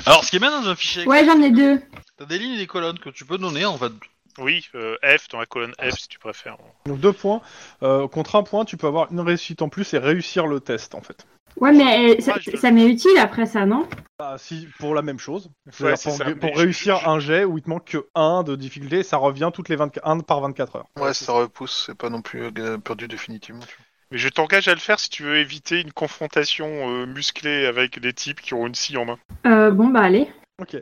Speaker 3: Alors, ce qui est bien dans un fichier,
Speaker 6: Ouais, j'en ai deux.
Speaker 3: t'as des lignes et des colonnes que tu peux donner en fait.
Speaker 5: Oui, euh, F, dans la colonne F si tu préfères.
Speaker 4: Donc deux points. Euh, contre un point, tu peux avoir une réussite en plus et réussir le test en fait.
Speaker 6: Ouais, mais euh, ça,
Speaker 5: Ah, je te-
Speaker 6: ça m'est utile après ça, non
Speaker 4: Ah, si, pour la même chose.
Speaker 5: Ouais,
Speaker 4: C'est-à-dire
Speaker 5: c'est
Speaker 4: pour
Speaker 5: ça,
Speaker 4: pour
Speaker 5: mais je-
Speaker 4: réussir
Speaker 5: je-
Speaker 4: un jet où il te manque que 1 de difficulté, ça revient toutes les 24, 1 par 24 heures.
Speaker 1: Ouais, ça repousse, c'est pas non plus euh, perdu définitivement. tu vois.
Speaker 5: Mais je t'engage à le faire si tu veux éviter une confrontation euh, musclée avec des types qui ont une scie en main.
Speaker 6: euh, Bon, bah allez.
Speaker 4: Ok.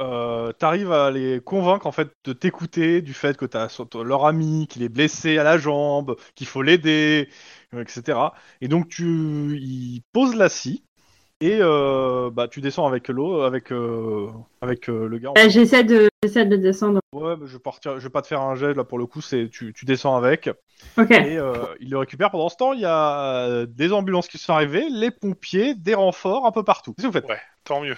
Speaker 4: Euh, T'arrives à les convaincre en fait de t'écouter du fait que t'as sur- toi, leur ami, qu'il est blessé à la jambe, qu'il faut l'aider, euh, etc. Et donc tu il pose la scie et euh, bah tu descends avec l'eau, avec euh, avec euh, le gars. en
Speaker 6: Euh, J'essaie de, j'essaie de descendre.
Speaker 4: Ouais, mais je vais, partir- je vais pas te faire un jet là pour le coup, c'est tu, tu descends avec
Speaker 6: Ok.
Speaker 4: et euh, il le récupère. Pendant ce temps, il y a euh, des ambulances qui sont arrivées, les pompiers, des renforts un peu partout. Qu'est-ce que vous faites
Speaker 5: Tant mieux.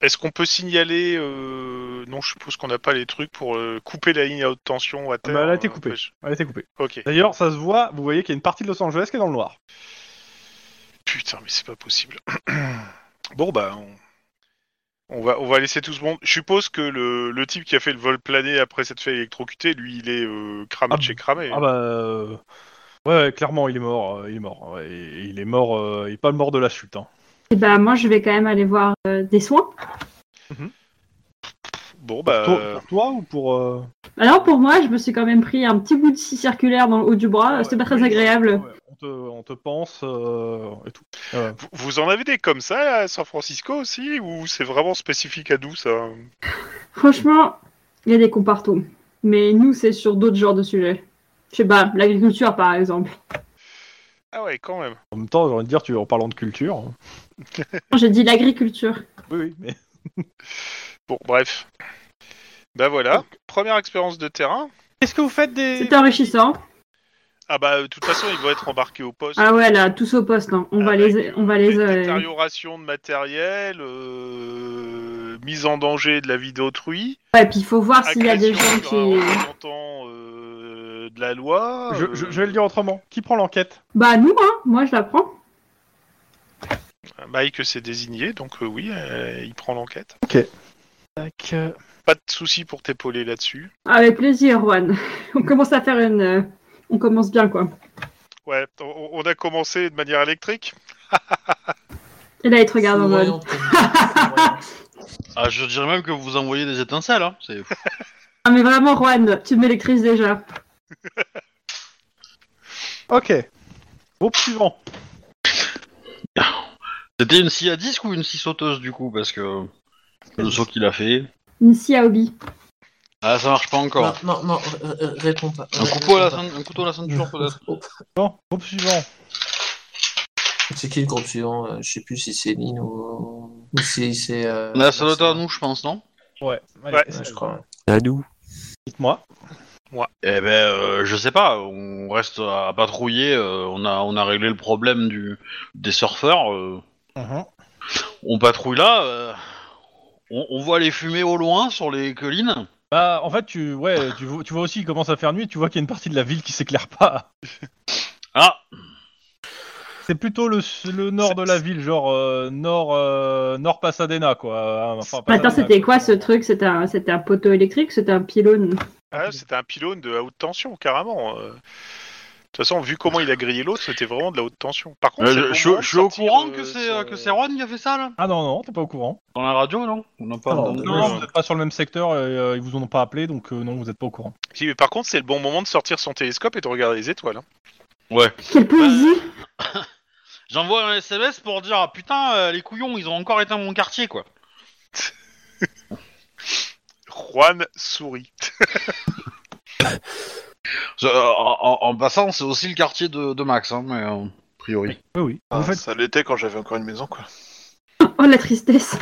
Speaker 5: Est-ce qu'on peut signaler euh, Non, je suppose qu'on n'a pas les trucs pour euh, couper la ligne à haute tension à terre.
Speaker 4: bah, elle a été
Speaker 5: euh,
Speaker 4: coupée.
Speaker 5: empêche.
Speaker 4: Allez, t'es coupé.
Speaker 5: Ok.
Speaker 4: D'ailleurs, ça se voit, vous voyez qu'il y a une partie de Los Angeles qui est dans le noir.
Speaker 5: Putain, mais c'est pas possible. bon, bah, on... on va on va laisser tout ce monde. Je suppose que le, le type qui a fait le vol plané après s'être fait électrocuter, lui, il est euh, cramé
Speaker 4: Ah,
Speaker 5: de chez cramé.
Speaker 4: Ah bah euh, ouais, ouais, clairement il est mort, euh, il est mort, ouais, et- et il est mort, euh, il est pas mort de la chute. Hein.
Speaker 6: Et bah moi, je vais quand même aller voir euh, des soins.
Speaker 5: Bon,
Speaker 4: Pour
Speaker 5: bah,
Speaker 4: toi-
Speaker 5: euh,
Speaker 4: pour toi ou pour euh,
Speaker 6: Alors pour moi, je me suis quand même pris un petit bout de scie circulaire dans le haut du bras.
Speaker 4: ouais,
Speaker 6: Ah, C'était pas très
Speaker 4: oui,
Speaker 6: agréable.
Speaker 4: ouais, on, te, on te pense euh, et tout. Euh,
Speaker 5: vous- vous en avez des comme ça à San Francisco aussi, ou c'est vraiment spécifique à nous ça
Speaker 6: Franchement, il y a des cons partout. Mais nous, c'est sur d'autres genres de sujets. Je sais pas, l'agriculture par exemple.
Speaker 5: Ah ouais, quand même.
Speaker 4: en même temps, j'ai envie de dire, tu en parlant de culture. hein.
Speaker 6: J'ai dit l'agriculture.
Speaker 4: Oui, oui, mais
Speaker 5: Bon, bref. Bah voilà, première expérience de terrain.
Speaker 4: Qu'est-ce que vous faites des.
Speaker 6: C'est enrichissant.
Speaker 5: Ah bah, de toute façon, ils vont être embarqués au poste.
Speaker 6: Ah ouais, là, tous au poste. hein. On, va
Speaker 5: Avec,
Speaker 6: les,
Speaker 5: euh,
Speaker 6: on va les.
Speaker 5: dé-
Speaker 6: euh,
Speaker 5: Détérioration de matériel, euh, mise en danger de la vie d'autrui,
Speaker 6: Ouais, puis il faut voir s'il y a des gens
Speaker 5: agression
Speaker 6: qui.
Speaker 5: d'un représentant euh, de la loi.
Speaker 4: Je,
Speaker 5: euh,
Speaker 4: je- je vais le dire autrement. Qui prend l'enquête
Speaker 6: Bah nous, hein, moi je la prends.
Speaker 5: Mike s'est désigné, donc euh, oui, euh, il prend l'enquête.
Speaker 2: euh,
Speaker 5: Pas de souci pour t'épauler là-dessus.
Speaker 6: Avec plaisir, Juan. On commence à faire une. euh, On commence bien, quoi.
Speaker 5: Ouais, on, on a commencé de manière électrique.
Speaker 6: Et là, il te regarde en mode.
Speaker 2: Foudroyante comme- foudroyante.
Speaker 3: Ah, je dirais même que vous envoyez des étincelles. Hein. C'est-
Speaker 6: Ah, mais vraiment, Juan, tu m'électrises déjà.
Speaker 4: Ok. Groupe suivant.
Speaker 3: C'était une scie à disque ou une scie sauteuse du coup Parce que le saut qu'il a fait.
Speaker 6: Une scie à hobby.
Speaker 3: Ah, ça marche pas
Speaker 2: Non,
Speaker 3: encore.
Speaker 2: non, non, euh, euh, réponds pas. Oh.
Speaker 3: Un, couteau à la ceint- un couteau à la ceinture peut-être.
Speaker 4: Bon, groupe suivant.
Speaker 2: C'est qui le groupe suivant euh, Je sais plus si c'est Lynn ou, ou si c'est. euh,
Speaker 3: On a seul
Speaker 2: Marcel.
Speaker 3: à nous, je pense, non
Speaker 4: Ouais. allez.
Speaker 5: Ouais.
Speaker 2: Ouais, je crois.
Speaker 7: À nous.
Speaker 4: Dites-moi.
Speaker 3: Eh ben, euh, je sais pas. On reste à patrouiller. euh, on a, on a réglé le problème du des surfeurs. euh, on patrouille là. euh, on, on voit les fumées au loin sur les collines.
Speaker 4: Bah, en fait, tu, ouais, tu, vois- tu vois aussi, il commence à faire nuit, tu vois qu'il y a une partie de la ville qui s'éclaire pas.
Speaker 3: Ah,
Speaker 4: c'est plutôt le, le nord de la ville, genre euh, nord, euh, nord Pasadena, quoi. Enfin,
Speaker 6: Bah, Attends,
Speaker 4: Pasadena,
Speaker 6: c'était quoi ce truc C'était un, c'était un poteau électrique C'était un pylône
Speaker 5: Ah, c'était un pylône de haute tension, carrément. euh. De toute façon, vu comment il a grillé l'autre, c'était vraiment de la haute tension. Par contre,
Speaker 3: Euh,
Speaker 5: c'est le
Speaker 3: je, je-
Speaker 5: bon moment de
Speaker 3: je suis au
Speaker 5: sortir,
Speaker 3: courant
Speaker 5: euh,
Speaker 3: que c'est
Speaker 5: son-
Speaker 3: euh, que c'est Ron qui a fait ça là
Speaker 4: Ah non, non, t'es pas au courant.
Speaker 3: Dans la radio, non On n'a pas.
Speaker 2: Non,
Speaker 3: on-
Speaker 4: Non, vous n'êtes pas sur le même secteur, et, euh, ils vous en ont pas appelé, donc euh, non, vous n'êtes pas au courant.
Speaker 5: Si, mais par contre, c'est le bon moment de sortir son télescope et de regarder les étoiles. hein.
Speaker 6: Quelle poésie
Speaker 3: J'envoie un SMS pour dire ah, putain euh, les couillons ils ont encore éteint mon quartier quoi.
Speaker 5: Juan sourit.
Speaker 3: Je- euh, en, en- en passant c'est aussi le quartier de, de Max hein, mais euh, a priori.
Speaker 4: Oui, oui.
Speaker 1: Ah,
Speaker 4: Vous faites-
Speaker 1: Ça l'était quand j'avais encore une maison, quoi.
Speaker 6: Oh la tristesse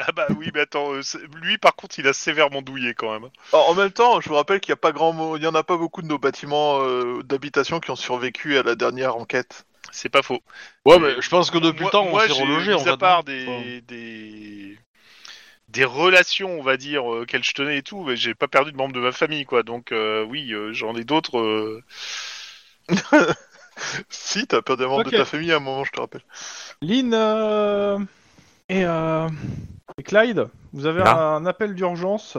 Speaker 5: Ah bah oui, mais attends, euh, c'est- lui par contre, il a sévèrement douillé quand même. hein.
Speaker 1: Alors, en même temps, je vous rappelle qu'il n'y a pas grand, mo- il y en a pas beaucoup de nos bâtiments euh, d'habitation qui ont survécu à la dernière enquête.
Speaker 5: C'est pas faux.
Speaker 3: Ouais mais je pense que depuis le temps on
Speaker 5: moi,
Speaker 3: s'est
Speaker 5: j'ai,
Speaker 3: relogé
Speaker 5: mis
Speaker 3: en
Speaker 5: à
Speaker 3: fait. hein.
Speaker 5: part des, des des relations, on va dire, euh, qu'elles je tenais et tout, mais j'ai pas perdu de membre de ma famille, quoi. Donc euh, oui, euh, j'en ai d'autres. euh.
Speaker 1: Si, t'as perdu un membre
Speaker 4: Ok.
Speaker 1: de ta famille à un moment, je te rappelle.
Speaker 4: Lynn euh, et, euh, et Clyde, vous avez
Speaker 7: Là.
Speaker 4: un appel d'urgence.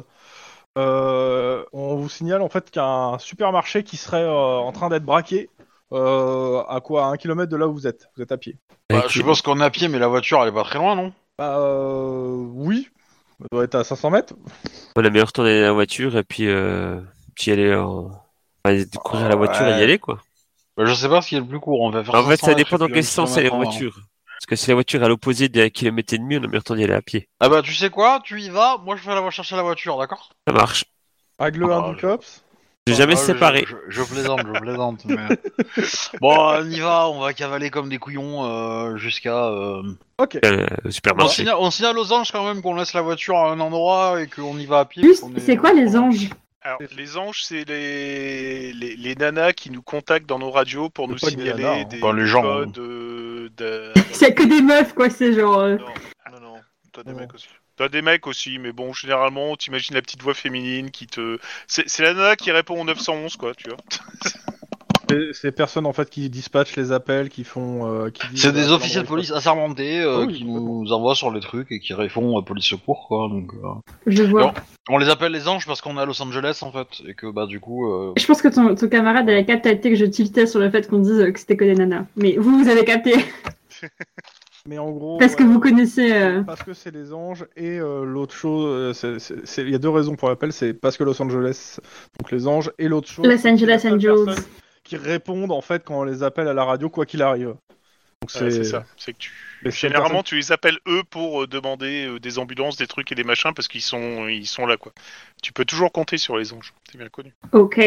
Speaker 4: Euh, on vous signale en fait qu'un supermarché qui serait euh, en train d'être braqué euh, à quoi à un kilomètre de là où vous êtes. Vous êtes à pied.
Speaker 3: Bah,
Speaker 7: Avec-
Speaker 3: je suppose qu'on est à pied mais la voiture elle est pas très loin non
Speaker 4: Bah, euh, oui, ça doit être à 500 mètres.
Speaker 7: Voilà, meilleur temps d'aller à la voiture et puis, euh, puis aller en... enfin, de courir à la voiture et y
Speaker 3: Ouais.
Speaker 7: aller, quoi.
Speaker 3: Bah, Je sais pas ce qui est le plus court on va faire.
Speaker 7: Bah, En fait,
Speaker 3: 500
Speaker 7: ça
Speaker 3: mètres,
Speaker 7: dépend dans
Speaker 3: puis un
Speaker 7: quel sens est la
Speaker 3: kilomètre en
Speaker 7: voiture. Parce que si la voiture est à l'opposé d'un kilomètre et demi, on a meilleur temps d'y aller à pied.
Speaker 3: Ah bah tu sais quoi, tu y vas, moi je vais aller chercher la voiture, d'accord
Speaker 7: Ça marche.
Speaker 4: Avec le
Speaker 3: Ah,
Speaker 4: 1 du
Speaker 3: je-
Speaker 4: COPS.
Speaker 7: J'ai jamais
Speaker 3: Ah, je-
Speaker 7: séparé.
Speaker 3: Je, je plaisante, je plaisante. mais- Bon, on y va, on va cavaler comme des couillons euh, jusqu'à... euh,
Speaker 4: Ok.
Speaker 7: Euh, au
Speaker 3: On,
Speaker 7: supermarché.
Speaker 3: signale, on signale aux anges quand même qu'on laisse la voiture à un endroit et qu'on y va à pied.
Speaker 6: Juste,
Speaker 3: qu'on est-
Speaker 6: c'est quoi les anges
Speaker 5: Alors les anges, c'est les, les les nanas qui nous contactent dans nos radios pour
Speaker 4: C'est
Speaker 5: nous
Speaker 4: pas des
Speaker 5: signaler
Speaker 4: nanas, hein.
Speaker 5: des
Speaker 3: Enfin, les gens,
Speaker 5: codes, euh, de-
Speaker 6: C'est que des meufs quoi, c'est genre... euh,
Speaker 1: Non,
Speaker 5: Non,
Speaker 1: non, t'as des
Speaker 4: Ouais.
Speaker 1: mecs aussi.
Speaker 5: T'as des mecs aussi, mais bon, généralement, t'imagines la petite voix féminine qui te. C'est c'est la nana qui répond au 911, quoi, tu vois.
Speaker 4: C'est- C'est personnes en fait qui dispatchent les appels, qui font. euh, qui disent,
Speaker 3: C'est des
Speaker 4: euh,
Speaker 3: officiers de police assermentés euh,
Speaker 4: Ah oui,
Speaker 3: qui nous envoient sur les trucs et qui font euh, police secours quoi. Donc, euh,
Speaker 6: Je vois.
Speaker 3: Non. On les appelle les anges parce qu'on est à Los Angeles en fait et que bah du coup. euh,
Speaker 6: Je pense que ton, ton camarade avait capté à l'été que je tiltais sur le fait qu'on dise euh, que c'était que des nanas. Mais vous, vous avez capté
Speaker 4: Mais en gros.
Speaker 6: parce que
Speaker 4: Oh, ouais,
Speaker 6: vous
Speaker 4: ouais.
Speaker 6: connaissez... euh,
Speaker 4: Parce que c'est les anges et euh, l'autre chose, euh, c'est- c'est- c'est- il y a deux raisons pour l'appel, c'est parce que Los Angeles, donc les anges, et l'autre chose,
Speaker 6: Los Angeles
Speaker 4: c'est la seule
Speaker 6: Angels.
Speaker 4: personne qui répondent en fait quand on les appelle à la radio quoi qu'il arrive. Donc
Speaker 5: Ouais, Euh, C'est ça. C'est que tu.
Speaker 4: les seules
Speaker 5: Généralement, tu les appelles eux pour euh, demander euh, des ambulances, des trucs et des machins parce qu'ils sont ils sont là, quoi. Tu peux toujours compter sur les anges. C'est bien connu.
Speaker 6: Ok.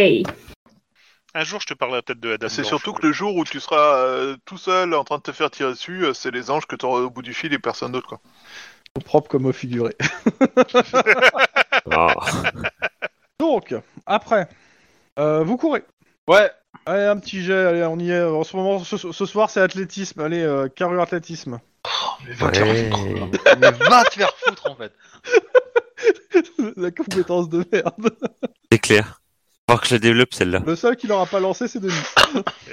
Speaker 5: Un jour, je te parlerai peut-être de la dame.
Speaker 1: Ah, C'est
Speaker 5: blanche,
Speaker 1: surtout que
Speaker 5: quoi.
Speaker 1: le jour où tu seras euh, tout seul en train de te faire tirer dessus, euh, c'est les anges que t'auras au bout du fil et personne d'autre, quoi.
Speaker 4: personnes propres comme au figuré.
Speaker 7: Oh.
Speaker 4: Donc après, euh, vous courez.
Speaker 3: Ouais.
Speaker 4: Allez un petit jet, allez on y est. En ce moment, ce, ce soir c'est athlétisme, allez euh, carrure athlétisme.
Speaker 3: Mais va te faire
Speaker 7: Ouais.
Speaker 3: foutre. là. Mais va te faire foutre en fait.
Speaker 4: la compétence de merde.
Speaker 7: C'est clair. Faut que je la développe, celle-là.
Speaker 4: Le seul qui l'aura pas lancé c'est Denis.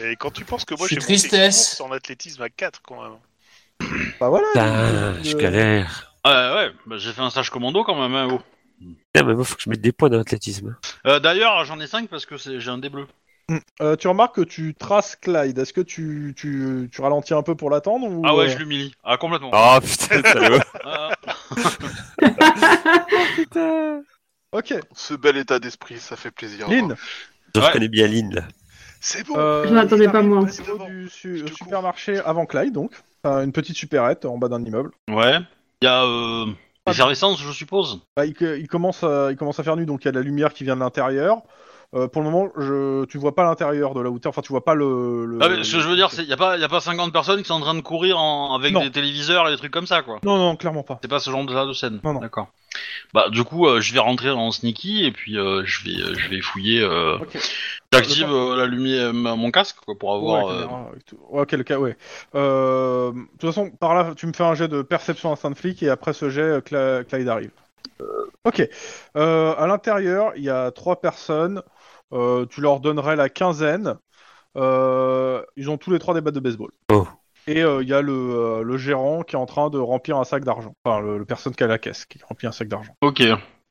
Speaker 5: Et quand tu penses que moi,
Speaker 2: C'est
Speaker 5: j'ai monté
Speaker 2: tristesse.
Speaker 5: courses en athlétisme à 4, quand même.
Speaker 4: Bah voilà.
Speaker 7: Putain, je
Speaker 4: Euh,
Speaker 7: galère.
Speaker 3: Ouais ouais, bah, j'ai fait un stage commando quand même. hein, oh.
Speaker 7: Putain, mais moi, faut que je mette des points dans l'athlétisme.
Speaker 3: Euh, D'ailleurs j'en ai 5 parce que c'est- j'ai un dé bleu.
Speaker 4: euh, tu remarques que tu traces Clyde. Est-ce que tu, tu, tu ralentis un peu pour l'attendre ou
Speaker 3: Ah ouais
Speaker 4: euh,
Speaker 3: je l'humilie. Ah complètement.
Speaker 7: Oh, putain, salaud.
Speaker 3: Ah.
Speaker 4: euh, Ok.
Speaker 1: Ce bel état d'esprit, ça fait plaisir.
Speaker 4: Lynn,
Speaker 3: Ah,
Speaker 7: Je
Speaker 3: Ouais.
Speaker 7: reconnais bien Lynn, là.
Speaker 5: C'est bon.
Speaker 4: euh,
Speaker 6: Je n'attendais pas moins.
Speaker 4: au niveau du su-
Speaker 5: Je te
Speaker 4: supermarché avant Clyde, donc. Enfin, une petite supérette en bas d'un immeuble.
Speaker 3: Ouais. Il y a euh, les services, je suppose.
Speaker 4: Bah, il, que- il commence à, il commence à faire nu, donc il y a de la lumière qui vient de l'intérieur. Euh, pour le moment, je, tu vois pas l'intérieur de la hauteur, enfin tu vois pas le. le-
Speaker 3: Ah, mais ce que je veux dire, c'est qu'il n'y a, pas- y a pas 50 personnes qui sont en train de courir en- avec
Speaker 4: Non.
Speaker 3: des téléviseurs et des trucs comme ça, quoi.
Speaker 4: Non, non, clairement pas.
Speaker 3: C'est pas ce genre de, de scène.
Speaker 4: Non, non.
Speaker 3: D'accord. Bah, du coup, euh, je vais rentrer en sneaky et puis euh, je, vais, euh, je vais fouiller. euh,
Speaker 4: Ok.
Speaker 3: J'active
Speaker 4: Le
Speaker 3: euh, la lumière, euh, ma- mon casque, quoi, pour avoir.
Speaker 4: Ouais,
Speaker 3: euh,
Speaker 4: caméra, avec tout. Ouais, ok, le cas, ouais. Euh, de toute façon, par là, tu me fais un jet de perception instinct de flic et après ce jet, euh, Cla- Clyde arrive. Ok. Euh, à l'intérieur, il y a trois personnes. Euh, tu leur donnerais la quinzaine. Euh, ils ont tous les trois des battes de baseball.
Speaker 7: Oh.
Speaker 4: Et euh, il y a le, euh, le gérant qui est en train de remplir un sac d'argent. Enfin, le, le personne qui a la caisse qui remplit un sac d'argent.
Speaker 3: Ok.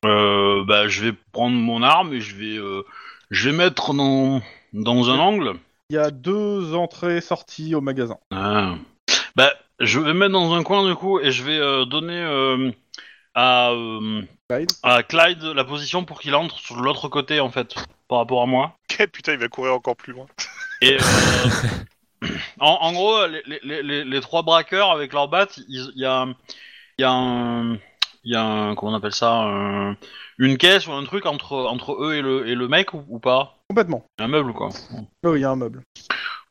Speaker 3: Euh, bah, je vais prendre mon arme et je vais, euh, je vais mettre dans, dans un angle.
Speaker 4: Il y a deux entrées-sorties au magasin.
Speaker 3: Ah. Bah, je vais mettre dans un coin du coup et je vais euh, donner euh, à, euh,
Speaker 4: Clyde.
Speaker 3: à Clyde la position pour qu'il entre sur l'autre côté en fait, par rapport à moi.
Speaker 5: Eh, Putain, il va courir encore plus loin.
Speaker 3: Et euh, en, en gros, les, les- les- les- les trois braqueurs avec leurs battes, ils- il y a, il y a un, il y a un- comment on appelle ça, un- une caisse ou un truc entre entre eux et le et le mec ou, ou pas,
Speaker 4: Complètement.
Speaker 3: un meuble quoi.
Speaker 4: Là où il y a un meuble.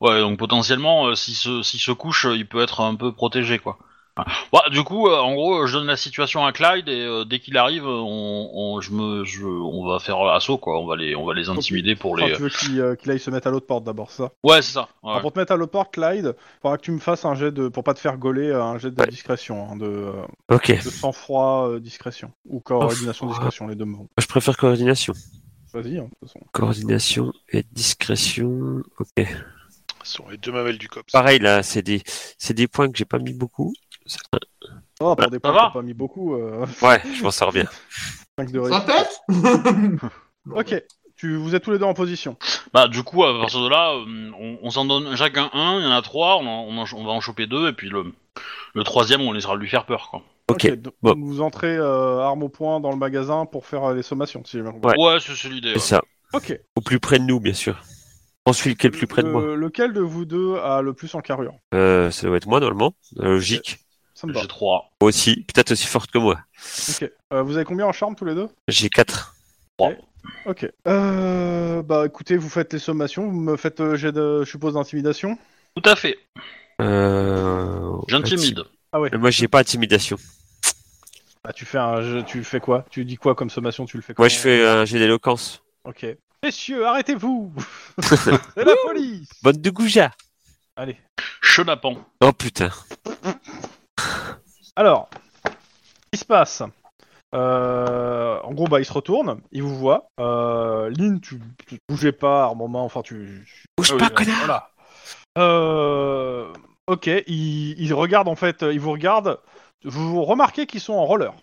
Speaker 3: Ouais, donc potentiellement, euh, s'il se, s'il se couche, euh, il peut être un peu protégé, quoi. Ouais. Bah, du coup, euh, en gros, euh, je donne la situation à Clyde et euh, dès qu'il arrive, euh, on, on, je me, je, on va faire assaut, quoi. On va les, on va les intimider pour
Speaker 4: Enfin,
Speaker 3: les.
Speaker 4: tu veux qu'il euh, qu'il aille se mettre à l'autre porte d'abord, c'est ça
Speaker 3: Ouais, c'est ça. ouais.
Speaker 4: Alors, Pour te mettre à l'autre porte, Clyde, faudra que tu me fasses un jet de. pour pas te faire gauler, euh, un jet de
Speaker 7: Ouais.
Speaker 4: discrétion, hein, de, euh,
Speaker 7: Ok,
Speaker 4: de sang-froid euh, discrétion. Ou coordination
Speaker 7: Ouf.
Speaker 4: discrétion, les deux me vont.
Speaker 7: je préfère coordination.
Speaker 4: Vas-y, hein, de toute façon.
Speaker 7: Coordination et discrétion. Ok.
Speaker 5: Ce sont les deux mamelles du COPS.
Speaker 7: Pareil, là, c'est des, c'est des points que j'ai pas mis beaucoup.
Speaker 4: Ça
Speaker 7: Bah,
Speaker 4: va, pour des points,
Speaker 3: va.
Speaker 4: t'as pas mis beaucoup. Euh,
Speaker 7: Ouais, je m'en sors bien.
Speaker 4: 5 de réussite.
Speaker 2: Ça pète
Speaker 4: Ok, tu, vous êtes tous les deux en position.
Speaker 3: Bah, du coup, à partir de là, euh, on, on s'en donne chacun un, il y en a trois, on, en- on, en- on va en choper deux, et puis le, le troisième, on laissera lui faire peur, quoi.
Speaker 7: Ok,
Speaker 4: donc
Speaker 7: bon.
Speaker 4: Vous entrez euh, arme au poing dans le magasin pour faire euh, les sommations, si j'ai bien compris.
Speaker 7: Ouais.
Speaker 3: Ouais, c'est c'est l'idée.
Speaker 7: C'est
Speaker 3: ouais.
Speaker 7: ça.
Speaker 4: Ok.
Speaker 7: Au plus près de nous, bien sûr. On suit lequel est le plus près de
Speaker 4: Le-
Speaker 7: moi.
Speaker 4: Lequel de vous deux a le plus en carrure
Speaker 7: Euh, ça doit être moi, normalement. dans la Logique.
Speaker 4: Ça me va.
Speaker 3: J'ai trois.
Speaker 7: Moi aussi. Peut-être aussi forte que moi.
Speaker 4: Ok. Euh, vous avez combien en charme tous les deux
Speaker 7: J'ai 4.
Speaker 4: Ok. Euh, bah écoutez, vous faites les sommations, vous me faites euh, jet de, je suppose, d'intimidation.
Speaker 3: Tout à fait.
Speaker 7: Euh...
Speaker 3: J'intimide.
Speaker 4: Ah ouais.
Speaker 7: Mais Moi, j'ai pas intimidation.
Speaker 4: Bah tu fais un, jeu- tu fais quoi Tu dis quoi comme sommation Tu le fais
Speaker 7: Moi,
Speaker 4: comment
Speaker 7: je fais euh, un jet d'éloquence.
Speaker 4: Ok. Messieurs, arrêtez-vous C'est la police
Speaker 7: Bonne de goujat.
Speaker 4: Allez.
Speaker 3: Chenapan.
Speaker 7: Oh putain.
Speaker 4: Alors, ce qui se passe Euh, En gros, bah, il se retourne, il vous voit. Euh, Lynn, tu, tu bougeais pas, armement, enfin, tu. tu-
Speaker 7: Bouge
Speaker 4: Ah oui,
Speaker 7: pas,
Speaker 4: euh,
Speaker 7: connard.
Speaker 4: Voilà. Euh, ok, il, il regarde en fait, il vous regarde. Vous remarquez qu'ils sont en roller.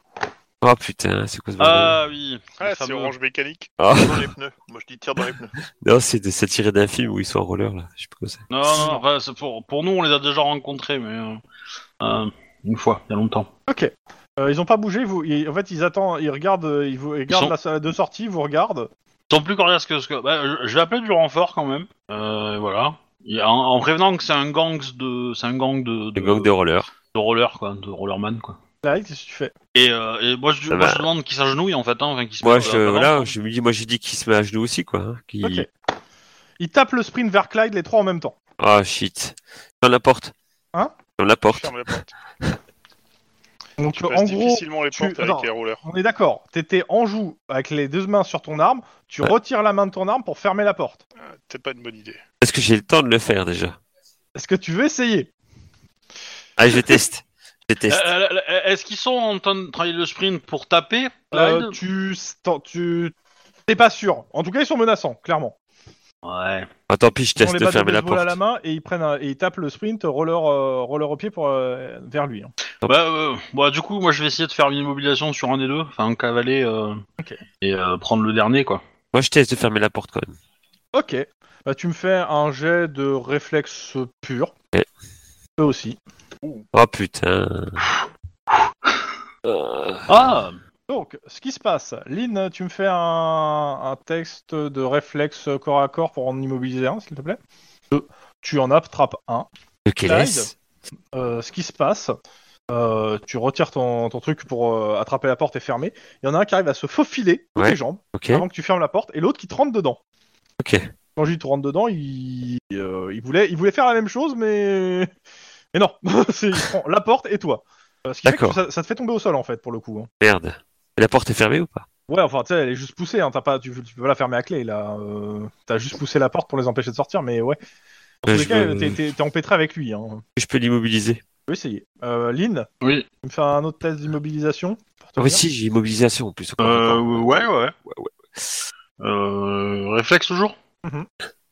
Speaker 7: Oh putain, c'est quoi ce bordel
Speaker 4: Euh.
Speaker 3: Ah oui.
Speaker 5: Ah,
Speaker 3: le
Speaker 5: c'est
Speaker 3: fameux.
Speaker 5: orange mécanique.
Speaker 7: Ah.
Speaker 1: Tire dans les pneus. Moi, je dis tire dans les pneus.
Speaker 7: Non, c'est de s'attirer d'un film où ils sont en roller, là. Je sais pas comment c'est.
Speaker 3: Non, non, non, bah, c'est pour, pour nous, on les a déjà rencontrés, mais euh, euh, une fois, il y a longtemps.
Speaker 4: Ok. Euh, ils ont pas bougé. Vous, ils- en fait, ils attendent, ils regardent, euh, ils, vous, ils regardent
Speaker 3: sont-
Speaker 4: la salle de sortie, ils vous regardent.
Speaker 3: Ils sont plus coriaces que ce que. Bah, je- je vais appeler du renfort quand même. Euh, voilà. Et en, en prévenant que c'est un gang de, c'est un gang de, de,
Speaker 7: Le gang de roller.
Speaker 3: de roller quoi, de rollerman quoi.
Speaker 4: Là, qu'est-ce que tu fais
Speaker 3: Et, euh, et moi, je,
Speaker 7: Ah
Speaker 3: moi,
Speaker 7: bah.
Speaker 3: je demande qui s'agenouille en fait, hein, enfin, qui se
Speaker 7: Moi,
Speaker 3: met,
Speaker 7: je,
Speaker 3: euh,
Speaker 7: voilà,
Speaker 3: devant.
Speaker 7: je me dis, moi, j'ai dit qu'il se met à genoux aussi, quoi. hein, qu'il-
Speaker 4: Ok. Ils tapent le sprint vers Clyde, les trois en même temps.
Speaker 7: Ah shit. Ferme la porte.
Speaker 4: Hein
Speaker 7: Ferme la porte.
Speaker 5: Ferme la porte.
Speaker 4: Donc,
Speaker 5: Tu
Speaker 4: en
Speaker 5: passes
Speaker 4: gros,
Speaker 5: difficilement les
Speaker 4: tu-
Speaker 5: portes
Speaker 4: attends.
Speaker 5: avec les rollers.
Speaker 4: On est d'accord, t'étais en joue avec les deux mains sur ton arme, tu
Speaker 7: Ouais.
Speaker 4: retires la main de ton arme pour fermer la porte.
Speaker 5: C'est pas une bonne idée.
Speaker 7: Est-ce que j'ai le temps de le faire déjà
Speaker 4: Est-ce que tu veux essayer
Speaker 7: Ah, je teste. Je
Speaker 3: Euh,
Speaker 7: teste.
Speaker 3: euh, euh, Est-ce qu'ils sont en train de travailler le sprint pour taper Clyde
Speaker 4: Euh, Tu t'en- tu- t'es pas sûr. En tout cas, ils sont menaçants, clairement.
Speaker 3: Ouais.
Speaker 7: Ah, tant pis, je
Speaker 4: Ils ont
Speaker 7: teste
Speaker 4: les
Speaker 7: de
Speaker 4: battes de
Speaker 7: fermer la
Speaker 4: baseball à
Speaker 7: porte.
Speaker 4: la main et ils prennent un- et ils tapent le sprint roller euh, roller au pied pour euh, vers lui. hein.
Speaker 3: Bah, euh, bah, du coup, moi, je vais essayer de faire une immobilisation sur un des deux, enfin, un cavaler euh,
Speaker 4: Ok.
Speaker 3: et euh, prendre le dernier quoi.
Speaker 7: Moi, je teste de fermer la porte quand même.
Speaker 4: Ok. Bah, tu me fais un jet de réflexe pur.
Speaker 7: Ouais.
Speaker 4: Eux aussi.
Speaker 7: Oh putain.
Speaker 4: Ah.
Speaker 7: Euh,
Speaker 3: Ah.
Speaker 4: Donc, ce qui se passe, Lynn, tu me fais un, un texte de réflexe corps à corps pour en immobiliser un, s'il te plaît. Deux. Tu en attrapes un.
Speaker 7: de quelle
Speaker 4: Clyde
Speaker 7: est-ce
Speaker 4: Euh, ce qui se passe, euh, tu retires ton, ton truc pour euh, attraper la porte et fermer. Il y en a un qui arrive à se faufiler de
Speaker 7: Ouais.
Speaker 4: tes jambes
Speaker 7: Ok.
Speaker 4: avant que tu fermes la porte et l'autre qui te rentre dedans.
Speaker 7: Ok.
Speaker 4: Quand je dis te rentre dedans, il, euh, il, voulait, il voulait faire la même chose, mais, mais non. C'est- il prend la porte et toi. Euh, ce qui fait que
Speaker 7: D'accord.
Speaker 4: ça, ça te fait tomber au sol en fait pour le coup. hein.
Speaker 7: Merde. La porte est fermée ou pas
Speaker 4: Ouais, enfin, tu sais, elle est juste poussée, hein, t'as pas, tu, tu peux pas la fermer à clé, là. euh, t'as juste poussé la porte pour les empêcher de sortir, mais ouais. En
Speaker 7: Euh,
Speaker 4: tous les
Speaker 7: je
Speaker 4: cas,
Speaker 7: veux-
Speaker 4: t'es- t'es t'es empêtré avec lui. Hein.
Speaker 7: Je peux l'immobiliser.
Speaker 4: Je vais essayer. Euh, Lynn,
Speaker 3: Oui.
Speaker 4: tu me fais un autre test d'immobilisation pour te
Speaker 7: Ah, mais
Speaker 4: dire
Speaker 7: si, j'ai immobilisation en plus.
Speaker 3: Euh, ouais, ouais.
Speaker 7: Ouais, ouais.
Speaker 3: Euh, réflexe toujours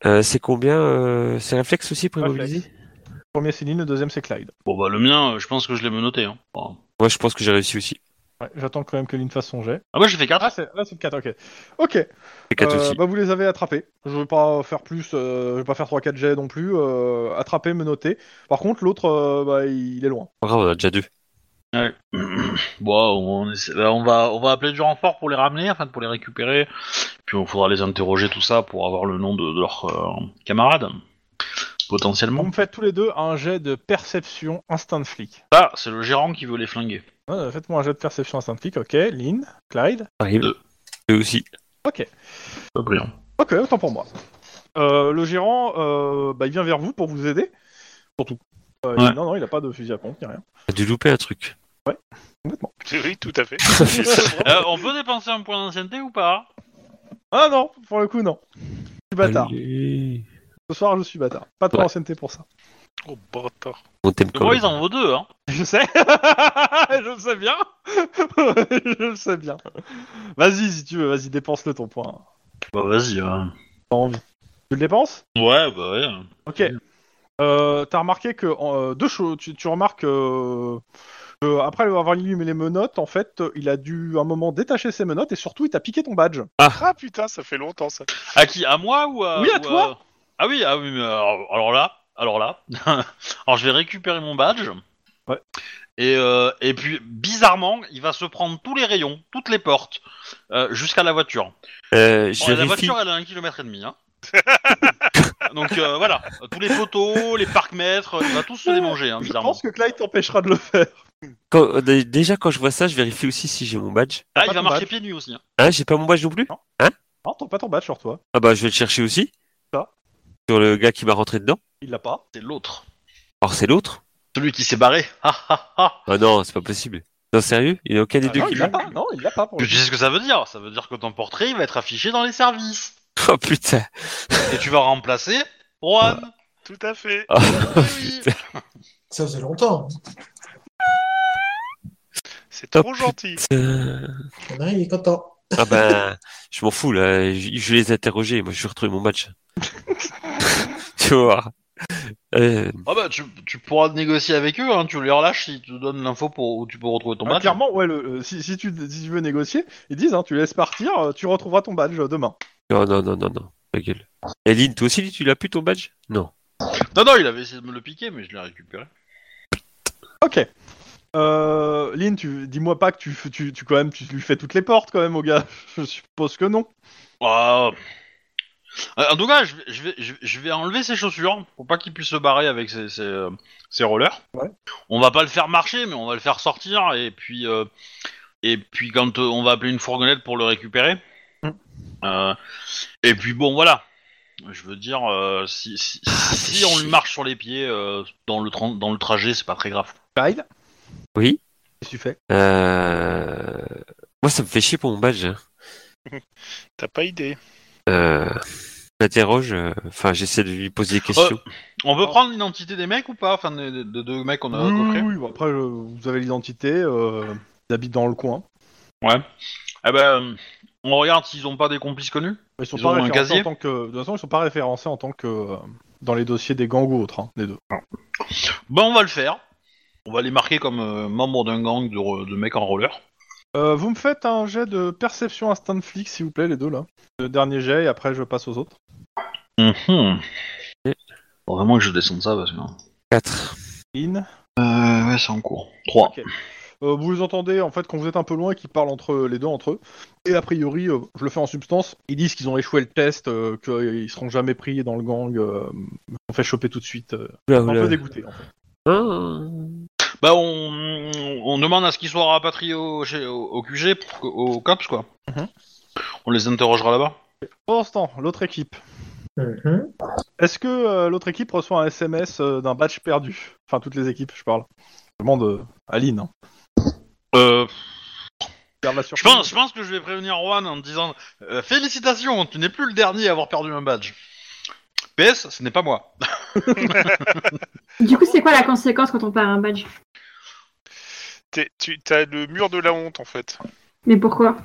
Speaker 7: Euh, c'est combien euh, C'est réflexe aussi pour
Speaker 4: Réflexe.
Speaker 7: immobiliser
Speaker 4: premier c'est Lynn, le deuxième c'est Clyde.
Speaker 3: Bon, bah, le mien, euh, je pense que je l'ai menotté. Hein. Bon.
Speaker 7: Moi, je pense que j'ai réussi aussi.
Speaker 4: Ouais, J'attends quand même que Lynn fasse son jet.
Speaker 3: Ah, moi, j'ai fait 4.
Speaker 4: Ah, c'est ah, c'est le 4, ok. Ok,
Speaker 7: Les quatre
Speaker 4: Euh,
Speaker 7: aussi.
Speaker 4: bah, vous les avez attrapés. Je vais pas faire plus, euh, je vais pas faire 3-4 jets non plus. Euh, attraper, menotter. Par contre, l'autre, euh, bah, il est loin.
Speaker 7: Pas grave, on a déjà deux.
Speaker 3: Ouais. bon, on, essaie- bah, on va, on va appeler du renfort pour les ramener, afin de pour les récupérer. Puis on faudra les interroger, tout ça, pour avoir le nom de, de leurs euh, camarades,
Speaker 7: Mmh.
Speaker 4: Vous
Speaker 3: potentiellement.
Speaker 4: me faites tous les deux un jet de perception instinct de flic.
Speaker 3: Ça, Ah, c'est le gérant qui veut les flinguer.
Speaker 4: Euh, Faites-moi un jet de perception instinct de flic, ok. Lynn, Clyde.
Speaker 7: Pareil.
Speaker 3: Deux.
Speaker 7: Deux aussi.
Speaker 3: Pas brillant.
Speaker 4: Ok, autant pour moi. Euh, le gérant, euh, bah, il vient vers vous pour vous aider. Surtout. Euh, il-
Speaker 3: Ouais.
Speaker 4: non, non, il a pas de fusil à pompe, ni rien.
Speaker 7: T'as dû louper un truc.
Speaker 4: Complètement.
Speaker 5: Oui, tout à fait.
Speaker 3: Euh, on peut dépenser un point d'ancienneté ou pas
Speaker 4: Ah non, pour le coup, non. Je suis bâtard.
Speaker 7: Allez.
Speaker 4: Ce soir, je suis bâtard. Pas de
Speaker 7: Ouais.
Speaker 4: ancienneté pour ça.
Speaker 5: Oh, bâtard.
Speaker 7: On t'aime
Speaker 3: De
Speaker 7: quand
Speaker 3: moi,
Speaker 7: même.
Speaker 3: ils en vaut deux, hein.
Speaker 4: Je sais, je le sais bien, je le sais bien. Vas-y si tu veux, vas-y dépense-le ton point.
Speaker 3: Bah, vas-y. Ouais,
Speaker 4: T'as envie. Tu le dépenses
Speaker 3: ouais bah, ouais.
Speaker 4: Ok. Euh, T'as remarqué que en, euh, deux choses. Tu, tu remarques euh, que après avoir allumé les menottes, en fait, euh, il a dû un moment détacher ses menottes et surtout il t'a piqué ton badge.
Speaker 5: Ah putain, ça fait longtemps ça.
Speaker 3: À qui À moi ou à.
Speaker 4: Oui, à
Speaker 3: ou
Speaker 4: toi.
Speaker 3: Ah oui, ah oui, mais alors, alors là, alors là. alors je vais récupérer mon badge.
Speaker 4: Ouais.
Speaker 3: Et, euh, et puis, bizarrement, il va se prendre tous les rayons, toutes les portes, euh, jusqu'à la voiture.
Speaker 7: Euh, je
Speaker 3: Oh, la
Speaker 7: vérifie.
Speaker 3: voiture, elle a un kilomètre et demi. Hein. Donc euh, voilà, tous les poteaux, les parcs-mètres, il va tous se démanger, hein,
Speaker 4: Je
Speaker 3: bizarrement.
Speaker 4: pense que Clyde t'empêchera de le faire.
Speaker 7: Quand- euh, dé- déjà, quand je vois ça, je vérifie aussi si j'ai mon badge.
Speaker 3: Ah,
Speaker 4: pas
Speaker 3: il va
Speaker 4: ton
Speaker 3: marcher
Speaker 4: badge.
Speaker 3: pieds nus aussi. hein.
Speaker 7: Hein, j'ai pas mon badge non plus
Speaker 4: Non, t'as pas ton badge sur toi.
Speaker 7: Ah bah, je vais le chercher aussi.
Speaker 4: Ça.
Speaker 7: Sur le gars qui m'a rentré dedans.
Speaker 4: Il l'a pas.
Speaker 3: C'est l'autre.
Speaker 7: Or, c'est l'autre.
Speaker 3: Celui qui s'est barré. Ah, ah, ah.
Speaker 7: Ah non, c'est pas possible. Non, sérieux Il n'y a aucun des
Speaker 4: Ah
Speaker 7: deux
Speaker 4: non,
Speaker 7: qui
Speaker 4: il l'a
Speaker 7: l'a
Speaker 4: pas. Non, il l'a pas pour le
Speaker 3: Tu sais ce que ça veut dire Ça veut dire que ton portrait, il va être affiché dans les services.
Speaker 7: Oh putain
Speaker 3: Et tu vas remplacer Juan.
Speaker 5: Tout à fait.
Speaker 7: Oh,
Speaker 3: Eh oui.
Speaker 7: putain.
Speaker 2: Ça faisait longtemps.
Speaker 5: C'est
Speaker 7: Oh,
Speaker 5: trop gentil.
Speaker 7: putain.
Speaker 2: On arrive, il est content.
Speaker 7: Ah ben, je m'en fous là. Je, je vais les interroger. Moi, je vais retrouver mon badge. tu vas voir. Euh,
Speaker 3: Ah bah tu, tu pourras négocier avec eux, hein, tu les relâches s'ils te donnent l'info pour où tu peux retrouver ton
Speaker 4: Ah,
Speaker 3: badge.
Speaker 4: clairement, ouais, le, le- si, si tu, si tu veux négocier, ils disent, hein, tu laisses partir, euh, tu retrouveras ton badge euh, demain.
Speaker 7: non, non, non, non, non. Ta gueule. Et Lynn, toi aussi, tu l'as plus ton badge Non.
Speaker 3: Non non, il avait essayé de me le piquer mais je l'ai récupéré.
Speaker 4: Ok. Euh, Lynn, tu dis-moi pas que tu, f- tu, tu quand même tu lui fais toutes les portes quand même au gars. Je suppose que non.
Speaker 3: Ah. Euh, En tout cas, je vais, je, vais, je vais- je vais enlever ses chaussures pour pas qu'il puisse se barrer avec ses, ses, euh, ses rollers.
Speaker 4: Ouais.
Speaker 3: On va pas le faire marcher mais on va le faire sortir et puis euh, et puis quand euh, on va appeler une fourgonnette pour le récupérer.
Speaker 4: Mm.
Speaker 3: Euh, et puis bon voilà. Je veux dire, euh, si, si,
Speaker 4: Ah,
Speaker 3: si on lui marche sur les pieds euh, dans, le tran- dans le trajet, c'est pas très grave.
Speaker 4: Kyle,
Speaker 7: Oui.
Speaker 4: qu'est-ce que tu fais
Speaker 7: Euh... Moi, ça me fait chier pour mon badge. hein.
Speaker 5: T'as pas idée.
Speaker 7: Euh... je l'interroge, euh, Enfin, j'essaie de lui poser des
Speaker 5: Oh.
Speaker 7: questions.
Speaker 3: On
Speaker 4: Oh.
Speaker 3: veut prendre l'identité des mecs ou pas Enfin, des des- des deux mecs qu'on a
Speaker 4: Oui,
Speaker 3: coffrés
Speaker 4: oui, oui, bon, après, euh, vous avez l'identité. Euh, ils habitent dans le coin.
Speaker 3: Ouais. Eh ben, euh, on regarde s'ils ont pas des complices connus.
Speaker 4: Ils sont
Speaker 3: Ils
Speaker 4: pas
Speaker 3: ont un
Speaker 4: référencés
Speaker 3: casier
Speaker 4: en tant que. De toute façon, ils sont pas référencés en tant que euh, dans les dossiers des gangs ou autres, hein, des deux.
Speaker 3: Ben, on va le faire. On va les marquer comme euh, membres d'un gang de, re- de mecs en roller.
Speaker 4: Euh, vous me faites un jet de perception instinct de flic, s'il vous plaît, les deux là. Le dernier jet et après je passe aux autres.
Speaker 3: Mhm.
Speaker 7: Oui.
Speaker 3: Faut vraiment que je descende ça parce que.
Speaker 7: 4.
Speaker 4: In.
Speaker 3: Euh, ouais, c'est en cours. 3.
Speaker 4: Ok. Euh, vous les entendez en fait quand vous êtes un peu loin et qu'ils parlent entre eux- les deux entre eux. Et a priori, euh, je le fais en substance, ils disent qu'ils ont échoué le test, euh, qu'ils seront jamais pris dans le gang, euh, ils ont fait choper tout de suite. euh. un peu dégoûté en fait.
Speaker 3: Bah, on, on demande à ce qu'ils soient rapatriés au, chez- au, au QG, pour que- au COPS, quoi.
Speaker 4: Mhm.
Speaker 3: On les interrogera là-bas.
Speaker 4: Pendant ce temps, l'autre équipe.
Speaker 2: Mhm.
Speaker 4: Est-ce que euh, l'autre équipe reçoit un SMS euh, d'un badge perdu Enfin, toutes les équipes, je parle. Je demande euh, à Lynn. hein.
Speaker 3: Euh,
Speaker 4: Faire la
Speaker 3: je,
Speaker 4: surprise.
Speaker 3: pense, je pense que je vais prévenir Juan en disant euh, Félicitations, tu n'es plus le dernier à avoir perdu un badge. PS, ce n'est pas moi.
Speaker 6: Du coup, c'est quoi la conséquence quand on perd un badge
Speaker 5: T'es- tu as le mur de la honte en fait.
Speaker 6: Mais pourquoi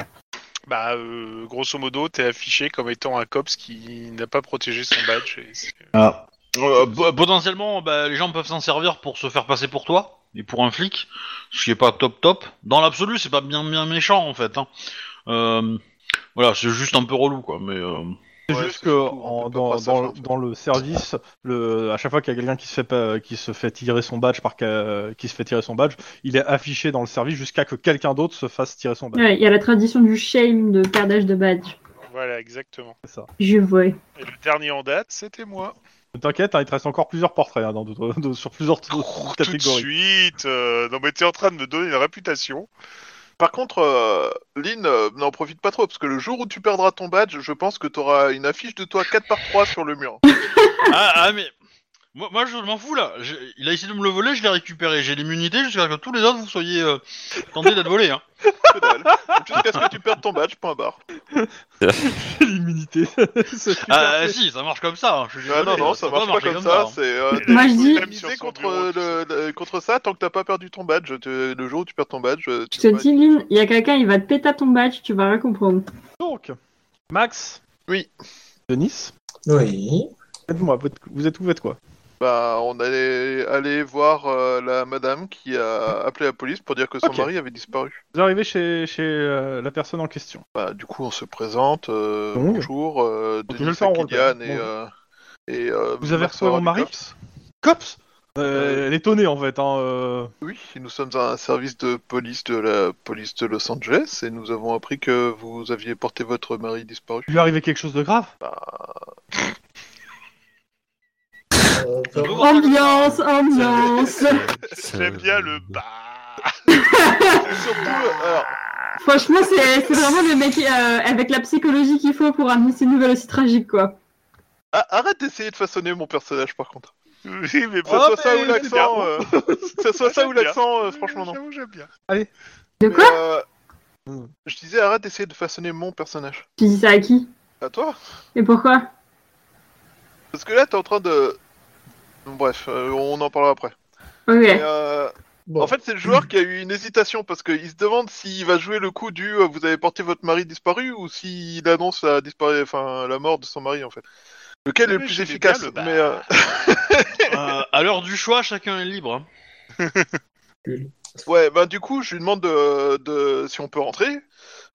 Speaker 5: Bah, euh, grosso modo, t'es affiché comme étant un cops qui n'a pas protégé son badge. et c'est-
Speaker 3: Euh, po- potentiellement, bah, les gens peuvent s'en servir pour se faire passer pour toi et pour un flic, ce qui est pas top top. Dans l'absolu, c'est pas bien bien méchant en fait. hein. Euh, voilà, c'est juste un peu relou quoi. Mais euh,
Speaker 4: C'est
Speaker 5: Ouais,
Speaker 4: juste
Speaker 5: c'est
Speaker 4: que
Speaker 5: surtout, on
Speaker 4: en-
Speaker 5: peut
Speaker 4: dans,
Speaker 5: pas savoir,
Speaker 4: dans-
Speaker 5: ça.
Speaker 4: dans le service, le, à chaque fois qu'il y a quelqu'un qui se fait pas- qui se fait tirer son badge par ca- qui se fait tirer son badge, il est affiché dans le service jusqu'à que quelqu'un d'autre se fasse tirer son badge.
Speaker 6: Ouais, il y a la tradition du shame de perdage de badge.
Speaker 5: Voilà, exactement.
Speaker 4: C'est ça.
Speaker 6: Je vois.
Speaker 5: Et le dernier en date, c'était moi.
Speaker 4: Ne T'inquiète, hein, il te reste encore plusieurs portraits hein, dans d'autres- d'autres- sur plusieurs
Speaker 5: Tout de
Speaker 4: catégories.
Speaker 5: suite. euh, Non, mais t'es en train de me donner une réputation.
Speaker 1: Par contre, euh, Lynn, euh, n'en profite pas trop, parce que le jour où tu perdras ton badge, je pense que tu auras une affiche de toi 4 par 3 sur le mur.
Speaker 3: ah, ah, mais moi, moi, je m'en fous là. J'ai- Il a essayé de me le voler, je l'ai récupéré. J'ai l'immunité jusqu'à que tous les autres vous soyez euh, tentés d'être volés. hein.
Speaker 1: Que dalle. Jusqu'à ce que tu perdes ton badge, point barre.
Speaker 4: L'immunité. C'est super.
Speaker 5: Euh,
Speaker 3: Ah, si, ça marche comme ça. hein, je suis
Speaker 1: Ah, non,
Speaker 3: désolé,
Speaker 1: non, ça
Speaker 3: peut
Speaker 1: marche pas
Speaker 3: marcher
Speaker 1: comme ça.
Speaker 3: hein.
Speaker 1: C'est euh,
Speaker 5: Et
Speaker 1: t'es
Speaker 6: Moi, je dis-
Speaker 1: immunisé contre, le- le- contre ça tant que t'as pas perdu ton badge. Tu- le jour où tu perds ton badge, tu
Speaker 6: Je te
Speaker 1: vas-
Speaker 6: dis, Lynn, il y a quelqu'un, il va te péter à ton badge, tu vas rien comprendre.
Speaker 4: Donc, Max.
Speaker 1: Oui.
Speaker 4: Denis.
Speaker 2: Oui.
Speaker 4: Aide-moi. vous êtes- Vous êtes où vous êtes quoi
Speaker 1: Bah, on allait aller voir euh, la madame qui a appelé la police pour dire que son
Speaker 4: Ok.
Speaker 1: mari avait disparu.
Speaker 4: Vous arrivez chez, chez euh, la personne en question.
Speaker 1: Bah, du coup, on se présente. euh,
Speaker 4: Donc.
Speaker 1: bonjour, euh,
Speaker 4: je vais le
Speaker 1: Denis
Speaker 4: faire en
Speaker 1: Kilian
Speaker 4: roleplay.
Speaker 1: et.
Speaker 4: Bonjour.
Speaker 1: euh, et, euh,
Speaker 4: Vous avez
Speaker 1: Marc
Speaker 4: reçu mon
Speaker 1: Sauer
Speaker 4: mari
Speaker 1: du
Speaker 4: Cops. Cops Euh, Elle est étonnée en fait. Hein, euh.
Speaker 1: Oui, nous sommes un service de police de la police de Los Angeles et nous avons appris que vous aviez porté votre mari disparu.
Speaker 4: Il lui est arrivé quelque chose de grave
Speaker 2: Euh,
Speaker 3: Bonjour.
Speaker 6: Ambiance, ambiance.
Speaker 7: Ça-
Speaker 5: J'aime bien le bah.
Speaker 1: Et surtout, euh, alors,
Speaker 6: Franchement, c'est c'est vraiment le mec euh, avec la psychologie qu'il faut pour amener ces nouvelles aussi tragiques, quoi.
Speaker 1: ah, arrête d'essayer de façonner mon personnage par contre.
Speaker 5: Oui, mais
Speaker 1: Que ce
Speaker 5: pas
Speaker 1: soit ça ou
Speaker 5: mais c'est bien.
Speaker 1: l'accent, euh, que ce soit ça ou
Speaker 5: J'aime bien.
Speaker 1: l'accent, euh, franchement non.
Speaker 5: J'avoue, j'aime bien.
Speaker 6: De
Speaker 1: Mais,
Speaker 6: quoi
Speaker 1: euh,
Speaker 4: Hmm.
Speaker 1: Je disais arrête d'essayer de façonner mon personnage.
Speaker 6: Tu dis ça à qui
Speaker 1: À toi
Speaker 6: Et pourquoi
Speaker 1: Parce que là t'es en train de. Bref, euh, on en parlera après. Mais,
Speaker 6: Ok.
Speaker 1: euh,
Speaker 2: bon.
Speaker 1: En fait, c'est le joueur qui a eu une hésitation parce qu'il se demande s'il va jouer le coup du euh, vous avez porté votre mari disparu ou s'il annonce la, dispari- enfin, la mort de son mari en fait. Lequel est le
Speaker 5: Mais
Speaker 1: plus
Speaker 5: j'aimais bien
Speaker 1: efficace
Speaker 5: le bar.
Speaker 1: Mais euh,
Speaker 3: Euh, à l'heure du choix, chacun est libre. hein.
Speaker 1: ouais, bah du coup, je lui demande de, de- si on peut rentrer.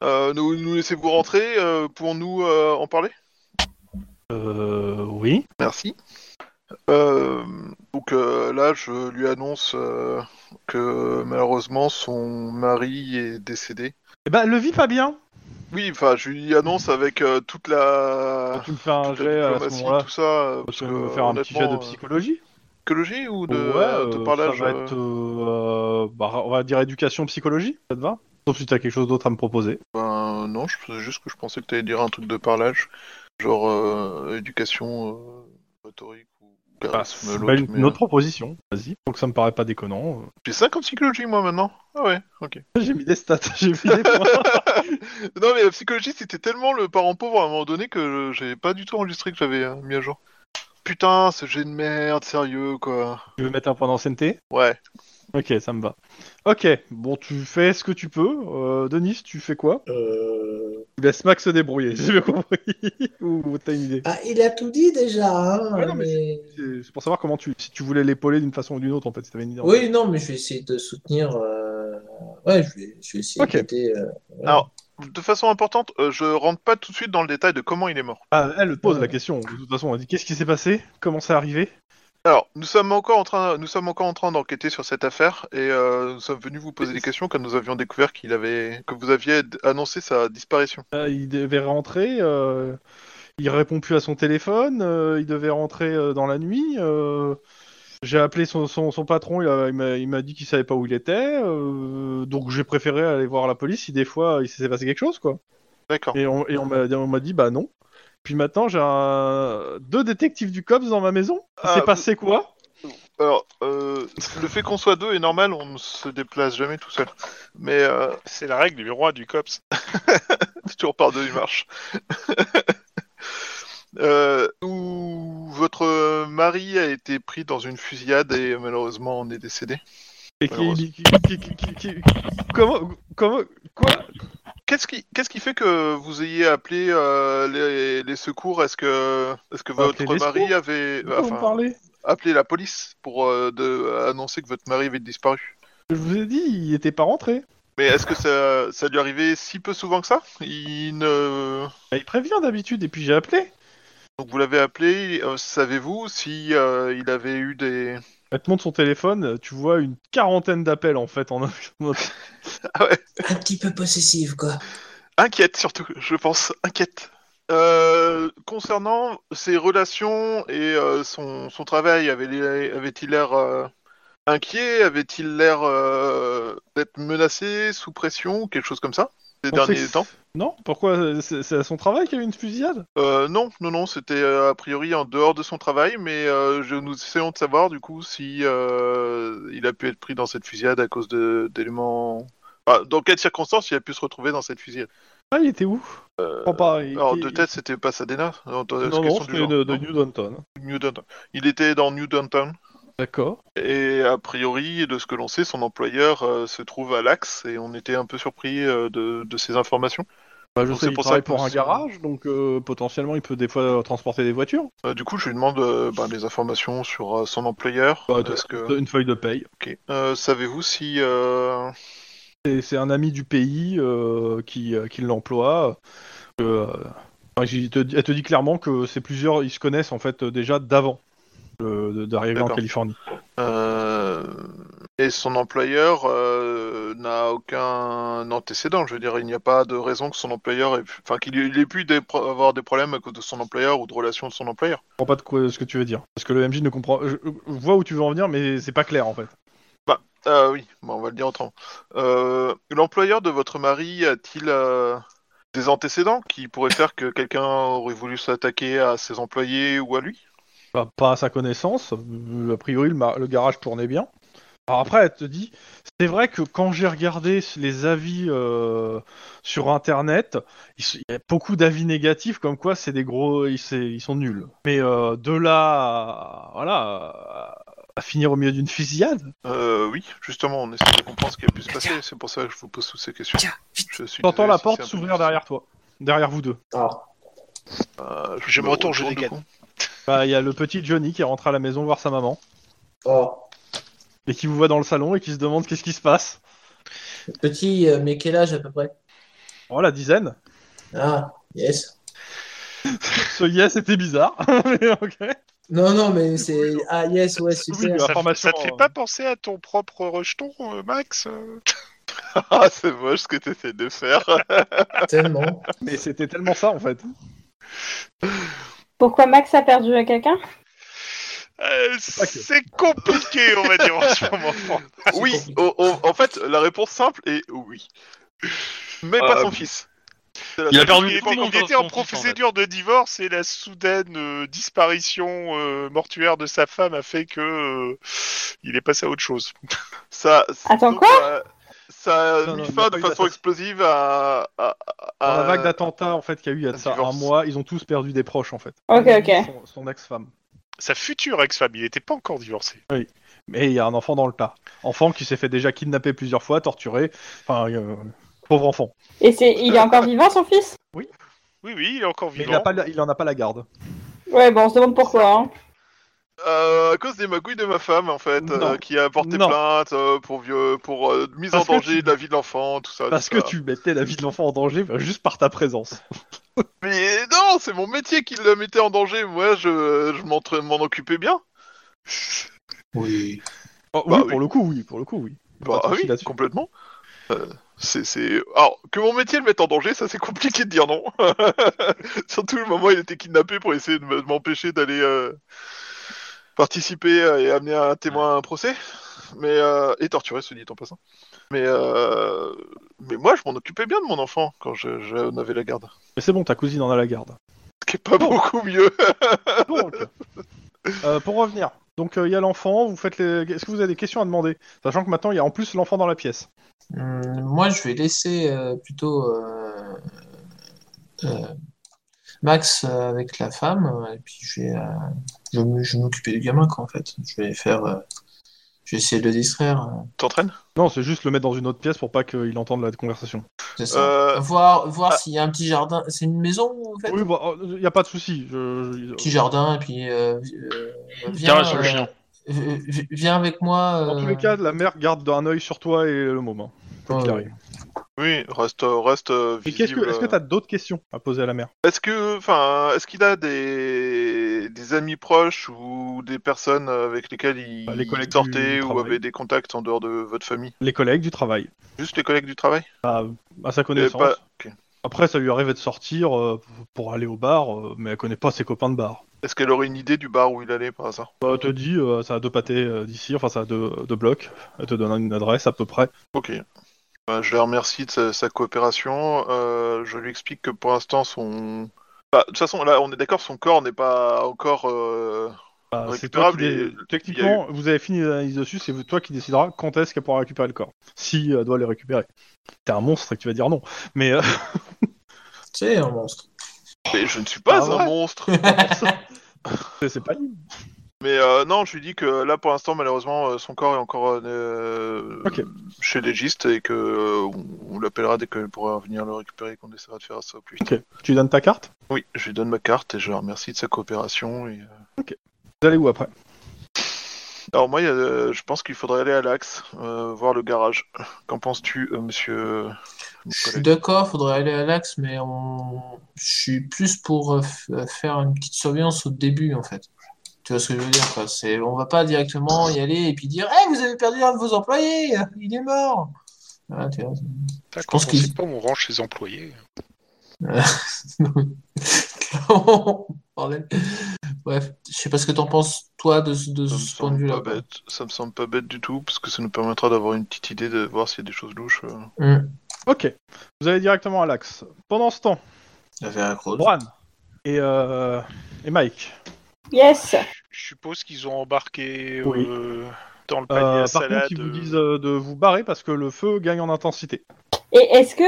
Speaker 1: Euh, nous, nous laissez-vous rentrer euh, pour nous euh, en parler
Speaker 4: Euh. Oui.
Speaker 1: Merci. Euh, donc euh, là, je lui annonce euh, que malheureusement son mari est décédé.
Speaker 4: Eh ben, le vit pas bien
Speaker 1: Oui, enfin, je lui annonce avec euh, toute la.
Speaker 4: Tu me fais un
Speaker 1: Ah, toute
Speaker 4: jet
Speaker 1: la
Speaker 4: à ce
Speaker 1: diplomatie,
Speaker 4: moment-là.
Speaker 1: tout ça, euh, parce
Speaker 4: Tu
Speaker 1: que
Speaker 4: vas me faire un petit jet de
Speaker 1: honnêtement, euh,
Speaker 4: psychologie
Speaker 1: psychologie ou de,
Speaker 4: euh,
Speaker 1: de
Speaker 4: ça
Speaker 1: parlage
Speaker 4: va être. euh, bah, on va dire éducation psychologie, ça te va Sauf si t'as quelque chose d'autre à me proposer.
Speaker 1: euh, ben, non, je c'est juste que je pensais que t'allais dire un truc de parlage, genre euh, éducation euh, rhétorique ou charisme,
Speaker 4: Bah, C'est
Speaker 1: l'autre.
Speaker 4: pas une,
Speaker 1: mais,
Speaker 4: une
Speaker 1: euh,
Speaker 4: autre proposition, vas-y. Donc ça me paraît pas déconnant. euh.
Speaker 1: J'ai 5 en psychologie moi maintenant. Ah ouais, ok.
Speaker 4: J'ai mis des stats, j'ai mis des points.
Speaker 1: non mais la psychologie c'était tellement le parent pauvre à un moment donné que je- j'ai pas du tout enregistré que j'avais euh, mis à jour. Putain, ce jet de merde, sérieux quoi.
Speaker 4: tu veux mettre un point d'ancienneté
Speaker 1: Ouais.
Speaker 4: Ok, ça me va. Ok, bon, tu fais ce que tu peux. Euh, Denis, tu fais quoi
Speaker 2: Euh,
Speaker 4: Tu laisses Max se débrouiller, j'ai bien compris. Ou t'as une idée
Speaker 2: Ah, il a tout dit déjà. hein,
Speaker 4: Ouais, non, mais
Speaker 2: mais-
Speaker 4: C'est c'est pour savoir comment tu, si tu voulais l'épauler d'une façon ou d'une autre, en fait, si t'avais une idée. en
Speaker 2: Oui, non, mais je vais essayer de soutenir. euh, Ouais, je vais, je vais essayer
Speaker 4: Ok.
Speaker 2: d'aider. euh, voilà.
Speaker 1: Alors, De façon importante, euh, je rentre pas tout de suite dans le détail de comment il est mort.
Speaker 4: Ah, elle pose
Speaker 2: Ouais.
Speaker 4: la question. De toute façon, on dit qu'est-ce qui s'est passé Comment c'est arrivé
Speaker 1: Alors, nous sommes encore en train, nous sommes encore en train d'enquêter sur cette affaire et euh, nous sommes venus vous poser des questions quand nous avions découvert qu'il avait, que vous aviez d- annoncé sa disparition.
Speaker 4: Euh, Il devait rentrer. euh, Il répond plus à son téléphone. euh, Il devait rentrer euh, dans la nuit. euh, J'ai appelé son, son, son patron. Il a- il m'a- il m'a dit qu'il savait pas où il était. euh, Donc j'ai préféré aller voir la police. Si des fois il s'est passé quelque chose, quoi.
Speaker 1: D'accord.
Speaker 4: Et on, et on m'a on m'a dit bah non. Puis maintenant j'ai un- deux détectives du cops dans ma maison.
Speaker 1: Ah,
Speaker 4: C'est passé quoi
Speaker 1: Alors, euh, le fait qu'on soit deux est normal, on ne se déplace jamais tout seul. Mais euh,
Speaker 5: C'est la règle numéro un du COPS.
Speaker 1: tu repars deux, il marche. Euh, nous- votre mari a été pris dans une fusillade et malheureusement on est décédé.
Speaker 4: Et qui, qui- qui- qui- qui- qui- comment, comment, quoi
Speaker 1: Qu'est-ce qui, qu'est-ce qui fait que vous ayez appelé euh, les, les secours Est-ce que, est-ce que votre
Speaker 4: Appeler les
Speaker 1: mari
Speaker 4: secours
Speaker 1: avait
Speaker 4: Pourquoi vous
Speaker 1: enfin,
Speaker 4: parlez
Speaker 1: appelé la police pour euh, de- annoncer que votre mari avait disparu
Speaker 4: Je vous ai dit, il était pas rentré.
Speaker 1: Mais est-ce que ça, ça lui arrivait si peu souvent que ça Il ne...
Speaker 4: Bah, il prévient d'habitude, et puis j'ai appelé.
Speaker 1: Donc vous l'avez appelé, euh, savez-vous si euh, il avait eu des...
Speaker 4: Elle te montre son téléphone, tu vois une quarantaine d'appels en fait en un minute.
Speaker 2: Un petit peu possessive, quoi.
Speaker 1: Inquiète surtout, je pense, inquiète. Euh, concernant ses relations et euh, son, son travail, avait- avait-il l'air euh, inquiet Avait-il l'air euh, d'être menacé, sous pression, ou quelque chose comme ça, ces
Speaker 4: On sait
Speaker 1: derniers
Speaker 4: que-
Speaker 1: temps
Speaker 4: Non Pourquoi C'est c'est à son travail qu'il y a eu une fusillade
Speaker 1: Euh, Non, non, non, c'était euh, a priori en dehors de son travail, mais euh, je, nous essayons de savoir du coup si euh, il a pu être pris dans cette fusillade à cause de- d'éléments... Enfin, dans quelles circonstances il a pu se retrouver dans cette fusillade
Speaker 4: Ah, il était où Oh, bah, il-
Speaker 1: Euh, Alors,
Speaker 4: il-
Speaker 1: de tête, euh, c'était pas Sadena Non,
Speaker 4: il- Non, non, c'était de, de New Downton.
Speaker 1: Newton. Il était dans New Downtown.
Speaker 4: D'accord.
Speaker 1: Et a priori, de ce que l'on sait, son employeur euh, se trouve à l'axe et on était un peu surpris euh, de, de ces informations.
Speaker 4: Bah, je
Speaker 1: Donc, c'est
Speaker 4: sais qu'il
Speaker 1: pour ça
Speaker 4: travaille
Speaker 1: que
Speaker 4: pour un
Speaker 1: c'est-
Speaker 4: garage, donc euh, potentiellement il peut des fois euh, transporter des voitures.
Speaker 1: Euh, du coup, je lui demande euh, ben, des informations sur euh, son employeur.
Speaker 4: Bah, de-
Speaker 1: parce que...
Speaker 4: Une feuille de paye.
Speaker 1: Ok. Euh, Savez-vous si... euh,
Speaker 4: C'est- C'est un ami du pays euh, qui, euh, qui l'emploie. euh, enfin, j'y te- elle te dit clairement que c'est plusieurs, ils se connaissent en fait euh, déjà d'avant euh, de- d'arriver en
Speaker 1: D'accord.
Speaker 4: Californie.
Speaker 1: euh, Et son employeur euh, n'a aucun antécédent. Je veux dire, il n'y a pas de raison que son employeur... Ait... pu- Enfin, qu'il ait- il ait pu des pro- avoir des problèmes à cause de son employeur ou de relations de son employeur.
Speaker 4: Je comprends pas de quoi ce que tu veux dire. Parce que le MJ ne comprend. Je, je vois où tu veux en venir, mais c'est pas clair en fait.
Speaker 1: Ah oui, bah, on va le dire autrement. Euh, L'employeur de votre mari a-t-il euh, des antécédents qui pourraient faire que quelqu'un aurait voulu s'attaquer à ses employés ou à lui
Speaker 4: Bah, pas à sa connaissance. euh, A priori, le, ma- le garage tournait bien. Alors après, elle te dit, c'est vrai que quand j'ai regardé les avis euh, sur Internet, il s- il y a beaucoup d'avis négatifs, comme quoi c'est des gros, ils, c'est- ils sont nuls. Mais euh, de là, à, voilà, à- à finir au milieu d'une fusillade,
Speaker 1: Euh, Oui, justement, on essaie de comprendre ce qui a pu se passer. C'est pour ça que je vous pose toutes ces questions.
Speaker 7: Tiens, vite.
Speaker 1: Je suis
Speaker 4: t'entends
Speaker 1: désolé
Speaker 4: la
Speaker 1: si
Speaker 4: porte
Speaker 1: c'est un peu
Speaker 4: s'ouvrir
Speaker 1: difficile.
Speaker 4: derrière toi, derrière vous deux.
Speaker 2: Alors,
Speaker 1: Euh,
Speaker 5: Je me retourne, je
Speaker 1: du
Speaker 5: dégaine.
Speaker 1: coup.
Speaker 4: Bah, il y a le petit Johnny qui est rentré à la maison voir sa maman
Speaker 2: oh,
Speaker 4: et qui vous voit dans le salon et qui se demande qu'est-ce qui se passe.
Speaker 2: petit, euh, mais quel âge à peu près
Speaker 4: Oh la dizaine.
Speaker 2: Ah, yes.
Speaker 4: Ce yes c'était bizarre. mais ok.
Speaker 2: Non, non, mais c'est. Ah, yes, ouais,
Speaker 4: Oui,
Speaker 2: super.
Speaker 4: bah.
Speaker 5: Ça,
Speaker 4: Information,
Speaker 5: ça te fait
Speaker 4: euh.
Speaker 5: pas penser à ton propre rejeton, euh, Max euh
Speaker 1: Ah, c'est moche ce que t'essaies de faire.
Speaker 4: hein.
Speaker 2: Tellement.
Speaker 4: Mais c'était tellement ça en fait.
Speaker 6: Pourquoi Max a perdu à quelqu'un
Speaker 5: Euh,
Speaker 4: Pas que.
Speaker 5: C'est compliqué, on va dire en ce moment.
Speaker 2: C'est
Speaker 1: oui,
Speaker 2: compliqué.
Speaker 1: o- o- en fait, la réponse simple est oui. Mais pas
Speaker 5: Euh,
Speaker 1: son fils. C'est la
Speaker 3: Il a
Speaker 1: seule-
Speaker 3: perdu
Speaker 5: Il
Speaker 3: beaucoup
Speaker 5: était,
Speaker 3: de monde
Speaker 5: il était
Speaker 3: dans
Speaker 5: en
Speaker 3: son fils,
Speaker 5: procédure de divorce et la soudaine euh, disparition euh, mortuaire de sa femme a fait que euh, il est passé à autre chose.
Speaker 1: Ça,
Speaker 6: Attends,
Speaker 1: donc,
Speaker 6: quoi
Speaker 1: euh, Ça a
Speaker 4: Non,
Speaker 1: mis
Speaker 4: non, il n'y a
Speaker 1: fin
Speaker 4: pas
Speaker 1: euh, de
Speaker 4: eu
Speaker 1: façon
Speaker 4: d'assassinat.
Speaker 1: explosive à, à,
Speaker 4: Dans
Speaker 1: à-
Speaker 4: la vague d'attentats en fait qu'il y a eu il y a de ça un
Speaker 1: Euh, divorce.
Speaker 4: mois, ils ont tous perdu des proches en fait.
Speaker 6: Ok, ok.
Speaker 4: Son, son ex-femme.
Speaker 5: Sa future ex-femme, il n'était pas encore divorcé.
Speaker 4: Mais il y a un enfant dans le tas. Enfant qui s'est fait déjà kidnapper plusieurs fois, torturé. Enfin, euh, pauvre enfant.
Speaker 6: Et c'est, il est encore vivant son fils
Speaker 5: Oui, oui, il est encore
Speaker 4: Mais
Speaker 5: vivant.
Speaker 4: il, a pas, la- il en a pas la garde.
Speaker 6: Ouais, bon, on se demande pourquoi. Hein.
Speaker 1: Euh, à cause des magouilles de ma femme en fait, euh,
Speaker 4: Non.
Speaker 1: qui a porté
Speaker 4: Non.
Speaker 1: plainte euh, pour vieux, pour euh, mise
Speaker 4: Parce
Speaker 1: en
Speaker 4: que
Speaker 1: danger
Speaker 4: tu-
Speaker 1: de la vie de l'enfant, tout ça.
Speaker 4: Parce
Speaker 1: tout
Speaker 4: que
Speaker 1: ça.
Speaker 4: tu mettais la vie de l'enfant en danger bah, juste par ta présence.
Speaker 1: Mais non, c'est mon métier qui le mettait en danger. Moi, je, je m'entra- m'en occupais bien.
Speaker 2: Oui.
Speaker 4: Oh,
Speaker 1: Bah
Speaker 4: oui,
Speaker 1: oui.
Speaker 4: pour le coup, oui, pour le coup, oui.
Speaker 1: Bah
Speaker 4: Pas de souci
Speaker 1: oui,
Speaker 4: là-dessus.
Speaker 1: complètement. Euh, c'est, c'est... Alors, que mon métier le mette en danger, ça c'est compliqué de dire non. Surtout le moment où il était kidnappé pour essayer de me- de m'empêcher d'aller euh, participer euh, et amener un témoin à un procès. Mais, euh, et torturé, se dit en passant. Mais, euh, mais moi, je m'en occupais bien de mon enfant quand je, je n'avais la garde.
Speaker 4: Mais c'est bon, ta cousine en a la garde.
Speaker 1: Ce qui est pas beaucoup mieux.
Speaker 4: Donc, euh, pour revenir, donc euh, il y a l'enfant, vous faites les... Est-ce que vous avez des questions à demander Sachant que maintenant il y a en plus l'enfant dans la pièce.
Speaker 2: Hum, moi, je vais laisser euh, plutôt euh, euh, Max euh, avec la femme, euh, et puis je vais, euh, je vais m- je vais m'occuper du gamin, quoi, en fait. Je vais faire. euh, Je vais essayer de le distraire. euh,
Speaker 1: T'entraînes
Speaker 4: Non, c'est juste le mettre dans une autre pièce pour pas qu'il entende la conversation.
Speaker 2: C'est ça.
Speaker 1: euh,
Speaker 2: Voir, voir s'il y a un petit jardin. C'est une maison en fait
Speaker 4: ah. Oui, bah, euh, y a pas de souci. Je...
Speaker 2: Petit jardin, et puis. euh, euh, viens,
Speaker 3: Tiens, sur le
Speaker 2: euh,
Speaker 3: chien.
Speaker 2: euh, vi- viens avec moi.
Speaker 4: Dans tous
Speaker 2: euh,
Speaker 4: les cas, la mère garde un œil sur toi et le hein, moment.
Speaker 2: euh,
Speaker 1: Oui, reste, reste euh,
Speaker 4: Et qu'est-ce
Speaker 1: visible.
Speaker 4: que, est-ce que t'as d'autres questions à poser à la mère
Speaker 1: Est-ce que, enfin, est-ce qu'il a des... des amis proches ou des personnes avec lesquelles il
Speaker 4: Bah, les collègues
Speaker 1: sortait
Speaker 4: du
Speaker 1: ou
Speaker 4: travail.
Speaker 1: avait des contacts en dehors de votre famille
Speaker 4: Les collègues du travail,
Speaker 1: Juste les collègues du travail
Speaker 4: à, à sa
Speaker 1: Et
Speaker 4: connaissance.
Speaker 1: pas- ok.
Speaker 4: Après, ça lui arrivait de sortir euh, pour aller au bar, euh, mais elle connaît pas ses copains de bar.
Speaker 1: Est-ce qu'elle aurait une idée du bar où il allait par hasard
Speaker 4: Bah, elle te dit, euh, ça a deux pâtés euh, d'ici, enfin ça a deux, deux blocs. Elle te donne une adresse à peu près.
Speaker 1: Ok. Bah, je la remercie de sa, sa coopération. Euh, je lui explique que pour l'instant, son. Bah, de toute façon, là, on est d'accord, son corps n'est pas encore. euh,
Speaker 4: Bah,
Speaker 1: Ouais,
Speaker 4: c'est toi qui
Speaker 1: récupérable,
Speaker 4: dé-
Speaker 1: et il y a
Speaker 4: Techniquement, vous avez fini l'analyse dessus, c'est toi qui décideras quand est-ce qu'elle pourra récupérer le corps. Si elle doit le récupérer. T'es un monstre et que tu vas dire non. Mais euh,
Speaker 2: C'est un monstre.
Speaker 1: Mais je ne suis pas
Speaker 4: Ah,
Speaker 1: un
Speaker 4: ouais.
Speaker 1: monstre
Speaker 4: c'est- c'est pas libre.
Speaker 1: Mais euh, non, je lui dis que là, pour l'instant, malheureusement, euh, son corps est encore euh,
Speaker 4: Ok.
Speaker 1: chez l'égiste et que euh, on- on l'appellera dès qu'elle pourra venir le récupérer et qu'on essaiera de faire ça au plus vite.
Speaker 4: Ok. Tu lui donnes ta carte
Speaker 1: Oui, je lui donne ma carte et je la remercie de sa coopération. et, euh,
Speaker 4: Vous allez où après
Speaker 1: Alors moi, il y a, euh, je pense qu'il faudrait aller à l'axe, euh, voir le garage. Qu'en penses-tu, euh, monsieur euh, mon
Speaker 2: Je suis
Speaker 1: collègue
Speaker 2: d'accord, faudrait aller à l'axe, mais on... je suis plus pour euh, f- faire une petite surveillance au début, en fait. Tu vois ce que je veux dire, quoi. C'est... On va pas directement y aller et puis dire Eh, vous avez perdu un de vos employés, il est mort Voilà, tu vois,
Speaker 5: Putain,
Speaker 2: pense
Speaker 5: quand on
Speaker 2: qu'il-
Speaker 5: sait pas où on range ses employés.
Speaker 2: Non. Bordel. Bref, je sais pas ce que t'en penses, toi, de, ce- de
Speaker 1: Ça me
Speaker 2: ce point de
Speaker 1: semble
Speaker 2: vue-là.
Speaker 1: pas
Speaker 2: quoi.
Speaker 1: bête. Ça me semble pas bête du tout, parce que ça nous permettra d'avoir une petite idée de voir s'il y a des choses louches. euh.
Speaker 2: Hum.
Speaker 4: Ok. Vous allez directement à l'axe. Pendant ce temps,
Speaker 2: J'avais un gros-
Speaker 4: Bran et, euh, et Mike.
Speaker 6: Yes.
Speaker 5: Je suppose qu'ils ont embarqué
Speaker 4: Oui.
Speaker 5: euh, dans le
Speaker 4: Euh,
Speaker 5: panier à
Speaker 4: par
Speaker 5: salade.
Speaker 4: contre, ils vous
Speaker 5: euh,
Speaker 4: disent euh, de vous barrer parce que le feu gagne en intensité.
Speaker 6: Et est-ce que,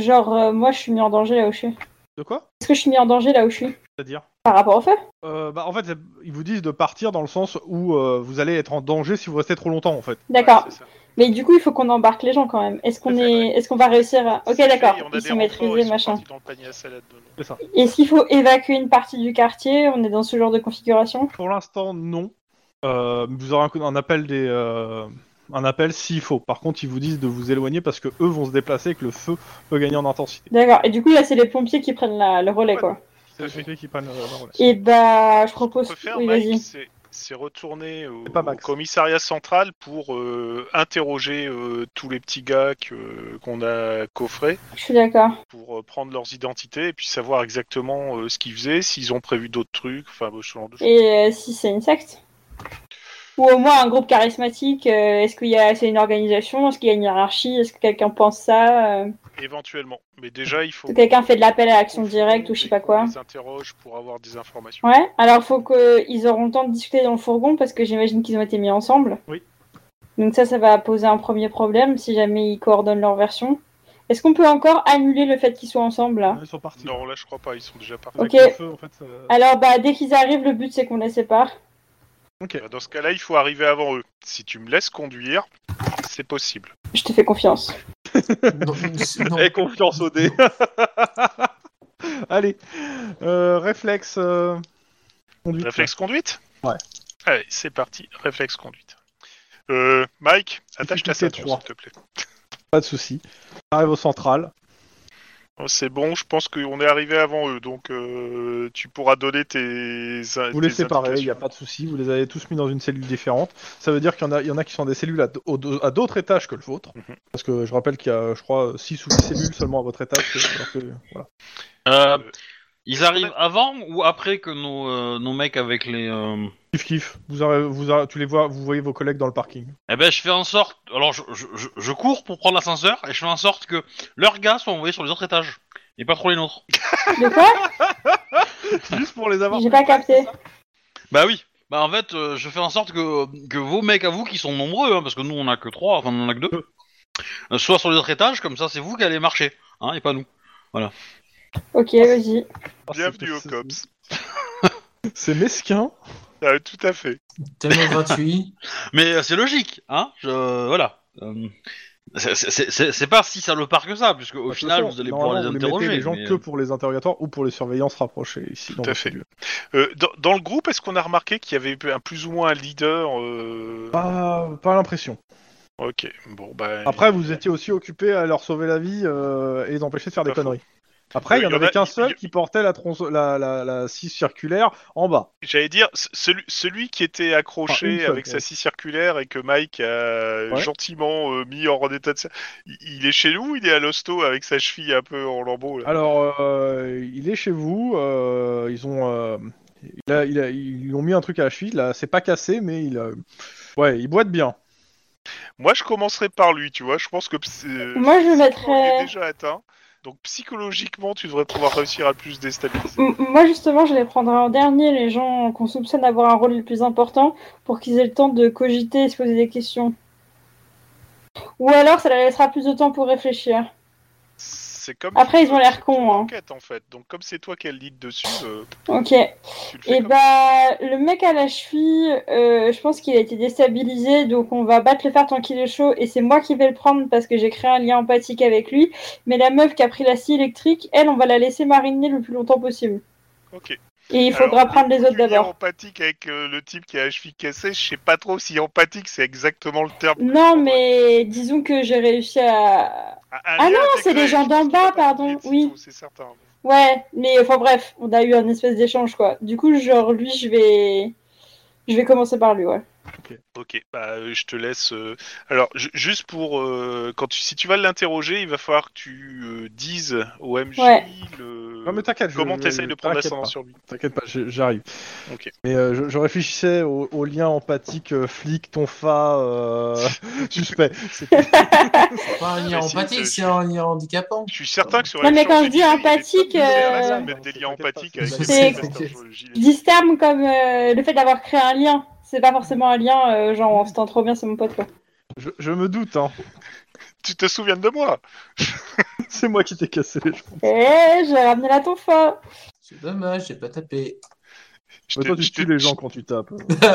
Speaker 6: genre, euh, moi, je suis mis en danger là où je suis
Speaker 4: De quoi
Speaker 6: Est-ce que je suis mis en danger là où je suis
Speaker 4: C'est-à-dire
Speaker 6: Par rapport au feu
Speaker 4: Euh, bah, En fait, ils vous disent de partir dans le sens où euh, vous allez être en danger si vous restez trop longtemps, en fait.
Speaker 6: D'accord.
Speaker 5: ouais, c'est ça.
Speaker 6: Mais du coup, il faut qu'on embarque les gens quand même. Est-ce qu'on
Speaker 5: C'est
Speaker 6: est... Est-ce qu'on va réussir à... Ok,
Speaker 5: C'est
Speaker 6: d'accord.
Speaker 5: fait, on a
Speaker 6: Ils
Speaker 5: des
Speaker 6: sont
Speaker 5: renforts,
Speaker 6: maîtrisés,
Speaker 5: ils sont
Speaker 6: machin.
Speaker 5: partis dans le panier à salade. maintenant.
Speaker 6: Est-ce qu'il faut évacuer une partie du quartier On est dans ce genre de configuration
Speaker 4: Pour l'instant, non. Euh, vous aurez un, un appel des, euh, un appel s'il faut. Par contre, ils vous disent de vous éloigner parce que eux vont se déplacer et que le feu peut gagner en intensité.
Speaker 6: D'accord. Et du coup, là, c'est les pompiers qui prennent la- le relais, quoi.
Speaker 4: C'est les pompiers qui prennent euh, le relais.
Speaker 6: Et bah, je
Speaker 5: Ce qu'on
Speaker 6: propose.
Speaker 5: peut faire,
Speaker 6: oui,
Speaker 5: Mike,
Speaker 6: vas-y.
Speaker 5: c'est- c'est retourner au,
Speaker 4: C'est pas Max.
Speaker 5: au commissariat central pour euh, interroger euh, tous les petits gars que- qu'on a coffrés
Speaker 6: Je suis d'accord.
Speaker 5: pour euh, prendre leurs identités et puis savoir exactement euh, ce qu'ils faisaient, s'ils ont prévu d'autres trucs, enfin ce genre de choses.
Speaker 6: Et euh, si c'est une secte Ou au moins un groupe charismatique euh, Est-ce qu'il y a c'est une organisation Est-ce qu'il y a une hiérarchie Est-ce que quelqu'un pense ça euh,
Speaker 5: Éventuellement. Mais déjà, il
Speaker 6: Est-ce
Speaker 5: faut.
Speaker 6: que quelqu'un fait de l'appel à l'action directe ou je sais pas quoi
Speaker 5: On les interroge pour avoir des informations.
Speaker 6: Ouais, alors faut qu'ils auront le temps de discuter dans le fourgon parce que j'imagine qu'ils ont été mis ensemble.
Speaker 4: Oui.
Speaker 6: Donc ça, ça va poser un premier problème si jamais ils coordonnent leur version. Est-ce qu'on peut encore annuler le fait qu'ils soient ensemble là
Speaker 4: Ils sont partis.
Speaker 5: Non, là, je crois pas, ils sont déjà partis.
Speaker 4: Avec
Speaker 6: Ok.
Speaker 4: le feu, en fait, euh. ça-
Speaker 6: Alors bah dès qu'ils arrivent, le but c'est qu'on les sépare.
Speaker 4: Ok.
Speaker 5: Bah, Dans ce cas-là, il faut arriver avant eux. Si tu me laisses conduire, c'est possible.
Speaker 6: Je te fais confiance.
Speaker 2: Non, c'est- non.
Speaker 4: Eh, confiance au dé. Allez, euh, réflexe. euh, conduite.
Speaker 5: Réflexe conduite
Speaker 4: Ouais.
Speaker 5: Allez, c'est parti. Réflexe conduite. Euh, Mike, attache ta
Speaker 4: Difficulté
Speaker 5: ceinture,
Speaker 4: trois.
Speaker 5: s'il te plaît.
Speaker 4: Pas de souci. Arrive au central.
Speaker 5: Oh, C'est bon, je pense qu'on est arrivé avant eux, donc euh, tu pourras donner tes.
Speaker 4: Vous les séparez, il n'y a pas de souci. Vous les avez tous mis dans une cellule différente. Ça veut dire qu'il y, en a- il y en a qui sont des cellules à, d- au- de- à d'autres étages que le vôtre.
Speaker 5: Mhm.
Speaker 4: Parce que je rappelle qu'il y a, je crois, 6 ou 10 cellules seulement à votre étage. que- alors que- voilà.
Speaker 3: Euh, ben- ils arrivent avant ou après que nos, euh, nos mecs avec les... euh,
Speaker 4: Kiff kiff. Vous, arrivez- vous arrivez- tu les vois, vous voyez vos collègues dans le parking.
Speaker 3: Eh ben, je fais en sorte. Alors, je, je, je- je cours pour prendre l'ascenseur et je fais en sorte que leurs gars soient envoyés sur les autres étages et pas trop les nôtres.
Speaker 6: De quoi
Speaker 4: Juste pour les avoir.
Speaker 6: J'ai pas capté.
Speaker 3: Bah oui. Bah en fait, euh, je fais en sorte que, que vos mecs à vous qui sont nombreux, hein, parce que nous on a que trois, enfin on en a que deux, euh, soient sur les autres étages. Comme ça, c'est vous qui allez marcher, hein, et pas nous.
Speaker 6: Ok, vas-y.
Speaker 4: Ah, c'est-
Speaker 5: Bienvenue au
Speaker 4: c'est-
Speaker 5: COPS.
Speaker 4: C'est mesquin.
Speaker 5: Ah, tout à fait.
Speaker 2: Tellement gratuit.
Speaker 3: Mais euh, c'est logique, hein Je- Voilà. Euh, c'est- c'est c'est- c'est pas si salopard que ça, puisque
Speaker 4: Bah,
Speaker 3: au
Speaker 4: De toute
Speaker 3: final,
Speaker 4: façon,
Speaker 3: vous allez
Speaker 4: normalement,
Speaker 3: pouvoir les
Speaker 4: vous
Speaker 3: interroger.
Speaker 4: mettez les gens
Speaker 3: mais,
Speaker 4: que
Speaker 3: euh,
Speaker 4: pour les interrogatoires ou pour les surveillances rapprochées ici. dans
Speaker 5: Tout à
Speaker 4: le
Speaker 5: fait.
Speaker 4: studio.
Speaker 5: Euh, dans, dans le groupe, est-ce qu'on a remarqué qu'il y avait un plus ou moins un leader euh,
Speaker 4: Ah. Pas, pas l'impression.
Speaker 5: Ok, bon, bah.
Speaker 4: Après, vous étiez aussi occupé à leur sauver la vie euh, et les empêcher de faire des
Speaker 5: Pas faux.
Speaker 4: conneries. Après, il y en avait qu'un seul
Speaker 5: il-
Speaker 4: qui portait la, tronçon- la, la, la scie circulaire en bas.
Speaker 5: J'allais dire, ce- celui, celui qui était accroché
Speaker 4: Ah, une seule,
Speaker 5: avec sa
Speaker 4: ouais.
Speaker 5: scie circulaire et que Mike a
Speaker 4: Ouais.
Speaker 5: gentiment euh, mis en état de. ser- Il, il est chez nous ou il est à l'hosto avec sa cheville un peu en lambeau là
Speaker 4: Alors, euh, il est chez vous. euh, ils ont, euh, il a- il a- ils lui ont mis un truc à la cheville. Là, c'est pas cassé, mais il, euh, ouais, il boite bien.
Speaker 5: Moi, je commencerai par lui, tu vois. Je pense que. psy- euh,
Speaker 6: Moi, je
Speaker 5: physiquement,
Speaker 6: mettrais-
Speaker 5: Il est déjà atteint. Donc, psychologiquement, tu devrais pouvoir réussir à le plus déstabiliser.
Speaker 6: M- Moi, justement, je les prendrai en dernier, les gens qu'on soupçonne avoir un rôle le plus important, pour qu'ils aient le temps de cogiter et se poser des questions. Ou alors, ça leur laissera plus de temps pour réfléchir.
Speaker 5: C'est comme.
Speaker 6: Après, ils ont l'air
Speaker 5: c'est
Speaker 6: cons,
Speaker 5: une
Speaker 6: hein.
Speaker 5: enquête, en fait. Donc, comme c'est toi qui as le lead dessus, euh,
Speaker 6: Ok.
Speaker 5: tu le fais
Speaker 6: Et
Speaker 5: comme
Speaker 6: bah, le mec à la cheville, euh, je pense qu'il a été déstabilisé, donc on va battre le fer tant qu'il est chaud, et c'est moi qui vais le prendre parce que j'ai créé un lien empathique avec lui. Mais la meuf qui a pris la scie électrique, elle, on va la laisser mariner le plus longtemps possible.
Speaker 5: ça. Ok.
Speaker 6: Et il faudra
Speaker 5: Alors,
Speaker 6: prendre les
Speaker 5: le
Speaker 6: autres
Speaker 5: lien
Speaker 6: d'abord.
Speaker 5: empathique avec euh, le type qui a la cheville cassée, je sais pas trop si empathique c'est exactement le terme.
Speaker 6: Non, mais disons que j'ai réussi à. Ah non, c'est les gens d'en bas, pardon, oui.
Speaker 5: C'est certain.
Speaker 6: Ouais, mais enfin bref, on a eu un espèce d'échange quoi. Du coup, genre lui, je vais. Je vais commencer par lui, ouais.
Speaker 5: Ok, bah, euh, je te laisse. euh, Alors, ju- juste pour. euh, quand tu, si tu vas l'interroger, il va falloir que tu euh, dises au MJ
Speaker 6: Ouais.
Speaker 5: le-
Speaker 4: Non, mais t'inquiète, je-
Speaker 5: comment
Speaker 4: je-
Speaker 5: tu essayes de prendre
Speaker 4: t'inquiète
Speaker 5: l'ascendant
Speaker 4: pas.
Speaker 5: sur lui.
Speaker 4: T'inquiète pas, j'- j'arrive.
Speaker 5: Ok.
Speaker 4: Mais euh, je, je réfléchissais au, au lien empathique euh, flic tonfa euh, suspect. C'était-
Speaker 2: C'est pas un lien
Speaker 5: Mais si,
Speaker 2: empathique,
Speaker 5: c'est-
Speaker 2: c'est un lien handicapant.
Speaker 5: Je suis certain que sur
Speaker 6: Non, mais
Speaker 5: l'échange
Speaker 6: quand je dis
Speaker 5: d'idées, il y a des
Speaker 6: empathique,
Speaker 5: trucs, mais
Speaker 6: euh,
Speaker 5: même des liens empathiques
Speaker 4: C'est-
Speaker 5: avec les
Speaker 6: c'est-
Speaker 5: Masters
Speaker 2: c'est-
Speaker 5: Gilet.
Speaker 6: Distam comme euh, le fait d'avoir créé un lien. C'est pas forcément un lien, euh, genre on se tend trop bien, c'est mon pote quoi.
Speaker 4: Je, je me doute, hein.
Speaker 5: Tu te souviens de moi
Speaker 4: C'est moi qui t'ai cassé les jambes.
Speaker 6: Eh, j'ai ramené la tonfa.
Speaker 2: C'est dommage, j'ai pas tapé.
Speaker 5: Je
Speaker 4: Mais
Speaker 5: t'ai-
Speaker 4: Bah, toi, tu
Speaker 5: je t'ai-
Speaker 4: tues les gens quand tu tapes.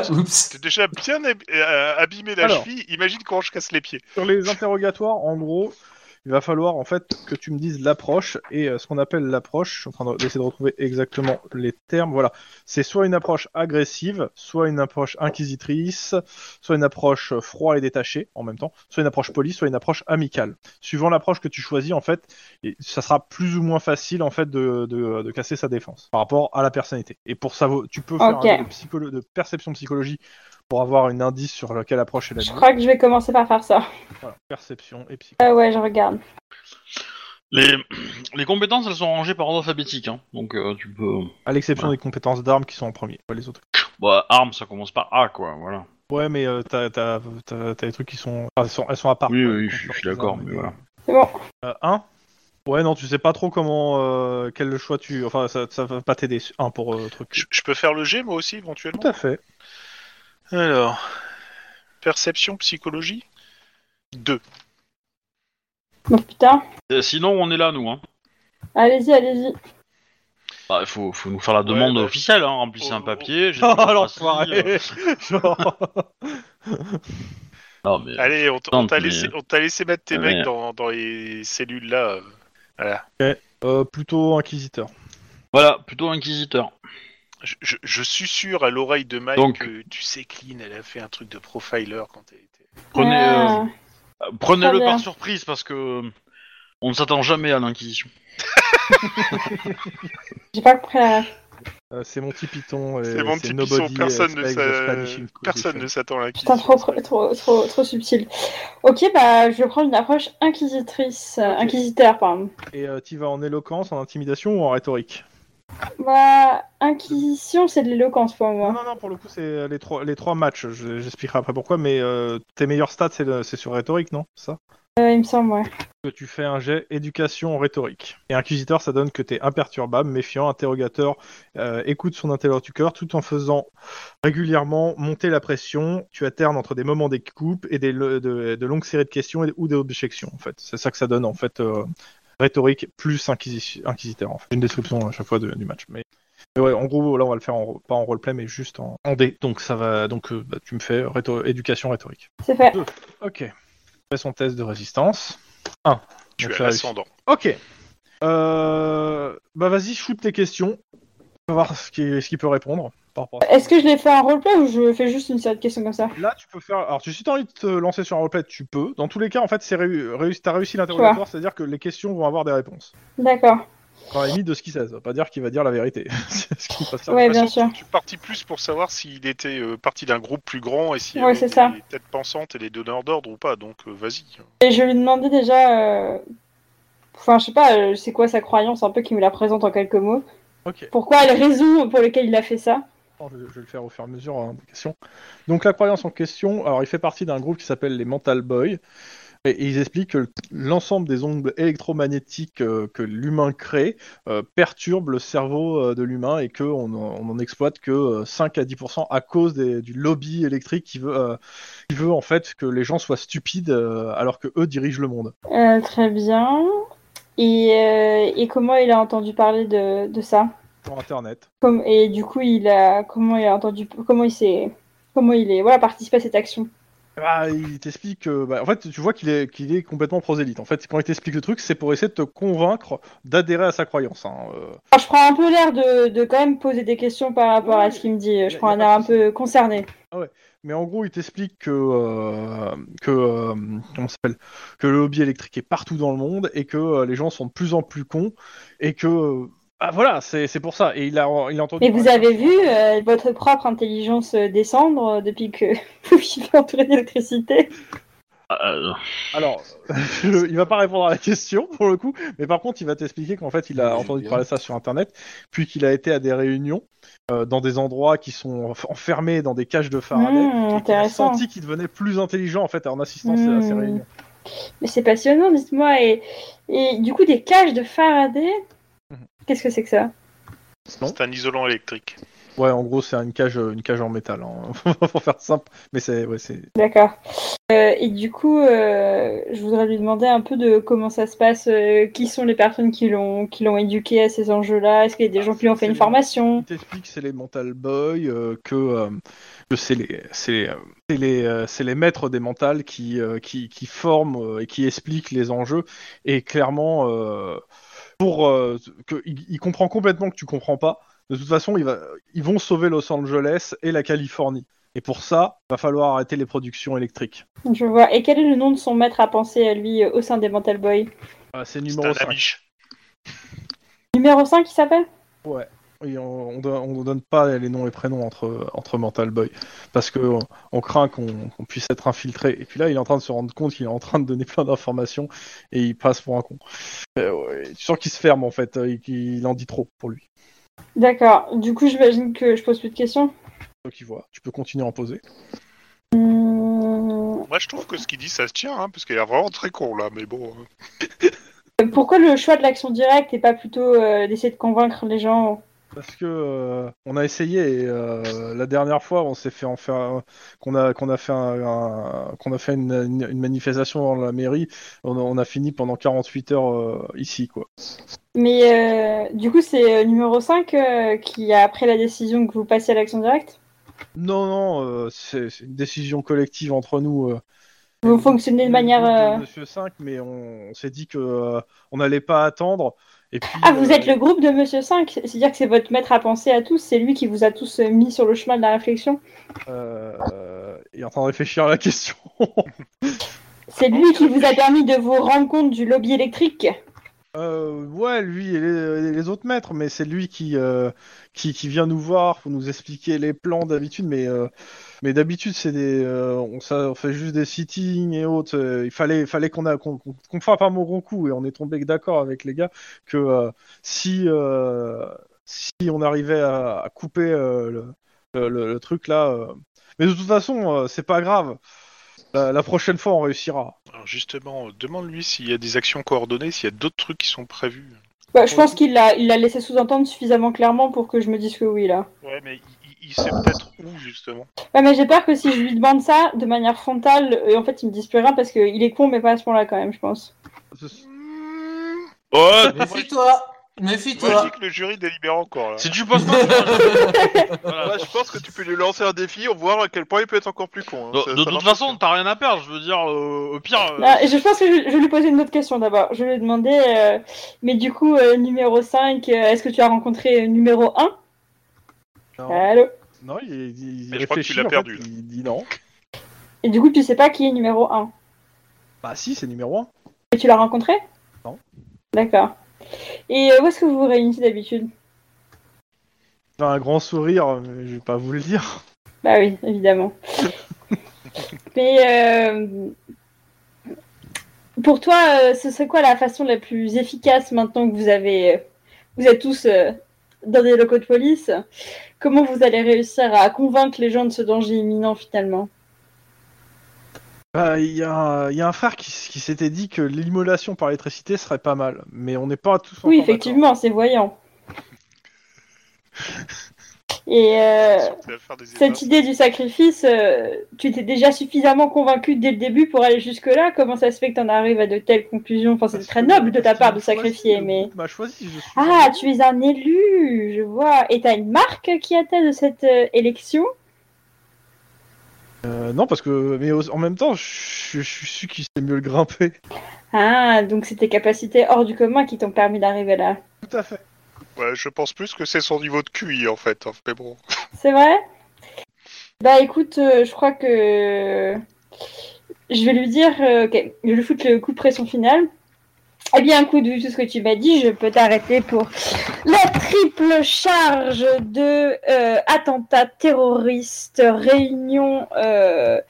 Speaker 2: Oups.
Speaker 5: T'es déjà bien hab- euh, abîmé la
Speaker 4: Alors.
Speaker 5: cheville, imagine quand je casse les pieds.
Speaker 4: Sur les interrogatoires, en gros, il va falloir en fait que tu me dises l'approche et euh, ce qu'on appelle l'approche. Je suis en train de- d'essayer de retrouver exactement les termes. Voilà, c'est soit une approche agressive, soit une approche inquisitrice, soit une approche euh, froide et détachée en même temps, soit une approche polie, soit une approche amicale. Suivant l'approche que tu choisis, en fait, et ça sera plus ou moins facile en fait de, de- de casser sa défense par rapport à la personnalité. Et pour ça, tu peux faire
Speaker 6: Ok.
Speaker 4: un jeu de, psycholo- de perception psychologie pour avoir une indice sur laquelle approche est la
Speaker 6: Je
Speaker 4: mieux.
Speaker 6: crois que je vais commencer par faire ça.
Speaker 4: Voilà, perception et psychologie.
Speaker 6: Ah ouais, je regarde.
Speaker 3: Les, les compétences, elles sont rangées par ordre alphabétique, hein. donc euh, tu peux.
Speaker 4: À l'exception des compétences d'armes qui sont en premier, pas les autres.
Speaker 3: Bah, armes, ça commence par A, quoi, voilà.
Speaker 4: Ouais, mais euh, t'as, t'as, t'as- t'as des trucs qui sont... enfin, elles sont. Elles sont à part.
Speaker 3: Oui,
Speaker 4: quoi,
Speaker 3: oui,
Speaker 4: les
Speaker 3: je suis- je
Speaker 4: compétences
Speaker 3: suis Ah, d'accord,
Speaker 4: d'armes,
Speaker 3: mais
Speaker 4: mais-
Speaker 3: voilà.
Speaker 6: C'est bon.
Speaker 4: Euh, un Ouais, non, tu sais pas trop comment. euh, quel choix tu. Enfin, ça, ça va pas t'aider. Un pour euh, truc.
Speaker 5: Je, je peux faire le G moi aussi éventuellement
Speaker 4: Tout à fait.
Speaker 5: Alors, perception, psychologie 2.
Speaker 6: Donc putain,
Speaker 3: Euh, Sinon, on est là, nous, hein.
Speaker 6: allez-y, allez-y.
Speaker 3: Bah, il faut, faut nous faire la
Speaker 5: Ouais,
Speaker 3: demande
Speaker 5: bah,
Speaker 3: officielle, hein. Remplissez
Speaker 5: oh,
Speaker 3: un
Speaker 5: oh,
Speaker 3: papier. j'ai
Speaker 4: Oh,
Speaker 3: tout
Speaker 4: l'enfoiré
Speaker 3: rempli, euh.
Speaker 4: Genre.
Speaker 3: Non, mais.
Speaker 5: Allez, on t-
Speaker 3: Non,
Speaker 5: on t'a
Speaker 3: mais-
Speaker 5: laissé, on t'a laissé mettre tes
Speaker 3: Mais-
Speaker 5: mecs dans, dans les cellules là. euh.
Speaker 4: Euh, plutôt inquisiteur.
Speaker 3: Voilà, plutôt inquisiteur.
Speaker 5: Je, je- je suis sûr à l'oreille de Mike
Speaker 3: Donc-
Speaker 5: que tu sais, Clean, elle a fait un truc de profiler quand elle était.
Speaker 3: Prenez,
Speaker 6: Ah.
Speaker 3: euh, prenez-le
Speaker 6: Très bien.
Speaker 3: par surprise parce que. euh, On ne s'attend jamais à l'inquisition.
Speaker 6: J'ai pas compris la
Speaker 4: Euh, c'est mon petit python. et
Speaker 5: C'est mon petit
Speaker 4: Euh, nobody
Speaker 5: pisson, personne ne,
Speaker 4: expects the
Speaker 5: s'a-
Speaker 4: Spanish
Speaker 5: personne ne
Speaker 4: Inquisition.
Speaker 5: s'attend à
Speaker 6: Putain, trop,
Speaker 5: l'inquisition.
Speaker 6: trop, trop, trop, trop subtil. Ok, bah je vais prendre une approche inquisitrice. euh,
Speaker 4: Ok.
Speaker 6: Inquisiteur, pardon.
Speaker 4: Et euh, t'y vas en éloquence, en intimidation ou en rhétorique
Speaker 6: Bah, inquisition, c'est de l'éloquence pour
Speaker 4: Non,
Speaker 6: moi.
Speaker 4: non, non, pour le coup, c'est euh, les trois, les trois matchs. Je- J'expliquerai après pourquoi, mais euh, tes meilleurs stats, c'est le- c'est sur rhétorique, non Ça
Speaker 6: Euh, il me semble, ouais.
Speaker 4: que tu fais un jet éducation rhétorique. Et inquisiteur, ça donne que t'es imperturbable, méfiant, interrogateur, euh, écoute son interlocuteur tout en faisant régulièrement monter la pression. Tu alternes entre des moments des coupes et des, le- de, de longues séries de questions et- ou des objections, en fait. C'est ça que ça donne, en fait, euh, rhétorique plus inquisi- inquisiteur, en fait. Une description à chaque fois de- du match. Mais Mais ouais, en gros, là, on va le faire en, pas en roleplay, mais juste en, en dé. Donc, ça va. Donc, euh, bah, tu me fais rhéto- éducation rhétorique.
Speaker 6: C'est fait.
Speaker 4: Ok. Fais son test de résistance. Ah, 1.
Speaker 5: Tu as l'ascendant.
Speaker 4: Ok. Euh, Bah, vas-y, shoot tes questions. On va voir ce qu'il ce qu'il peut répondre. Par rapport à ça.
Speaker 6: Est-ce que je l'ai fait en roleplay ou je fais juste une série de questions comme ça
Speaker 4: Là, tu peux faire. Alors, tu- si tu as envie de te lancer sur un roleplay, tu peux. Dans tous les cas, en fait, c'est réu- réussi- t'as réussi l'interrogatoire, c'est-à-dire que les questions vont avoir des réponses.
Speaker 6: D'accord.
Speaker 4: Quand la limite de ce qu'il sait, ça veut pas dire qu'il va dire la vérité. C'est ce qui va servir.
Speaker 6: Ouais,
Speaker 5: De toute
Speaker 6: bien
Speaker 5: façon,
Speaker 6: sûr.
Speaker 5: Je suis parti plus pour savoir s'il était euh, parti d'un groupe plus grand et s'il y
Speaker 6: Ouais,
Speaker 5: avait
Speaker 6: c'est ça.
Speaker 5: les têtes pensantes et les donneurs d'ordre ou pas. Donc euh, vas-y.
Speaker 6: Et je lui demandais déjà. euh, Enfin, je sais pas, euh, c'est quoi sa croyance un peu qui me la présente en quelques mots.
Speaker 4: Ok.
Speaker 6: Pourquoi les raisons pour lesquelles il a fait ça
Speaker 4: Attends, Oh, Je, je vais le faire au fur et à mesure hein, des questions. Donc la croyance en question, alors il fait partie d'un groupe qui s'appelle les Mental Boys. Et, et ils expliquent que l'ensemble des ondes électromagnétiques euh, que l'humain crée euh, perturbe le cerveau euh, de l'humain et qu'on on en exploite que euh, 5 à 10% à cause des- du lobby électrique qui veut, euh, qui veut en fait que les gens soient stupides euh, alors que eux dirigent le monde.
Speaker 6: Euh, Très bien. Et, euh, et comment il a entendu parler de, de ça
Speaker 4: Sur Internet.
Speaker 6: Comme- Et du coup, il a comment il a entendu Comment il s'est Comment il est voilà participé à cette action
Speaker 4: Bah, il t'explique. euh, bah, en fait, tu vois qu'il est, qu'il est complètement prosélyte. En fait, quand il t'explique le truc, c'est pour essayer de te convaincre d'adhérer à sa croyance. hein, euh.
Speaker 6: Alors, je prends un peu l'air de, de quand même poser des questions par rapport à
Speaker 4: Oui,
Speaker 6: ce qu'il me dit.
Speaker 4: y
Speaker 6: Je
Speaker 4: a-
Speaker 6: prends
Speaker 4: y a
Speaker 6: un
Speaker 4: pas
Speaker 6: air
Speaker 4: de
Speaker 6: un
Speaker 4: souci.
Speaker 6: peu concerné.
Speaker 4: Mais en gros, il t'explique que euh, que euh, comment ça s'appelle que le hobby électrique est partout dans le monde et que euh, les gens sont de plus en plus cons et que euh, ah, voilà, c'est c'est pour ça. Et il a il a entendu.
Speaker 6: Mais vous
Speaker 4: parler-
Speaker 6: avez vu euh, votre propre intelligence euh, descendre euh, depuis que vous vivez entouré d'électricité.
Speaker 3: Euh,
Speaker 4: Alors, je- il va pas répondre à la question pour le coup, mais par contre, il va t'expliquer qu'en fait, il a entendu parler de ça sur Internet, puis qu'il a été à des réunions euh, dans des endroits qui sont enf- enfermés dans des cages de Faraday.
Speaker 6: Hmm,
Speaker 4: et qu'il a
Speaker 6: intéressant.
Speaker 4: senti qu'il devenait plus intelligent en fait en assistant à ces
Speaker 6: Hmm.
Speaker 4: réunions.
Speaker 6: Mais c'est passionnant, dites-moi. Et, et du coup, des cages de Faraday,
Speaker 4: Mhm.
Speaker 6: qu'est-ce que c'est que ça
Speaker 4: Non.
Speaker 5: C'est un isolant électrique.
Speaker 4: Ouais, en gros, c'est une cage, une cage en métal. Hein. Pour faire simple, mais c'est ouais, c'est
Speaker 6: D'accord. Euh, et du coup, euh, je voudrais lui demander un peu de comment ça se passe, euh, qui sont les personnes qui l'ont qui l'ont éduqué à ces enjeux-là, est-ce qu'il y a des
Speaker 4: Ah,
Speaker 6: gens qui lui ont
Speaker 4: c'est-
Speaker 6: fait une
Speaker 4: c'est-
Speaker 6: formation
Speaker 4: Il t'explique que c'est les mental boys, euh, que, euh, que c'est les, c'est, euh, c'est les, euh, c'est les maîtres des mentales qui, euh, qui, qui forment euh, et qui expliquent les enjeux. Et clairement, euh, pour, euh, que, il, il comprend complètement que tu comprends pas. De toute façon, il va, ils vont sauver Los Angeles et la Californie. Et pour ça, va falloir arrêter les productions électriques.
Speaker 6: Je vois. Et quel est le nom de son maître à penser à lui euh, au sein des Mental Boys
Speaker 4: Euh, c'est
Speaker 5: C'est
Speaker 4: numéro
Speaker 5: un
Speaker 4: 5.
Speaker 5: amiche.
Speaker 6: Numéro 5, il s'appelle
Speaker 4: Oui, on ne donne pas les noms et prénoms entre, entre Mental Boy parce que on, on craint qu'on qu'on puisse être infiltré. Et puis là, il est en train de se rendre compte qu'il est en train de donner plein d'informations et il passe pour un con. Euh, ouais, tu sens qu'il se ferme en fait, euh, et qu'il en dit trop pour lui.
Speaker 6: D'accord. Du coup, j'imagine que je pose plus de questions.
Speaker 4: Donc il voit. Tu peux continuer à en poser.
Speaker 6: Hmm,
Speaker 5: Moi, je trouve que ce qu'il dit, ça se tient, hein, parce qu'il est vraiment très con là. Mais bon, hein.
Speaker 6: Euh, Pourquoi le choix de l'action directe et pas plutôt euh, d'essayer de convaincre les gens
Speaker 4: Parce que euh, on a essayé et, euh, la dernière fois, on s'est fait en faire un- qu'on a qu'on a fait un, un- qu'on a fait une, une- une manifestation dans la mairie. On a, on a fini pendant 48 heures euh, ici quoi.
Speaker 6: Mais euh, du coup, c'est euh, numéro 5 euh, qui a pris la décision que vous passez à l'action directe
Speaker 4: Non, non, euh, c'est c'est une décision collective entre nous. euh,
Speaker 6: Vous fonctionnez de
Speaker 4: nous,
Speaker 6: manière...
Speaker 4: le groupe de
Speaker 6: euh,
Speaker 4: Monsieur 5, mais on, on s'est dit que euh, on n'allait pas attendre. Et puis,
Speaker 6: Ah, vous
Speaker 4: euh,
Speaker 6: êtes le groupe de Monsieur 5 C'est-à-dire que c'est votre maître à penser à tous, c'est lui qui vous a tous euh, mis sur le chemin de la réflexion
Speaker 4: euh, il est en train de réfléchir à la question.
Speaker 6: C'est lui qui vous a permis de vous rendre compte du lobby électrique
Speaker 4: Euh, ouais, lui et les, et les autres maîtres, mais c'est lui qui, euh, qui qui vient nous voir pour nous expliquer les plans d'habitude. Mais euh, mais d'habitude, c'est des euh, on, s'a- on fait juste des sittings et autres. euh, Il fallait fallait qu'on a qu'on qu'on- qu'on frappe un bon coup et on est tombé d'accord avec les gars que euh, si euh, si on arrivait à, à couper euh, le, le- le- le truc là. euh, Mais de toute façon, euh, c'est pas grave. La, la prochaine fois, on réussira.
Speaker 5: Alors, justement, euh, demande-lui s'il y a des actions coordonnées, s'il y a d'autres trucs qui sont prévus.
Speaker 6: Bah, Je pense qu'il l'a il l'a laissé sous-entendre suffisamment clairement pour que je me dise que oui, là.
Speaker 5: Ouais, mais il, il- il sait peut-être où justement.
Speaker 6: Ouais, mais j'ai peur que si je lui demande ça de manière frontale, euh, en fait, il me dise plus rien parce qu'il est con, mais pas à ce point-là quand même, je pense.
Speaker 5: Oh,
Speaker 2: Mais c'est toi
Speaker 5: Moi, je
Speaker 2: Méfie-toi.
Speaker 5: dis que le jury délibère encore.
Speaker 6: Euh,
Speaker 5: Là.
Speaker 3: Si tu penses pas, tu manges. Voilà.
Speaker 1: Ouais, Bah, je pense que tu peux lui lancer un défi, on voir à quel point il peut être encore plus con. hein.
Speaker 3: De,
Speaker 1: Ça-
Speaker 3: de
Speaker 1: ça
Speaker 3: toute
Speaker 1: marche
Speaker 3: façon,
Speaker 1: aussi.
Speaker 3: t'as rien à perdre. Je veux dire, euh, au pire. euh,
Speaker 6: Ah, je pense que je, je vais lui poser une autre question d'abord. Je lui ai demandé, euh, mais du coup, euh, numéro 5, euh, est-ce que tu as rencontré euh, numéro 1
Speaker 4: Non,
Speaker 6: Allô
Speaker 4: Non, il, il- il
Speaker 5: Mais je crois que
Speaker 4: réfléchit.
Speaker 5: tu l'as
Speaker 4: en fait,
Speaker 5: perdu, là.
Speaker 4: il dit non.
Speaker 6: Et du coup, tu sais pas qui est numéro 1
Speaker 4: Bah si, c'est numéro 1.
Speaker 6: Et tu l'as rencontré
Speaker 4: Non.
Speaker 6: D'accord. Et euh, où est-ce que vous vous réunissez d'habitude
Speaker 4: un grand sourire, mais je vais pas vous le dire.
Speaker 6: Bah oui, évidemment. mais euh, pour toi, euh, ce serait quoi la façon la plus efficace maintenant que vous avez, vous êtes tous euh, dans des locaux de police Comment vous allez réussir à convaincre les gens de ce danger imminent finalement
Speaker 4: Bah, Il y, a un- il y a un phare qui, s- qui s'était dit que l'immolation par électricité serait pas mal, mais on n'est pas tous encore
Speaker 6: Oui,
Speaker 4: d'accord.
Speaker 6: effectivement, c'est voyant. Et euh,
Speaker 5: Tu vas faire des
Speaker 6: Cette idée du sacrifice, euh, tu étais déjà suffisamment convaincu dès le début pour aller jusque-là. Comment ça se fait que tu en arrives à de telles conclusions Enfin, c'est
Speaker 4: Parce
Speaker 6: très
Speaker 4: que-
Speaker 6: noble de ta
Speaker 4: parce
Speaker 6: part de
Speaker 4: qu'ils m'ont
Speaker 6: sacrifier,
Speaker 4: choisi, le
Speaker 6: mais.
Speaker 4: groupe m'a choisi, Bah, je suis
Speaker 6: Ah, tu es un élu, je vois. Et t'as une marque qui atteste de cette euh, élection
Speaker 4: Euh, non, parce que. Mais au- en même temps, je je suis celui qui sait mieux le grimper.
Speaker 6: Ah, donc c'est tes capacités hors du commun qui t'ont permis d'arriver là.
Speaker 4: Tout à fait.
Speaker 5: Ouais, je pense plus que c'est son niveau de QI en fait. hein, Mais bon.
Speaker 6: C'est vrai Bah écoute, euh, je crois que. Je vais lui dire. euh, ok, je vais lui foutre le coup de pression final. Eh bien, écoute, vu tout ce que tu m'as dit, je peux t'arrêter pour la triple charge de euh, attentat terroriste, réunion euh,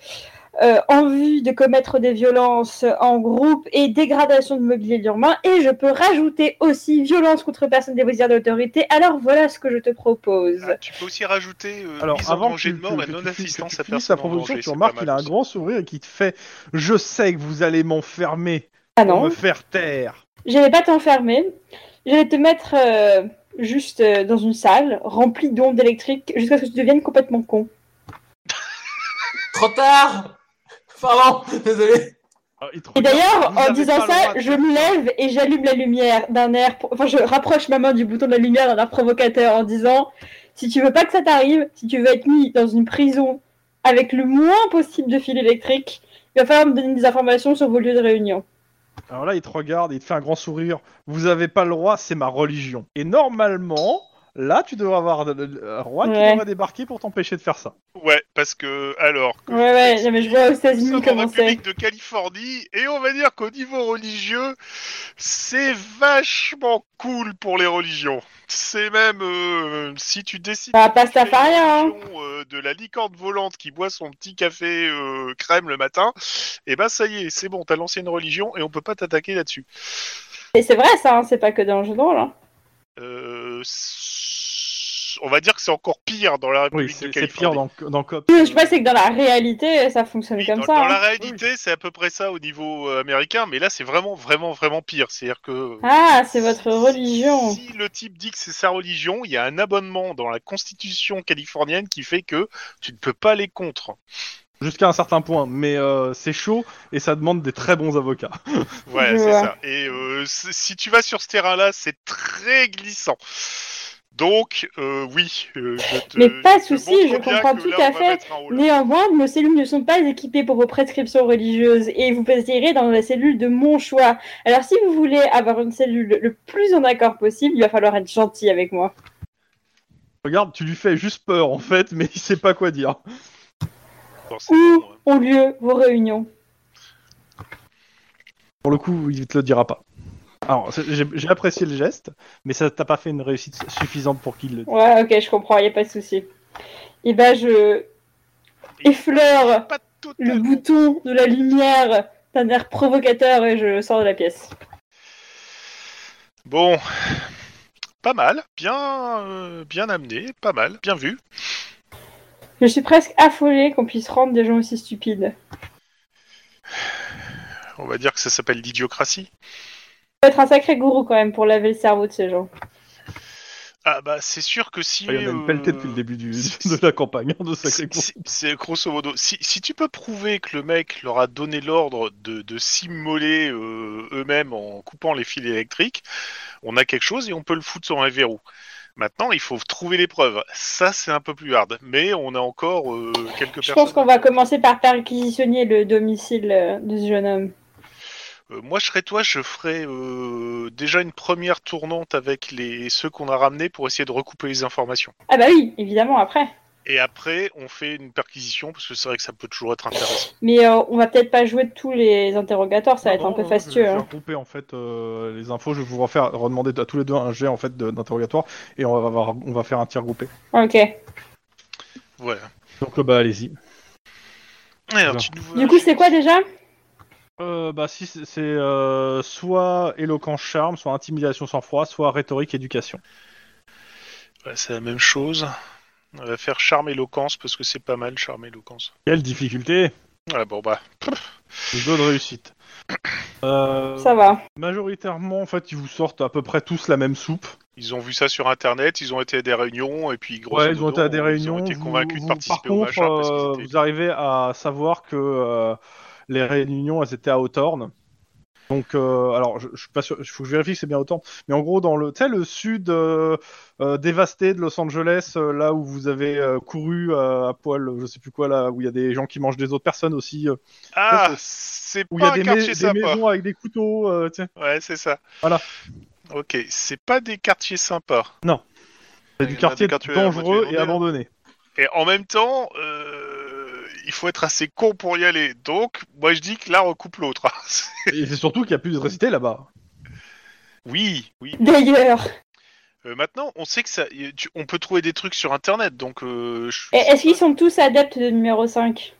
Speaker 6: euh, en vue de commettre des violences en groupe et dégradation de mobilier urbain. Et je peux rajouter aussi violence contre personne dépositaire d'autorité. Alors voilà ce que je te propose.
Speaker 8: Ah, tu peux aussi rajouter euh,
Speaker 4: Alors,
Speaker 8: mise en
Speaker 4: avant
Speaker 8: danger
Speaker 4: que
Speaker 8: de mort
Speaker 4: que-
Speaker 8: et
Speaker 4: que tu- que
Speaker 8: non-assistance
Speaker 4: tu
Speaker 8: à
Speaker 4: finisses
Speaker 8: personne
Speaker 4: la
Speaker 8: en
Speaker 4: proposition,
Speaker 8: danger,
Speaker 4: tu
Speaker 8: c'est
Speaker 4: remarques
Speaker 8: pas
Speaker 4: qu'il a
Speaker 8: mal
Speaker 4: un grand sourire et qui te fait Je sais que vous allez m'enfermer
Speaker 6: Ah
Speaker 4: pour
Speaker 6: non
Speaker 4: me faire taire.
Speaker 6: Je vais pas t'enfermer. Je vais te mettre euh, juste euh, dans une salle remplie d'ondes électriques jusqu'à ce que tu deviennes complètement con.
Speaker 2: Trop tard Pardon, désolé.
Speaker 6: Et d'ailleurs, en disant ça, je me lève et j'allume la lumière d'un air. pro- Enfin, je rapproche ma main du bouton de la lumière d'un air provocateur en disant si tu veux pas que ça t'arrive, si tu veux être mis dans une prison avec le moins possible de fil électrique, il va falloir me donner des informations sur vos lieux de réunion.
Speaker 4: Alors là, il te regarde, il te fait un grand sourire. Vous avez pas le roi, c'est ma religion. Et normalement, là, tu devrais avoir le- le- un roi qui
Speaker 6: Ouais.
Speaker 4: devrait débarquer pour t'empêcher de faire ça.
Speaker 5: Ouais, parce que alors. Que
Speaker 6: Ouais, ouais, non, mais je vois aux
Speaker 5: Nous
Speaker 6: États-Unis
Speaker 5: sommes en
Speaker 6: comment c'est.
Speaker 5: République de Californie et on va dire qu'au niveau religieux, c'est vachement cool pour les religions. C'est même euh, si tu décides
Speaker 6: Bah, pas
Speaker 5: de faire
Speaker 6: Stafaria, hein.
Speaker 5: une religion, euh, de la licorne volante qui boit son petit café euh, crème le matin, et ben ça y est, c'est bon, t'as lancé une religion et on peut pas t'attaquer là-dessus.
Speaker 6: Et c'est vrai, ça, hein, c'est pas que dans le jeu de rôle. hein.
Speaker 5: Euh, s- on va dire que c'est encore pire dans la République de
Speaker 4: c'est c'est pire
Speaker 5: Californie.
Speaker 4: dans, dans Cop.
Speaker 6: Je sais pas, c'est que dans la réalité, ça fonctionne
Speaker 5: Oui,
Speaker 6: comme
Speaker 5: dans,
Speaker 6: ça.
Speaker 5: dans
Speaker 6: hein.
Speaker 5: la réalité, c'est à peu près ça au niveau euh, américain, mais là, c'est vraiment, vraiment, vraiment pire. C'est-à-dire que
Speaker 6: Ah, c'est votre
Speaker 5: Si-
Speaker 6: religion.
Speaker 5: Si le type dit que c'est sa religion, il y a un abonnement dans la constitution californienne qui fait que tu ne peux pas aller contre.
Speaker 4: Jusqu'à un certain point, mais euh, c'est chaud et ça demande des très bons avocats.
Speaker 5: Voilà,
Speaker 6: Je
Speaker 5: c'est
Speaker 6: vois.
Speaker 5: ça. Et euh, c- si tu vas sur ce terrain-là, c'est très glissant. Donc, euh, oui. euh, je te-
Speaker 6: Mais pas de
Speaker 5: je te
Speaker 6: souci,
Speaker 5: montre
Speaker 6: je
Speaker 5: bien
Speaker 6: comprends
Speaker 5: que
Speaker 6: tout
Speaker 5: là,
Speaker 6: à
Speaker 5: on va
Speaker 6: fait.
Speaker 5: mettre un haut là.
Speaker 6: Néanmoins, nos cellules ne sont pas équipées pour vos prescriptions religieuses et vous passerez dans la cellule de mon choix. Alors, si vous voulez avoir une cellule le plus en accord possible, il va falloir être gentil avec moi.
Speaker 4: Regarde, tu lui fais juste peur en fait, mais il sait pas quoi dire.
Speaker 5: Bon, c'est
Speaker 6: Où
Speaker 5: bon, hein.
Speaker 6: ont lieu vos réunions
Speaker 4: Pour le coup, il te le dira pas. Alors, c'est- j'ai j'ai apprécié le geste, mais ça t'a pas fait une réussite suffisante pour qu'il le dise.
Speaker 6: Ouais, ok, je comprends, il n'y a pas de souci. Et ben, je effleure
Speaker 5: Pas
Speaker 6: le
Speaker 5: totalement.
Speaker 6: bouton de la lumière d'un air provocateur et je sors de la pièce.
Speaker 5: Bon. Pas mal, bien, euh, bien amené, pas mal, bien vu.
Speaker 6: Je suis presque affolée qu'on puisse rendre des gens aussi stupides.
Speaker 5: On va dire que ça s'appelle l'idiocratie.
Speaker 6: Faut être un sacré gourou quand même pour laver le cerveau de ces gens.
Speaker 5: Ah bah c'est sûr que si.
Speaker 4: Ah, Il y en a une
Speaker 5: euh,
Speaker 4: pelletée depuis le début du,
Speaker 5: si-
Speaker 4: de la campagne hein, de sacré
Speaker 5: si- C'est grosso modo. Si, si tu peux prouver que le mec leur a donné l'ordre de, de s'immoler euh, eux-mêmes en coupant les fils électriques, on a quelque chose et on peut le foutre sur un verrou. Maintenant, il faut trouver les preuves. Ça, c'est un peu plus hard. Mais on a encore euh, quelques
Speaker 6: Je
Speaker 5: personnes.
Speaker 6: pense qu'on va commencer par perquisitionner le domicile euh, de ce jeune homme.
Speaker 5: Euh, moi, je serais toi, je ferais euh, déjà une première tournante avec les ceux qu'on a ramenés pour essayer de recouper les informations.
Speaker 6: Ah bah oui, évidemment, après.
Speaker 5: Et après, on fait une perquisition parce que c'est vrai que ça peut toujours être intéressant.
Speaker 6: Mais euh, on va peut-être pas jouer de tous les interrogatoires, ça va être
Speaker 4: Ah Non,
Speaker 6: un peu
Speaker 4: non, Je
Speaker 6: fastueux.
Speaker 4: vais
Speaker 6: hein.
Speaker 4: regrouper en fait euh, les infos. Je vais vous refaire redemander à tous les deux un jet en fait de- d'interrogatoire et on va, avoir- on va faire un tir groupé.
Speaker 6: hein. Ok.
Speaker 5: Voilà.
Speaker 4: Donc euh, bah allez-y.
Speaker 5: Et un
Speaker 4: Bien.
Speaker 5: petit nouveau-
Speaker 6: Du coup, c'est quoi déjà
Speaker 4: Euh, bah si c'est c'est, euh, soit éloquence charme, soit intimidation sans froid, soit rhétorique éducation.
Speaker 5: Ouais, c'est la même chose. On va faire charme éloquence parce que c'est pas mal charme éloquence.
Speaker 4: Quelle difficulté
Speaker 5: Voilà, bon bah.
Speaker 4: Les deux de réussite. Euh,
Speaker 6: Ça va.
Speaker 4: Majoritairement en fait ils vous sortent à peu près tous la même soupe.
Speaker 5: Ils ont vu ça sur internet, ils ont été à des réunions et puis grosso
Speaker 4: ouais ils ont
Speaker 5: modo,
Speaker 4: été à des
Speaker 5: ils ont
Speaker 4: réunions.
Speaker 5: été
Speaker 4: vous-
Speaker 5: convaincus
Speaker 4: vous-
Speaker 5: de participer
Speaker 4: par contre,
Speaker 5: au machin parce qu'ils
Speaker 4: euh,
Speaker 5: étaient-
Speaker 4: vous arrivez à savoir que euh, les réunions elles étaient à Hawthorne. Donc, euh, alors, je, je suis pas sûr, il faut que je vérifie que c'est bien Hawthorne. Mais en gros, dans le, tu sais, le sud euh, euh, dévasté de Los Angeles, euh, là où vous avez euh, couru euh, à poil, euh, je sais plus quoi, là où il y a des gens qui mangent des autres personnes aussi, euh,
Speaker 5: Ah, c'est
Speaker 4: où il y
Speaker 5: pas
Speaker 4: a
Speaker 5: un
Speaker 4: des, mais-
Speaker 5: quartier
Speaker 4: des
Speaker 5: sympa.
Speaker 4: maisons avec des couteaux, euh, tu sais.
Speaker 5: Ouais, c'est ça.
Speaker 4: Voilà.
Speaker 5: Ok, c'est pas des quartiers sympas.
Speaker 4: C'est
Speaker 5: Il y en a
Speaker 4: du
Speaker 5: des
Speaker 4: quartier
Speaker 5: quartiers à moitié
Speaker 4: dangereux et
Speaker 5: inondés, là.
Speaker 4: abandonné.
Speaker 5: Et en même temps, euh, il faut être assez con pour y aller. Donc, moi je dis que l'un recoupe l'autre.
Speaker 4: et c'est surtout qu'il y a plus de récités là-bas.
Speaker 5: oui, oui.
Speaker 6: D'ailleurs,
Speaker 5: Euh, maintenant, on sait que ça, y- tu- on peut trouver des trucs sur Internet, donc. euh, je-
Speaker 6: Et est-ce qu'ils sont tous adeptes de numéro 5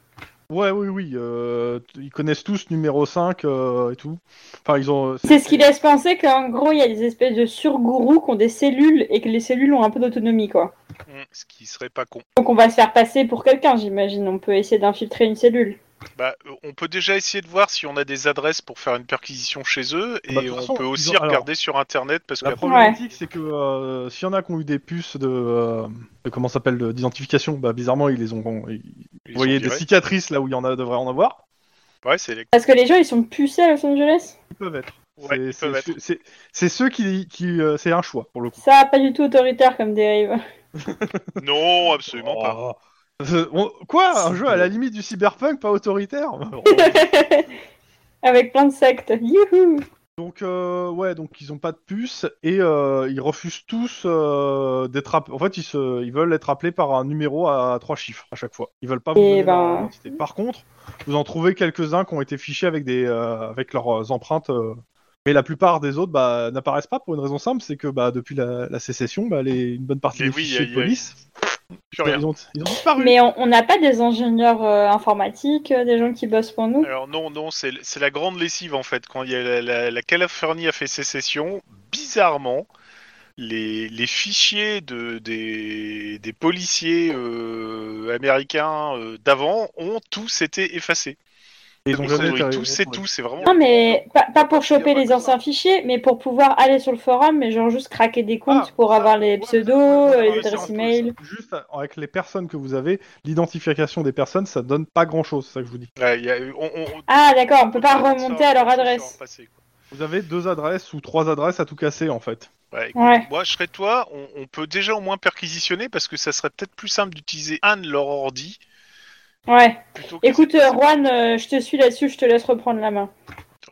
Speaker 4: Ouais, oui, oui. euh, t- ils connaissent tous numéro 5 euh, et tout. Enfin, ils ont.
Speaker 6: C'est ce qui laisse penser qu'en gros, il y a des espèces de surgourous qui ont des cellules et que les cellules ont un peu d'autonomie, quoi.
Speaker 5: Mm, Ce qui serait pas con.
Speaker 6: Donc on va se faire passer pour quelqu'un, j'imagine. On peut essayer d'infiltrer une cellule.
Speaker 5: Bah, euh, on peut déjà essayer de voir si on a des adresses pour faire une perquisition chez eux, et
Speaker 4: Bah, de toute
Speaker 5: on
Speaker 4: façon,
Speaker 5: peut
Speaker 4: ils
Speaker 5: aussi
Speaker 4: ont- alors,
Speaker 5: regarder sur Internet parce que
Speaker 4: La problématique, c'est que euh, s'il y en a qui ont eu des puces de. euh, de- comment ça s'appelle de- D'identification, bah bizarrement, ils les ont. ils-
Speaker 5: ils
Speaker 4: vous voyez
Speaker 5: ont
Speaker 4: des
Speaker 5: viré.
Speaker 4: cicatrices là où il y en a devrait en avoir.
Speaker 5: Ouais, c'est les-
Speaker 6: Parce que les gens, ils sont pucés à Los Angeles
Speaker 4: Ils peuvent être.
Speaker 5: Ouais,
Speaker 4: C'est-
Speaker 5: ils
Speaker 4: c'est-
Speaker 5: peuvent être.
Speaker 4: c'est- c'est- C'est ceux qui. qui euh, c'est un choix pour le coup.
Speaker 6: Ça, pas du tout autoritaire comme dérive.
Speaker 5: Non, absolument pas.
Speaker 4: Euh, on- Quoi Un jeu à la limite du cyberpunk, pas autoritaire
Speaker 6: Avec plein de sectes. Youhou
Speaker 4: Donc euh, ouais, donc ils ont pas de puce et euh, ils refusent tous euh, d'être app- en fait ils se ils veulent être appelés par un numéro à trois chiffres à chaque fois. Ils veulent pas vous
Speaker 6: Eh
Speaker 4: donner leur
Speaker 6: ben.
Speaker 4: identité. Par contre, vous en trouvez quelques-uns qui ont été fichés avec des euh, avec leurs empreintes euh, mais la plupart des autres bah, n'apparaissent pas pour une raison simple, c'est que bah, depuis la, la sécession, bah, les, une bonne partie
Speaker 5: Eh
Speaker 4: des
Speaker 5: oui,
Speaker 4: fichiers
Speaker 5: aïe,
Speaker 4: de
Speaker 5: aïe.
Speaker 4: police,
Speaker 5: Plus
Speaker 4: bah,
Speaker 5: rien.
Speaker 4: ils, ont, ils ont disparu.
Speaker 6: Mais on on n'a pas des ingénieurs euh, informatiques, euh, des gens qui bossent pour nous
Speaker 5: Alors non, non, c'est c'est la grande lessive en fait. Quand il y a la, la, la Californie a fait sécession, bizarrement, les, les fichiers de, des, des policiers euh, américains euh, d'avant ont tous été effacés.
Speaker 4: Et
Speaker 5: Ils ont tous, c'est tout, c'est vraiment...
Speaker 6: Non, mais pas, pas pour
Speaker 1: Il y
Speaker 6: choper
Speaker 1: a pas
Speaker 6: les
Speaker 1: que
Speaker 6: anciens fichiers, mais pour pouvoir aller sur le forum et genre juste craquer des comptes
Speaker 4: Ah,
Speaker 6: pour
Speaker 4: ça,
Speaker 6: avoir les
Speaker 4: ouais,
Speaker 6: pseudos,
Speaker 1: Ah,
Speaker 4: ça, ça, ça,
Speaker 6: euh, les
Speaker 4: ça,
Speaker 6: adresses
Speaker 4: ça,
Speaker 6: email.
Speaker 4: Juste avec les personnes que vous avez, l'identification des personnes, ça donne pas grand chose, c'est ça que je vous dis.
Speaker 5: Ouais, il y a- on- on-
Speaker 6: Ah, d'accord, on peut pas
Speaker 5: Ça,
Speaker 6: remonter à leur
Speaker 5: ça, ça,
Speaker 6: adresse.
Speaker 5: ça, ça, ça, ça,
Speaker 4: Vous avez deux adresses ou trois adresses à tout casser en fait.
Speaker 5: quoi. Ouais, écoute,
Speaker 6: Ouais.
Speaker 5: Moi, je serais toi, on, on peut déjà au moins perquisitionner parce que ça serait peut-être plus simple d'utiliser un de leurs ordi
Speaker 6: Ouais.
Speaker 5: plutôt que...
Speaker 6: Écoute, euh, Juan, euh, je te suis là-dessus, je te laisse reprendre la main.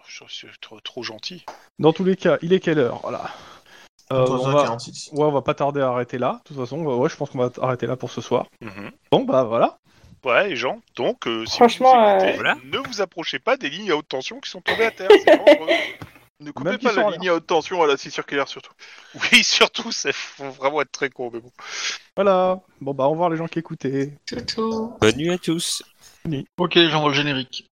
Speaker 5: Je suis trop, trop gentil.
Speaker 4: Dans tous les cas, il est quelle heure Voilà. Euh, on va...
Speaker 7: 3h46.
Speaker 4: Ouais, on va pas tarder à arrêter là. De toute façon, ouais, ouais, je pense qu'on va arrêter là pour ce soir. Bon, bah voilà.
Speaker 5: Ouais, les gens, donc, euh, si
Speaker 6: Franchement,
Speaker 5: vous nous écoutez,
Speaker 6: euh,
Speaker 9: Voilà.
Speaker 5: ne vous approchez pas des lignes à haute tension qui sont tombées à terre, c'est dangereux.
Speaker 1: Ne
Speaker 4: Même
Speaker 1: coupez
Speaker 4: qu'ils
Speaker 1: pas
Speaker 4: sont en
Speaker 1: la ligne à haute tension à la scie circulaire surtout.
Speaker 5: Oui, surtout, ça faut vraiment être très con, mais bon.
Speaker 4: Voilà. Bon, bah au revoir les gens qui écoutaient.
Speaker 7: Tchou tchou.
Speaker 9: Bonne nuit à tous.
Speaker 3: Ok, j'envoie le générique.